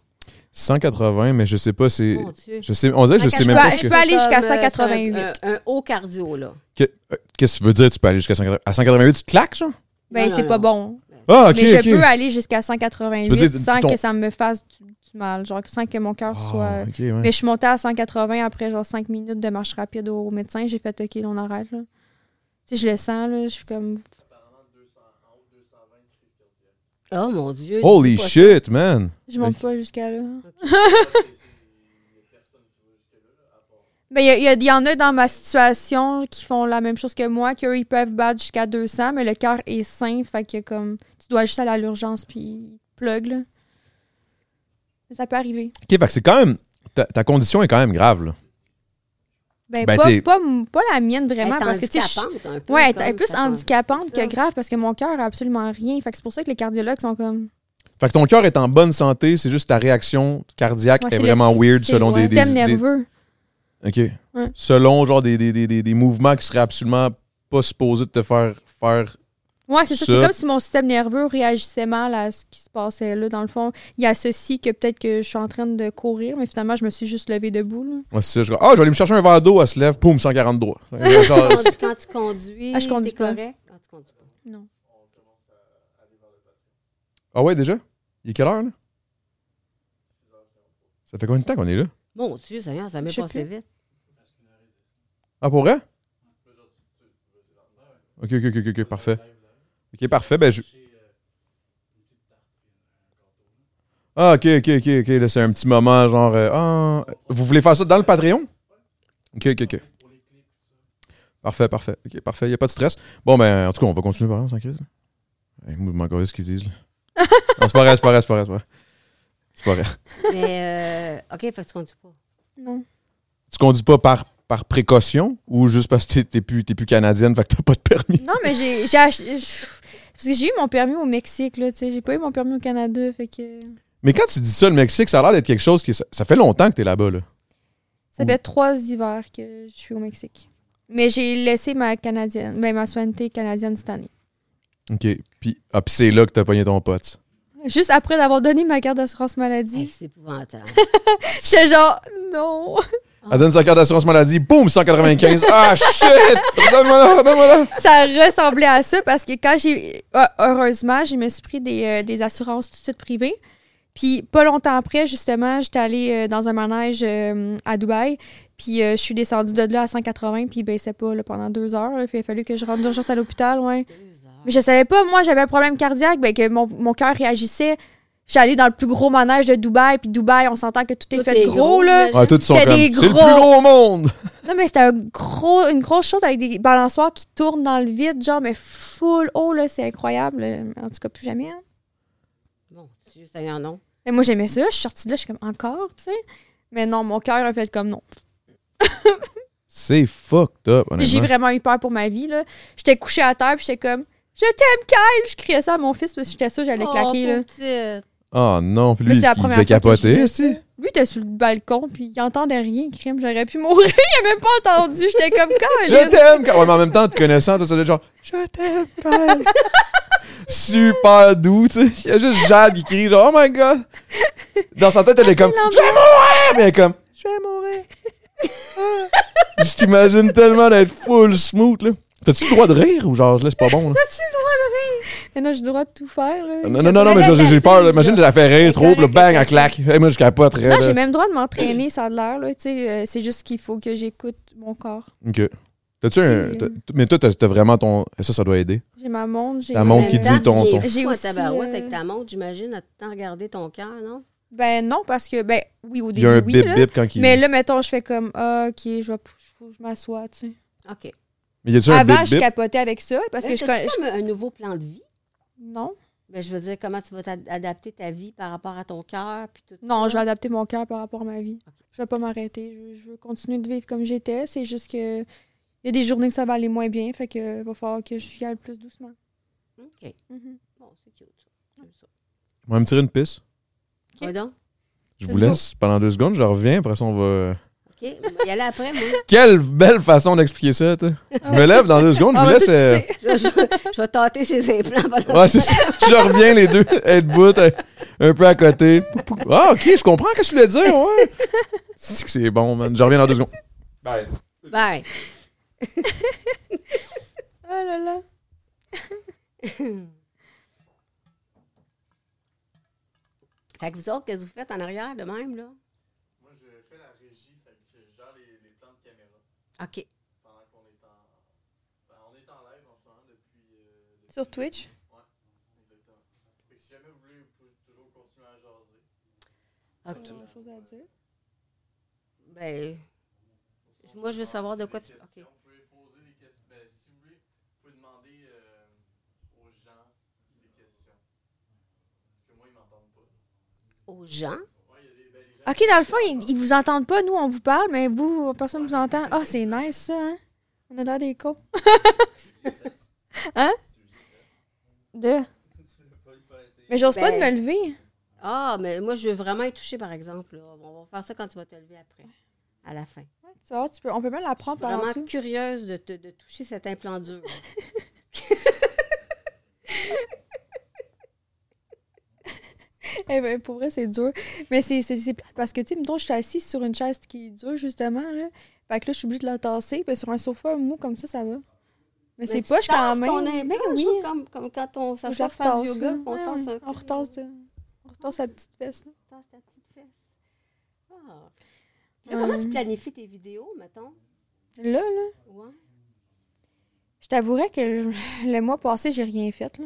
[SPEAKER 1] 180, mais je sais pas, c'est.
[SPEAKER 3] Mon Dieu.
[SPEAKER 1] Ben, Je sais, on dirait que je
[SPEAKER 2] Ok,
[SPEAKER 1] sais
[SPEAKER 2] je
[SPEAKER 1] même
[SPEAKER 2] peux-
[SPEAKER 1] pas
[SPEAKER 2] je
[SPEAKER 1] ce que.
[SPEAKER 2] peux- aller jusqu'à
[SPEAKER 3] Comme, euh,
[SPEAKER 2] 188.
[SPEAKER 3] c'est Un, un- un haut cardio, là.
[SPEAKER 1] que- euh, Qu'est-ce que tu veux dire? Tu peux aller jusqu'à 180. À 188, tu claques, genre?
[SPEAKER 2] Ben,
[SPEAKER 3] Non,
[SPEAKER 2] c'est
[SPEAKER 3] non,
[SPEAKER 2] pas
[SPEAKER 3] non.
[SPEAKER 2] bon.
[SPEAKER 1] Ah, ok,
[SPEAKER 2] mais je
[SPEAKER 1] ok.
[SPEAKER 2] peux aller jusqu'à
[SPEAKER 1] Je veux
[SPEAKER 2] 188
[SPEAKER 1] dire,
[SPEAKER 2] sans
[SPEAKER 1] ton-
[SPEAKER 2] que ça me fasse du, du mal, genre sans que mon cœur
[SPEAKER 1] Ah,
[SPEAKER 2] soit.
[SPEAKER 1] ok, ouais.
[SPEAKER 2] Mais je suis montée à 180 après genre 5 minutes de marche rapide au médecin. J'ai fait OK, là, on arrête. Là. Tu sais, je le sens, là, je suis comme.
[SPEAKER 3] Oh, mon Dieu. tu
[SPEAKER 1] Holy
[SPEAKER 3] sais pas
[SPEAKER 1] shit, man!
[SPEAKER 2] Je monte
[SPEAKER 1] Ok.
[SPEAKER 2] pas jusqu'à là. Ben, il y, a- il y a- il y en a dans ma situation qui font la même chose que moi, qu'eux, ils peuvent battre jusqu'à 200, mais le cœur est sain, fait que comme, tu dois juste aller à l'urgence, puis plug, là. Ça peut arriver.
[SPEAKER 1] Ok, fait que c'est quand même. Ta, ta condition est quand même grave, là.
[SPEAKER 2] Ben,
[SPEAKER 1] Ben,
[SPEAKER 2] pas,
[SPEAKER 1] t'sais-
[SPEAKER 2] pas, pas la mienne,
[SPEAKER 3] Elle est
[SPEAKER 2] vraiment, parce que, tu sais, je-
[SPEAKER 3] handicapante un peu,
[SPEAKER 2] Ouais, elle
[SPEAKER 3] comme
[SPEAKER 2] est plus
[SPEAKER 3] ça,
[SPEAKER 2] handicapante
[SPEAKER 3] ça.
[SPEAKER 2] que grave, parce que mon cœur a absolument rien. Fait que c'est pour ça que les cardiologues sont comme...
[SPEAKER 1] Fait que ton cœur est en bonne santé, c'est juste ta réaction cardiaque
[SPEAKER 2] Ouais,
[SPEAKER 1] est
[SPEAKER 2] le
[SPEAKER 1] vraiment weird
[SPEAKER 2] sy- c'est le
[SPEAKER 1] selon des, des, des-
[SPEAKER 2] système nerveux.
[SPEAKER 1] OK.
[SPEAKER 2] Ouais.
[SPEAKER 1] Selon genre des, des, des, des, des mouvements qui seraient absolument pas supposés de te faire faire.
[SPEAKER 2] Ouais, c'est ça.
[SPEAKER 1] Ça.
[SPEAKER 2] C'est comme si mon système nerveux réagissait mal à ce qui se passait là. Dans le fond, il associe que peut-être que je suis en train de courir, mais finalement, je me suis juste levée debout. là.
[SPEAKER 1] Ouais, c'est ça, je... Ah, je vais aller me chercher un verre d'eau, elle se lève, poum, 143. Genre,
[SPEAKER 3] Quand, quand tu conduis,
[SPEAKER 2] Ah, je conduis
[SPEAKER 3] t'es
[SPEAKER 2] pas.
[SPEAKER 3] correct? Ah, tu conduis pas.
[SPEAKER 2] Non.
[SPEAKER 1] ah ouais, déjà? Il est quelle heure, là? Ça fait combien de temps qu'on est là?
[SPEAKER 3] Mon Dieu, Seigneur, ça m'est
[SPEAKER 2] Je sais
[SPEAKER 3] passé
[SPEAKER 2] plus.
[SPEAKER 3] vite.
[SPEAKER 1] Ah, pour vrai? Ok, ok, ok, ok, ok, parfait. Ok, parfait, ben je... Ah, ok, ok, ok, ok, là, c'est un petit moment, genre... euh, ah, vous voulez faire ça dans le Patreon? Ok, ok, ok. Parfait, parfait, ok, parfait, y a pas de stress. Bon, ben, en tout cas, on va continuer par là, on s'inquiète. Eh, moi, je m'en calisse ce qu'ils disent, là. Non, c'est pas vrai, c'est pas vrai, c'est pas vrai, c'est pas vrai. C'est pas vrai.
[SPEAKER 3] Mais, euh, OK, fait que tu conduis pas.
[SPEAKER 2] Non.
[SPEAKER 1] Tu conduis pas par, par précaution ou juste parce que t'es- t'es plus, t'es plus canadienne, fait que t'as pas de permis?
[SPEAKER 2] Non, mais j'ai j'ai ach- Parce que j'ai eu mon permis au Mexique, là, tu sais. J'ai pas eu mon permis au Canada, fait que...
[SPEAKER 1] Mais quand tu dis ça, le Mexique, ça a l'air d'être quelque chose qui. Ça, ça fait longtemps que t'es là-bas, là.
[SPEAKER 2] Ça fait trois hivers que je suis au Mexique. Mais j'ai laissé ma canadienne, ben, ma soignité canadienne cette année.
[SPEAKER 1] OK. Puis, ah, puis c'est là que t'as pogné ton pote.
[SPEAKER 2] Juste après d'avoir donné ma carte d'assurance
[SPEAKER 3] Hey,
[SPEAKER 2] maladie,
[SPEAKER 3] c'est épouvantable.
[SPEAKER 2] j'étais genre, non! Ah.
[SPEAKER 1] Elle donne sa carte d'assurance maladie, boum, 195. ah, shit! Donne-moi là, donne-moi là!
[SPEAKER 2] ça ressemblait à ça parce que quand j'ai. ah, Heureusement, je me suis pris des, euh, des assurances tout de suite privées. Puis pas longtemps après, justement, j'étais allée euh, dans un manège euh, à Dubaï. Puis euh, je suis descendue de là à 180, puis il baissait pas là, pendant deux heures. là. Puis il a fallu que je rentre d'urgence à l'hôpital, ouais.
[SPEAKER 3] Deux heures.
[SPEAKER 2] Mais je savais pas, moi, j'avais un problème cardiaque, ben, que mon, mon cœur réagissait. J'étais allée dans le plus gros manège de Dubaï, puis Dubaï, on s'entend que tout est
[SPEAKER 3] Tout
[SPEAKER 2] fait
[SPEAKER 3] est
[SPEAKER 2] gros,
[SPEAKER 3] gros,
[SPEAKER 2] là.
[SPEAKER 3] là.
[SPEAKER 1] Ah, tous sont
[SPEAKER 2] C'est
[SPEAKER 1] comme. C'est
[SPEAKER 2] des
[SPEAKER 1] le plus
[SPEAKER 2] gros.
[SPEAKER 1] gros au monde!
[SPEAKER 2] Non, mais c'était un gros, une grosse chose avec des balançoires qui tournent dans le vide, genre, mais full haut, là, c'est incroyable. En tout cas, plus jamais. hein.
[SPEAKER 3] Mon Dieu, Seigneur, non.
[SPEAKER 2] Mais moi, j'aimais ça. Je suis sortie de là, je suis comme, encore, tu sais. Mais non, mon cœur a fait comme non.
[SPEAKER 1] C'est fucked up,
[SPEAKER 2] J'ai
[SPEAKER 1] honnêtement.
[SPEAKER 2] vraiment eu peur pour ma vie. là. J'étais couchée à terre, puis j'étais comme Je t'aime, Kyle! Je criais ça à mon fils parce que j'étais sûre que
[SPEAKER 3] Oh,
[SPEAKER 2] j'allais claquer. là.
[SPEAKER 1] Ah non, puis
[SPEAKER 2] Mais
[SPEAKER 1] lui,
[SPEAKER 2] c'est la
[SPEAKER 1] il
[SPEAKER 2] première
[SPEAKER 1] devait
[SPEAKER 2] fois que je
[SPEAKER 1] capoter,
[SPEAKER 2] fais
[SPEAKER 1] est-ce que-
[SPEAKER 2] Lui, il était sur le balcon, puis il entendait rien, crime. J'aurais pu mourir. Il a même pas entendu. J'étais comme
[SPEAKER 1] Je
[SPEAKER 2] Kyle!
[SPEAKER 1] t'aime! Kyle. Ouais, mais en même temps, te connaissant, toi, ça doit être genre, je t'aime, Kyle. Super doux, tu sais. Il y a juste Jade qui crie, genre, oh my god. Dans sa tête, elle est comme, je vais mourir! Mais elle est comme, je vais mourir. Ah. Je t'imagine tellement d'être full smooth, là. T'as-tu le droit de rire ou genre, je laisse pas bon, là?
[SPEAKER 2] Mais non, j'ai le droit de tout faire. là.
[SPEAKER 1] Non, non, non, non, mais j'ai j'ai peur, là. Imagine, je la fais rire trop, puis là, bang, elle claque. Hey, moi, je capote, raide,
[SPEAKER 2] Non, j'ai
[SPEAKER 1] là.
[SPEAKER 2] même le droit de m'entraîner, ça a l'air. là. Tu sais, euh, c'est juste qu'il faut que j'écoute mon corps.
[SPEAKER 1] Ok. T'as-tu un.
[SPEAKER 2] C'est-
[SPEAKER 1] t'as- Mais toi, t'as t'as vraiment ton. Ça, ça doit aider.
[SPEAKER 2] J'ai ma montre. j'ai
[SPEAKER 1] Ta
[SPEAKER 2] ma-
[SPEAKER 1] montre qui dit ton- ton-
[SPEAKER 3] J'ai
[SPEAKER 2] J'ai
[SPEAKER 3] aussi.
[SPEAKER 2] aussi,
[SPEAKER 3] tabarouette
[SPEAKER 2] euh,
[SPEAKER 3] avec ta montre, j'imagine, à tout le temps regarder ton cœur, non?
[SPEAKER 2] Ben non, parce que, ben oui, au
[SPEAKER 1] Il y a un
[SPEAKER 2] début, oui, là.
[SPEAKER 1] bip-bip quand il.
[SPEAKER 2] Mais
[SPEAKER 1] Mais
[SPEAKER 2] là, mettons, je fais comme, ah, ok, je vais, faut que je m'assoie, tu sais.
[SPEAKER 3] OK.
[SPEAKER 1] y a-tu un
[SPEAKER 2] Avant, je
[SPEAKER 1] bip-bip?
[SPEAKER 2] capotais avec ça, parce que je, connais-
[SPEAKER 3] comme un nouveau plan de vie.
[SPEAKER 2] je- Non,
[SPEAKER 3] Ben, je veux dire, comment tu vas t'adapter ta vie par rapport à ton cœur, puis tout
[SPEAKER 2] non,
[SPEAKER 3] ça.
[SPEAKER 2] je vais adapter mon cœur par rapport à ma vie. Je vais pas m'arrêter, je, je veux continuer de vivre comme j'étais, c'est juste que... Il y a des journées que ça va aller moins bien, fait que va falloir que je y aille plus doucement.
[SPEAKER 3] OK.
[SPEAKER 2] Mhm.
[SPEAKER 3] Bon, c'est cute, ça. J'aime ça.
[SPEAKER 1] On va me tirer une piste.
[SPEAKER 3] Ouais, donc.
[SPEAKER 1] Je
[SPEAKER 2] Let's
[SPEAKER 1] vous
[SPEAKER 2] go.
[SPEAKER 1] laisse pendant deux secondes, je reviens, après ça on va.
[SPEAKER 3] OK. on va y aller après, moi.
[SPEAKER 1] Quelle belle façon d'expliquer ça, tu sais. Je me lève dans deux secondes, je
[SPEAKER 2] On
[SPEAKER 1] vous
[SPEAKER 2] va
[SPEAKER 1] laisse.
[SPEAKER 2] Ah, tout
[SPEAKER 1] euh,
[SPEAKER 2] pisser.
[SPEAKER 3] Je, je- je vais tâter ses implants pendant
[SPEAKER 1] Ouais, c'est ça. Je reviens les deux, être bout, euh, un peu à côté. Ah, ok, je comprends ce que tu voulais dire, ouais. C'est que c'est bon, man. Je reviens dans deux secondes. Bye.
[SPEAKER 3] Bye.
[SPEAKER 2] Oh là là.
[SPEAKER 3] Fait que vous autres, qu'est-ce que vous faites en arrière de même, là? Moi, je fais
[SPEAKER 2] Sur Twitch?
[SPEAKER 3] la régie, fait que je gère les, plans de caméra. OK. OK.
[SPEAKER 2] J'ai chose à dire.
[SPEAKER 3] Ben, moi, je veux savoir de quoi tu... OK. Aux gens?
[SPEAKER 2] OK, dans le fond, ils, ils vous entendent pas, nous, on vous parle, mais vous, personne vous entend. Ah, c'est nice, ça, hein? On a l'air des cons. hein? De. Mais j'ose pas de me
[SPEAKER 3] Ben.
[SPEAKER 2] lever.
[SPEAKER 3] Ah, mais moi, je veux vraiment être touchée, par exemple. là. On va faire ça quand tu vas te lever après, à la fin.
[SPEAKER 2] Tu vois, tu peux, on peut même la
[SPEAKER 3] Je suis
[SPEAKER 2] prendre par en
[SPEAKER 3] vraiment
[SPEAKER 2] dessous.
[SPEAKER 3] curieuse de, te- de toucher cet implant dur.
[SPEAKER 2] Eh ben, pour vrai, c'est dur. Mais c'est c'est- c'est plate parce que, tu sais, mettons, je suis assise sur une chaise qui est dure, justement. Là. Fait que là, je suis obligée de la tasser. Puis sur un sofa mou comme ça, ça va. Mais c'est
[SPEAKER 3] tu
[SPEAKER 2] poche quand
[SPEAKER 3] tasses
[SPEAKER 2] même.
[SPEAKER 3] ton implant,
[SPEAKER 2] Ben
[SPEAKER 3] je
[SPEAKER 2] oui.
[SPEAKER 3] trouve, Comme, comme quand on
[SPEAKER 2] Faut que je
[SPEAKER 3] s'assoit
[SPEAKER 2] la
[SPEAKER 3] pour faire
[SPEAKER 2] retasse,
[SPEAKER 3] du yoga,
[SPEAKER 2] là.
[SPEAKER 3] on
[SPEAKER 2] Ouais,
[SPEAKER 3] tasse
[SPEAKER 2] ouais.
[SPEAKER 3] un peu.
[SPEAKER 2] On retasse de- on retasse la petite fesse. là.
[SPEAKER 3] Tasse ta petite fesse. Ah. Là, Comment tu
[SPEAKER 2] Hum.
[SPEAKER 3] planifies tes vidéos, mettons?
[SPEAKER 2] Là, là.
[SPEAKER 3] Ouais.
[SPEAKER 2] Je t'avouerais que le- le mois passé, j'ai rien fait. Là.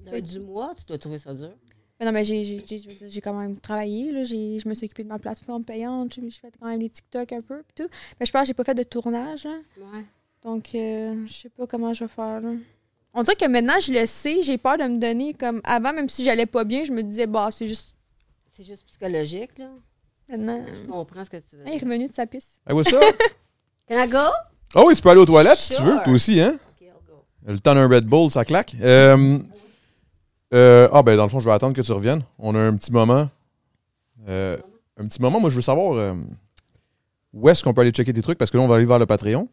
[SPEAKER 3] D'un- Du mois, tu dois trouver ça dur.
[SPEAKER 2] Mais non, mais j'ai- j'ai j'ai- je veux dire, j'ai quand même travaillé. Là. J'ai- Je me suis occupée de ma plateforme payante. Je, je fais quand même des TikTok un peu. pis tout. Mais je pense que j'ai pas fait de tournage. là.
[SPEAKER 3] Ouais.
[SPEAKER 2] Donc, euh, je sais pas comment je vais faire. là. On dirait que maintenant, je le sais. J'ai peur de me donner comme avant, même si j'allais pas bien, je me disais, bah, c'est juste
[SPEAKER 3] C'est juste psychologique, là.
[SPEAKER 2] maintenant.
[SPEAKER 3] Je comprends ce que tu veux
[SPEAKER 2] Ah, il est
[SPEAKER 3] dire.
[SPEAKER 2] revenu de sa piste.
[SPEAKER 1] Hey, what's up?
[SPEAKER 3] Can I go?
[SPEAKER 1] Ah oui, tu peux aller aux toilettes si tu
[SPEAKER 3] Sure.
[SPEAKER 1] veux, toi aussi, hein?
[SPEAKER 3] OK, I'll go.
[SPEAKER 1] Le temps d'un Red Bull, ça claque. Euh, euh, ah, ben, dans le fond, je vais attendre que tu reviennes. On a un petit moment. Euh, un petit moment. Moi, je veux savoir euh, où est-ce qu'on peut aller checker tes trucs parce que là, on va aller vers le Patreon.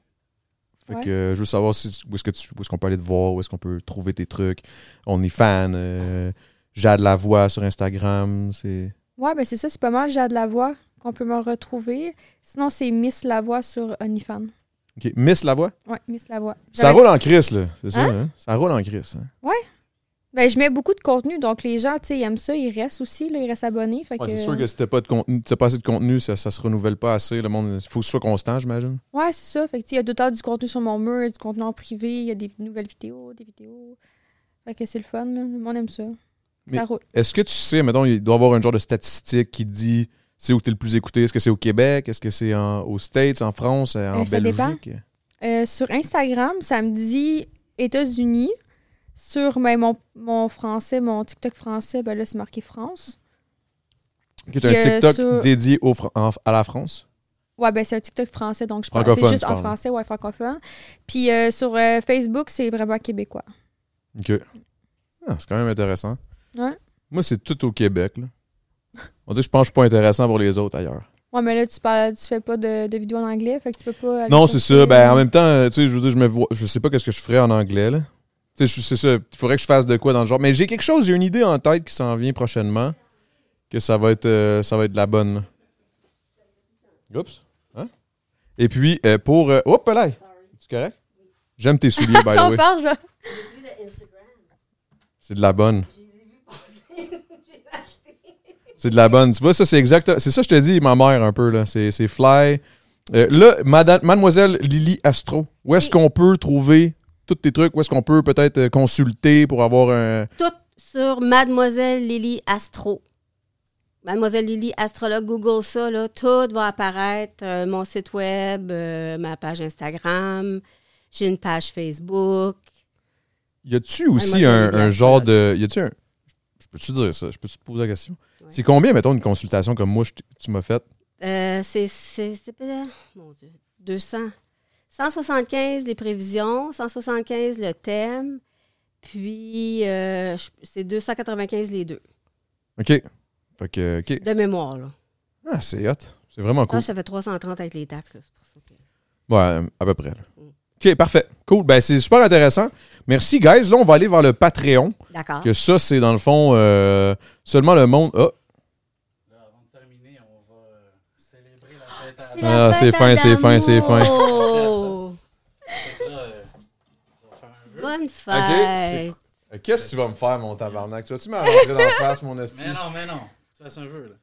[SPEAKER 1] Fait
[SPEAKER 2] Ouais.
[SPEAKER 1] que euh, je veux savoir si- où est-ce que tu- où est-ce qu'on peut aller te voir, où est-ce qu'on peut trouver tes trucs. On est fan. euh, Jade la voix sur Instagram. C'est.
[SPEAKER 2] Ouais, ben c'est ça, c'est pas mal. J'ai de la voix qu'on peut me retrouver. Sinon, c'est Miss La Voix sur OnlyFans.
[SPEAKER 1] Ok, Miss la voix.
[SPEAKER 2] Ouais, Miss La Voix.
[SPEAKER 1] Ça
[SPEAKER 2] J'avais-
[SPEAKER 1] roule en crise, là. C'est ça, hein? Ça roule en crise. hein?
[SPEAKER 2] Ben, je mets beaucoup de contenu, donc les gens, tu sais, ils aiment ça, ils restent aussi, là, ils restent abonnés. Fait
[SPEAKER 1] Ouais,
[SPEAKER 2] que...
[SPEAKER 1] c'est sûr que si t'as pas de contenu, t'as pas assez de contenu, ça, ça se renouvelle pas assez. Le monde, faut que ce soit constant, j'imagine.
[SPEAKER 2] Ouais, c'est ça. Fait que, tu sais, il y a deux temps du contenu sur mon mur, il y a du contenu en privé, il y a des nouvelles vidéos, des vidéos. Fait que c'est le fun, là. Le monde aime ça.
[SPEAKER 1] Mais-
[SPEAKER 2] Ça roule.
[SPEAKER 1] Est-ce que tu sais, mettons, il doit y avoir un genre de statistique qui dit c'est où que t'es le plus écouté? Est-ce que c'est au Québec? Est-ce que c'est en- aux States, en France, en
[SPEAKER 2] Euh, ça
[SPEAKER 1] Belgique?
[SPEAKER 2] dépend. Euh, sur Instagram, ça me dit États-Unis. Sur ben, mon, mon français, mon TikTok français, ben là, c'est marqué France.
[SPEAKER 1] Que t'as un
[SPEAKER 2] Puis, euh,
[SPEAKER 1] TikTok
[SPEAKER 2] sur-
[SPEAKER 1] dédié au Fran- en- à la France?
[SPEAKER 2] Ouais, ben c'est un TikTok français, donc je pense c'est
[SPEAKER 1] Francophone,
[SPEAKER 2] juste
[SPEAKER 1] tu
[SPEAKER 2] en
[SPEAKER 1] parles.
[SPEAKER 2] français, ouais, francophone. Puis euh, sur euh, Facebook, c'est vraiment québécois.
[SPEAKER 1] OK. Ah, c'est quand même intéressant.
[SPEAKER 2] Ouais.
[SPEAKER 1] Moi, c'est tout au Québec. Là. On dit que je pense que je suis pas intéressant pour les autres ailleurs.
[SPEAKER 2] Ouais, mais là, tu parles, tu fais pas de, de vidéos en anglais, fait que tu peux pas. aller
[SPEAKER 1] Non, c'est
[SPEAKER 2] chercher,
[SPEAKER 1] ça. Ben,
[SPEAKER 2] euh,
[SPEAKER 1] en même temps, euh, tu sais, je veux dire, je me vois, je sais pas qu'est-ce que je ferais en anglais, là. Tu sais, je- c'est ça. Il faudrait que je fasse de quoi dans le genre. Mais j'ai quelque chose, j'ai une idée en tête qui s'en vient prochainement, que ça va être, euh, ça va être la bonne. là. Oups. Hein? Et puis, euh, pour. Euh, hop là! Tu correct? J'aime tes souliers, by the
[SPEAKER 2] Sans
[SPEAKER 1] way.
[SPEAKER 2] farge, là.
[SPEAKER 1] C'est de la bonne. C'est de la bonne. Tu vois, ça, c'est exact. C'est ça, que je te dis, ma mère, un peu, là. C'est c'est fly. Euh, là, madame, mademoiselle Lily Astro, où est-ce
[SPEAKER 3] Oui.
[SPEAKER 1] qu'on peut trouver tous tes trucs? Où est-ce qu'on peut peut-être euh, consulter pour avoir un.
[SPEAKER 3] Tout sur Mademoiselle Lily Astro. Mademoiselle Lily Astrologue, Google ça, là, tout va apparaître. Euh, mon site web, euh, ma page Instagram, j'ai une page Facebook.
[SPEAKER 1] Y a-tu aussi
[SPEAKER 3] Mademoiselle
[SPEAKER 1] un,
[SPEAKER 3] Lily
[SPEAKER 1] un
[SPEAKER 3] Astrologue.
[SPEAKER 1] genre de. Y a-tu un. Je peux-tu dire ça? Je peux-tu te poser la question?
[SPEAKER 3] Ouais.
[SPEAKER 1] C'est combien, mettons, une consultation comme moi, je t- tu m'as faite?
[SPEAKER 3] Euh, c'est, c'est, c'est peut- mon Dieu, 200. 175 les prévisions, 175 le thème, puis euh, je- c'est 295 les deux,
[SPEAKER 1] OK. Fait que. OK.
[SPEAKER 3] de mémoire. Là.
[SPEAKER 1] Ah, c'est hot. C'est vraiment
[SPEAKER 3] Je pense
[SPEAKER 1] cool.
[SPEAKER 3] que ça fait 330 avec les taxes. là, c'est pour ça que-
[SPEAKER 1] Ouais, à peu près. là. OK, parfait. Cool. Ben, c'est super intéressant. Merci, guys. Là, on va aller vers le Patreon.
[SPEAKER 3] D'accord.
[SPEAKER 1] Que ça, c'est dans le fond euh, seulement le monde. Ah,
[SPEAKER 4] Là, avant de terminer, on va euh, célébrer la fête à
[SPEAKER 3] C'est
[SPEAKER 4] la
[SPEAKER 3] la
[SPEAKER 1] Ah, c'est
[SPEAKER 3] fête
[SPEAKER 1] fin,
[SPEAKER 3] à
[SPEAKER 1] c'est fin, c'est fin.
[SPEAKER 3] l'amour.
[SPEAKER 4] fête, là, euh, on va faire un vœu.
[SPEAKER 3] Bonne fête.
[SPEAKER 1] euh, qu'est-ce que tu vas me faire, mon tabarnak? Tu vas-tu me rentrer dans la face, mon esti?
[SPEAKER 4] Mais non, mais non. Tu fasses un vœu, là.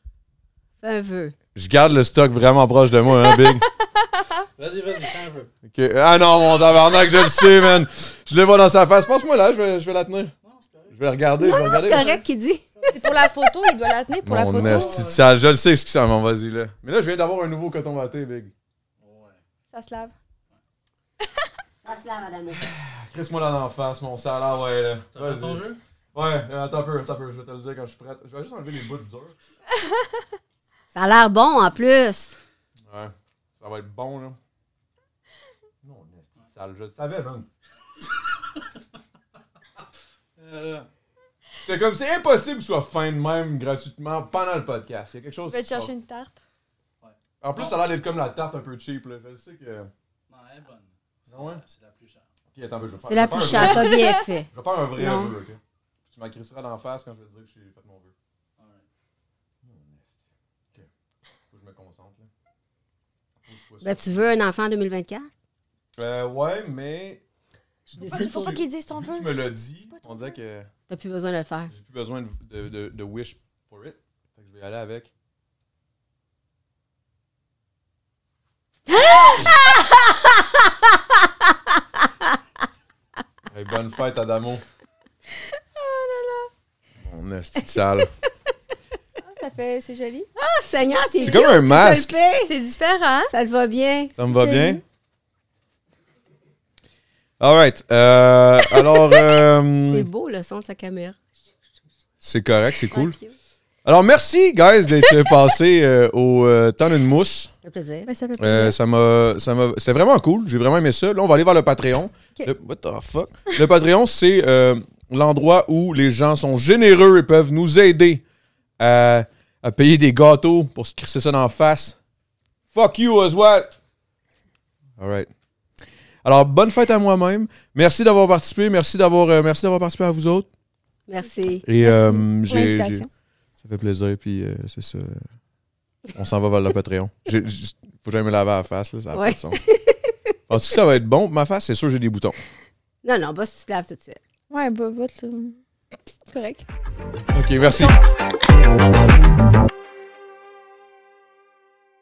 [SPEAKER 3] Fais un vœu.
[SPEAKER 1] Je garde le stock vraiment proche de moi, hein, Big?
[SPEAKER 4] Vas-y, vas-y, fais un vœu.
[SPEAKER 1] OK. Ah non, mon tabarnak, je le sais, man. Je le vois dans sa face. Passe-moi là, je vais, je vais la tenir. Je vais regarder. je vais regarder.
[SPEAKER 3] C'est correct qu'il dit.
[SPEAKER 2] C'est pour la photo, il doit la tenir pour la
[SPEAKER 1] Mon
[SPEAKER 2] photo.
[SPEAKER 1] esti de sale, je le sais ce qui s'en va, vas-y, là. Mais là, je viens d'avoir un nouveau coton batté, Big.
[SPEAKER 4] Ouais.
[SPEAKER 2] Ça se lave.
[SPEAKER 1] Crisse-moi là dans la face, mon salaire, ouais, là.
[SPEAKER 4] T'as fait ton
[SPEAKER 1] Vas-y.
[SPEAKER 4] vœu?
[SPEAKER 1] Ouais, euh, attends un peu, attends un peu, je vais te le dire quand je suis prête. Je vais juste enlever les bouts durs.
[SPEAKER 3] Ça a l'air bon en plus.
[SPEAKER 1] Ouais. Ça va être bon, là. Non, mais c'est sale, je le savais, man.
[SPEAKER 4] Euh, là.
[SPEAKER 1] J'étais comme, c'est impossible que soit fin de même gratuitement pendant le podcast. Il y a quelque
[SPEAKER 2] Je
[SPEAKER 1] chose.
[SPEAKER 2] vais
[SPEAKER 1] qui
[SPEAKER 2] te chercher
[SPEAKER 1] se
[SPEAKER 2] une tarte.
[SPEAKER 1] passe. En plus, ça a l'air d'être comme la tarte un peu cheap, là. Je sais que. Ok,
[SPEAKER 4] Non, elle est bonne. C'est
[SPEAKER 1] Ah ouais?
[SPEAKER 4] la- c'est la plus chère.
[SPEAKER 1] attends, je vais faire
[SPEAKER 3] C'est la
[SPEAKER 1] je vais
[SPEAKER 3] plus
[SPEAKER 1] faire un
[SPEAKER 3] chère.
[SPEAKER 1] vrai-
[SPEAKER 3] T'as bien fait.
[SPEAKER 1] Je vais faire un vrai
[SPEAKER 3] Non.
[SPEAKER 1] vœu, ok? Tu m'en crisseras dans la face quand je vais te dire que j'ai fait mon vœu.
[SPEAKER 4] Alright.
[SPEAKER 1] Ok. Faut que je me concentre, là. Faut que je sois
[SPEAKER 3] Ben, tu veux un enfant en 2024?
[SPEAKER 1] sûr. Euh, ouais, mais.
[SPEAKER 3] Je
[SPEAKER 2] Faut pas-
[SPEAKER 3] décide
[SPEAKER 2] Faut pas qu'il dise ton hein,
[SPEAKER 1] Vu que
[SPEAKER 2] vœu.
[SPEAKER 1] tu me l'as dit,
[SPEAKER 2] pas ton
[SPEAKER 1] on dirait que.
[SPEAKER 3] T'as plus besoin de le faire.
[SPEAKER 1] J'ai plus besoin de, de, de- de wish for it. Fait que je vais y aller avec. Hey, bonne fête, Adamo. Oh là là. Mon esti de sale.
[SPEAKER 2] Ah, Ça fait, c'est joli.
[SPEAKER 3] Ah, Seigneur, t'es
[SPEAKER 1] C'est comme un masque.
[SPEAKER 2] C'est différent.
[SPEAKER 3] Ça te va bien?
[SPEAKER 1] Ça me
[SPEAKER 2] C'est
[SPEAKER 1] va
[SPEAKER 2] joli.
[SPEAKER 1] bien? Alright. Euh, alors, euh,
[SPEAKER 3] C'est beau le son de sa caméra.
[SPEAKER 1] c'est correct, c'est cool.
[SPEAKER 3] Thank you. Ça
[SPEAKER 1] Alors, merci, guys, d'être passé euh, au euh, temps d'une mousse.
[SPEAKER 3] fait plaisir.
[SPEAKER 2] Mais Ben, ça fait
[SPEAKER 1] Euh,
[SPEAKER 2] plaisir.
[SPEAKER 1] ça m'a, ça m'a- c'était vraiment cool. J'ai vraiment aimé ça. Là, on va aller vers le Patreon.
[SPEAKER 2] Ok.
[SPEAKER 1] Le, what the fuck? Le Patreon, c'est euh, l'endroit où les gens sont généreux et peuvent nous aider à, à payer des gâteaux pour se crisser ça en face. Fuck you as well. All right. Alors, bonne fête à moi-même. Merci d'avoir participé. Merci d'avoir, euh, merci d'avoir participé à vous autres.
[SPEAKER 3] Merci.
[SPEAKER 1] Et euh,
[SPEAKER 2] pour
[SPEAKER 1] j'ai, j'ai-
[SPEAKER 2] l'invitation.
[SPEAKER 1] ça fait plaisir. Puis euh, c'est ça. On s'en va vers le Patreon. J'ai- j'ai- faut jamais me laver la face, là, ça a
[SPEAKER 3] Ouais.
[SPEAKER 1] pas de sens. Penses-tu que ça va être bon pour ma face? C'est sûr, j'ai des boutons.
[SPEAKER 3] Non, non, bah, si tu te laves tout de suite.
[SPEAKER 2] Ouais, bah, vote. là. C'est correct.
[SPEAKER 1] OK, merci.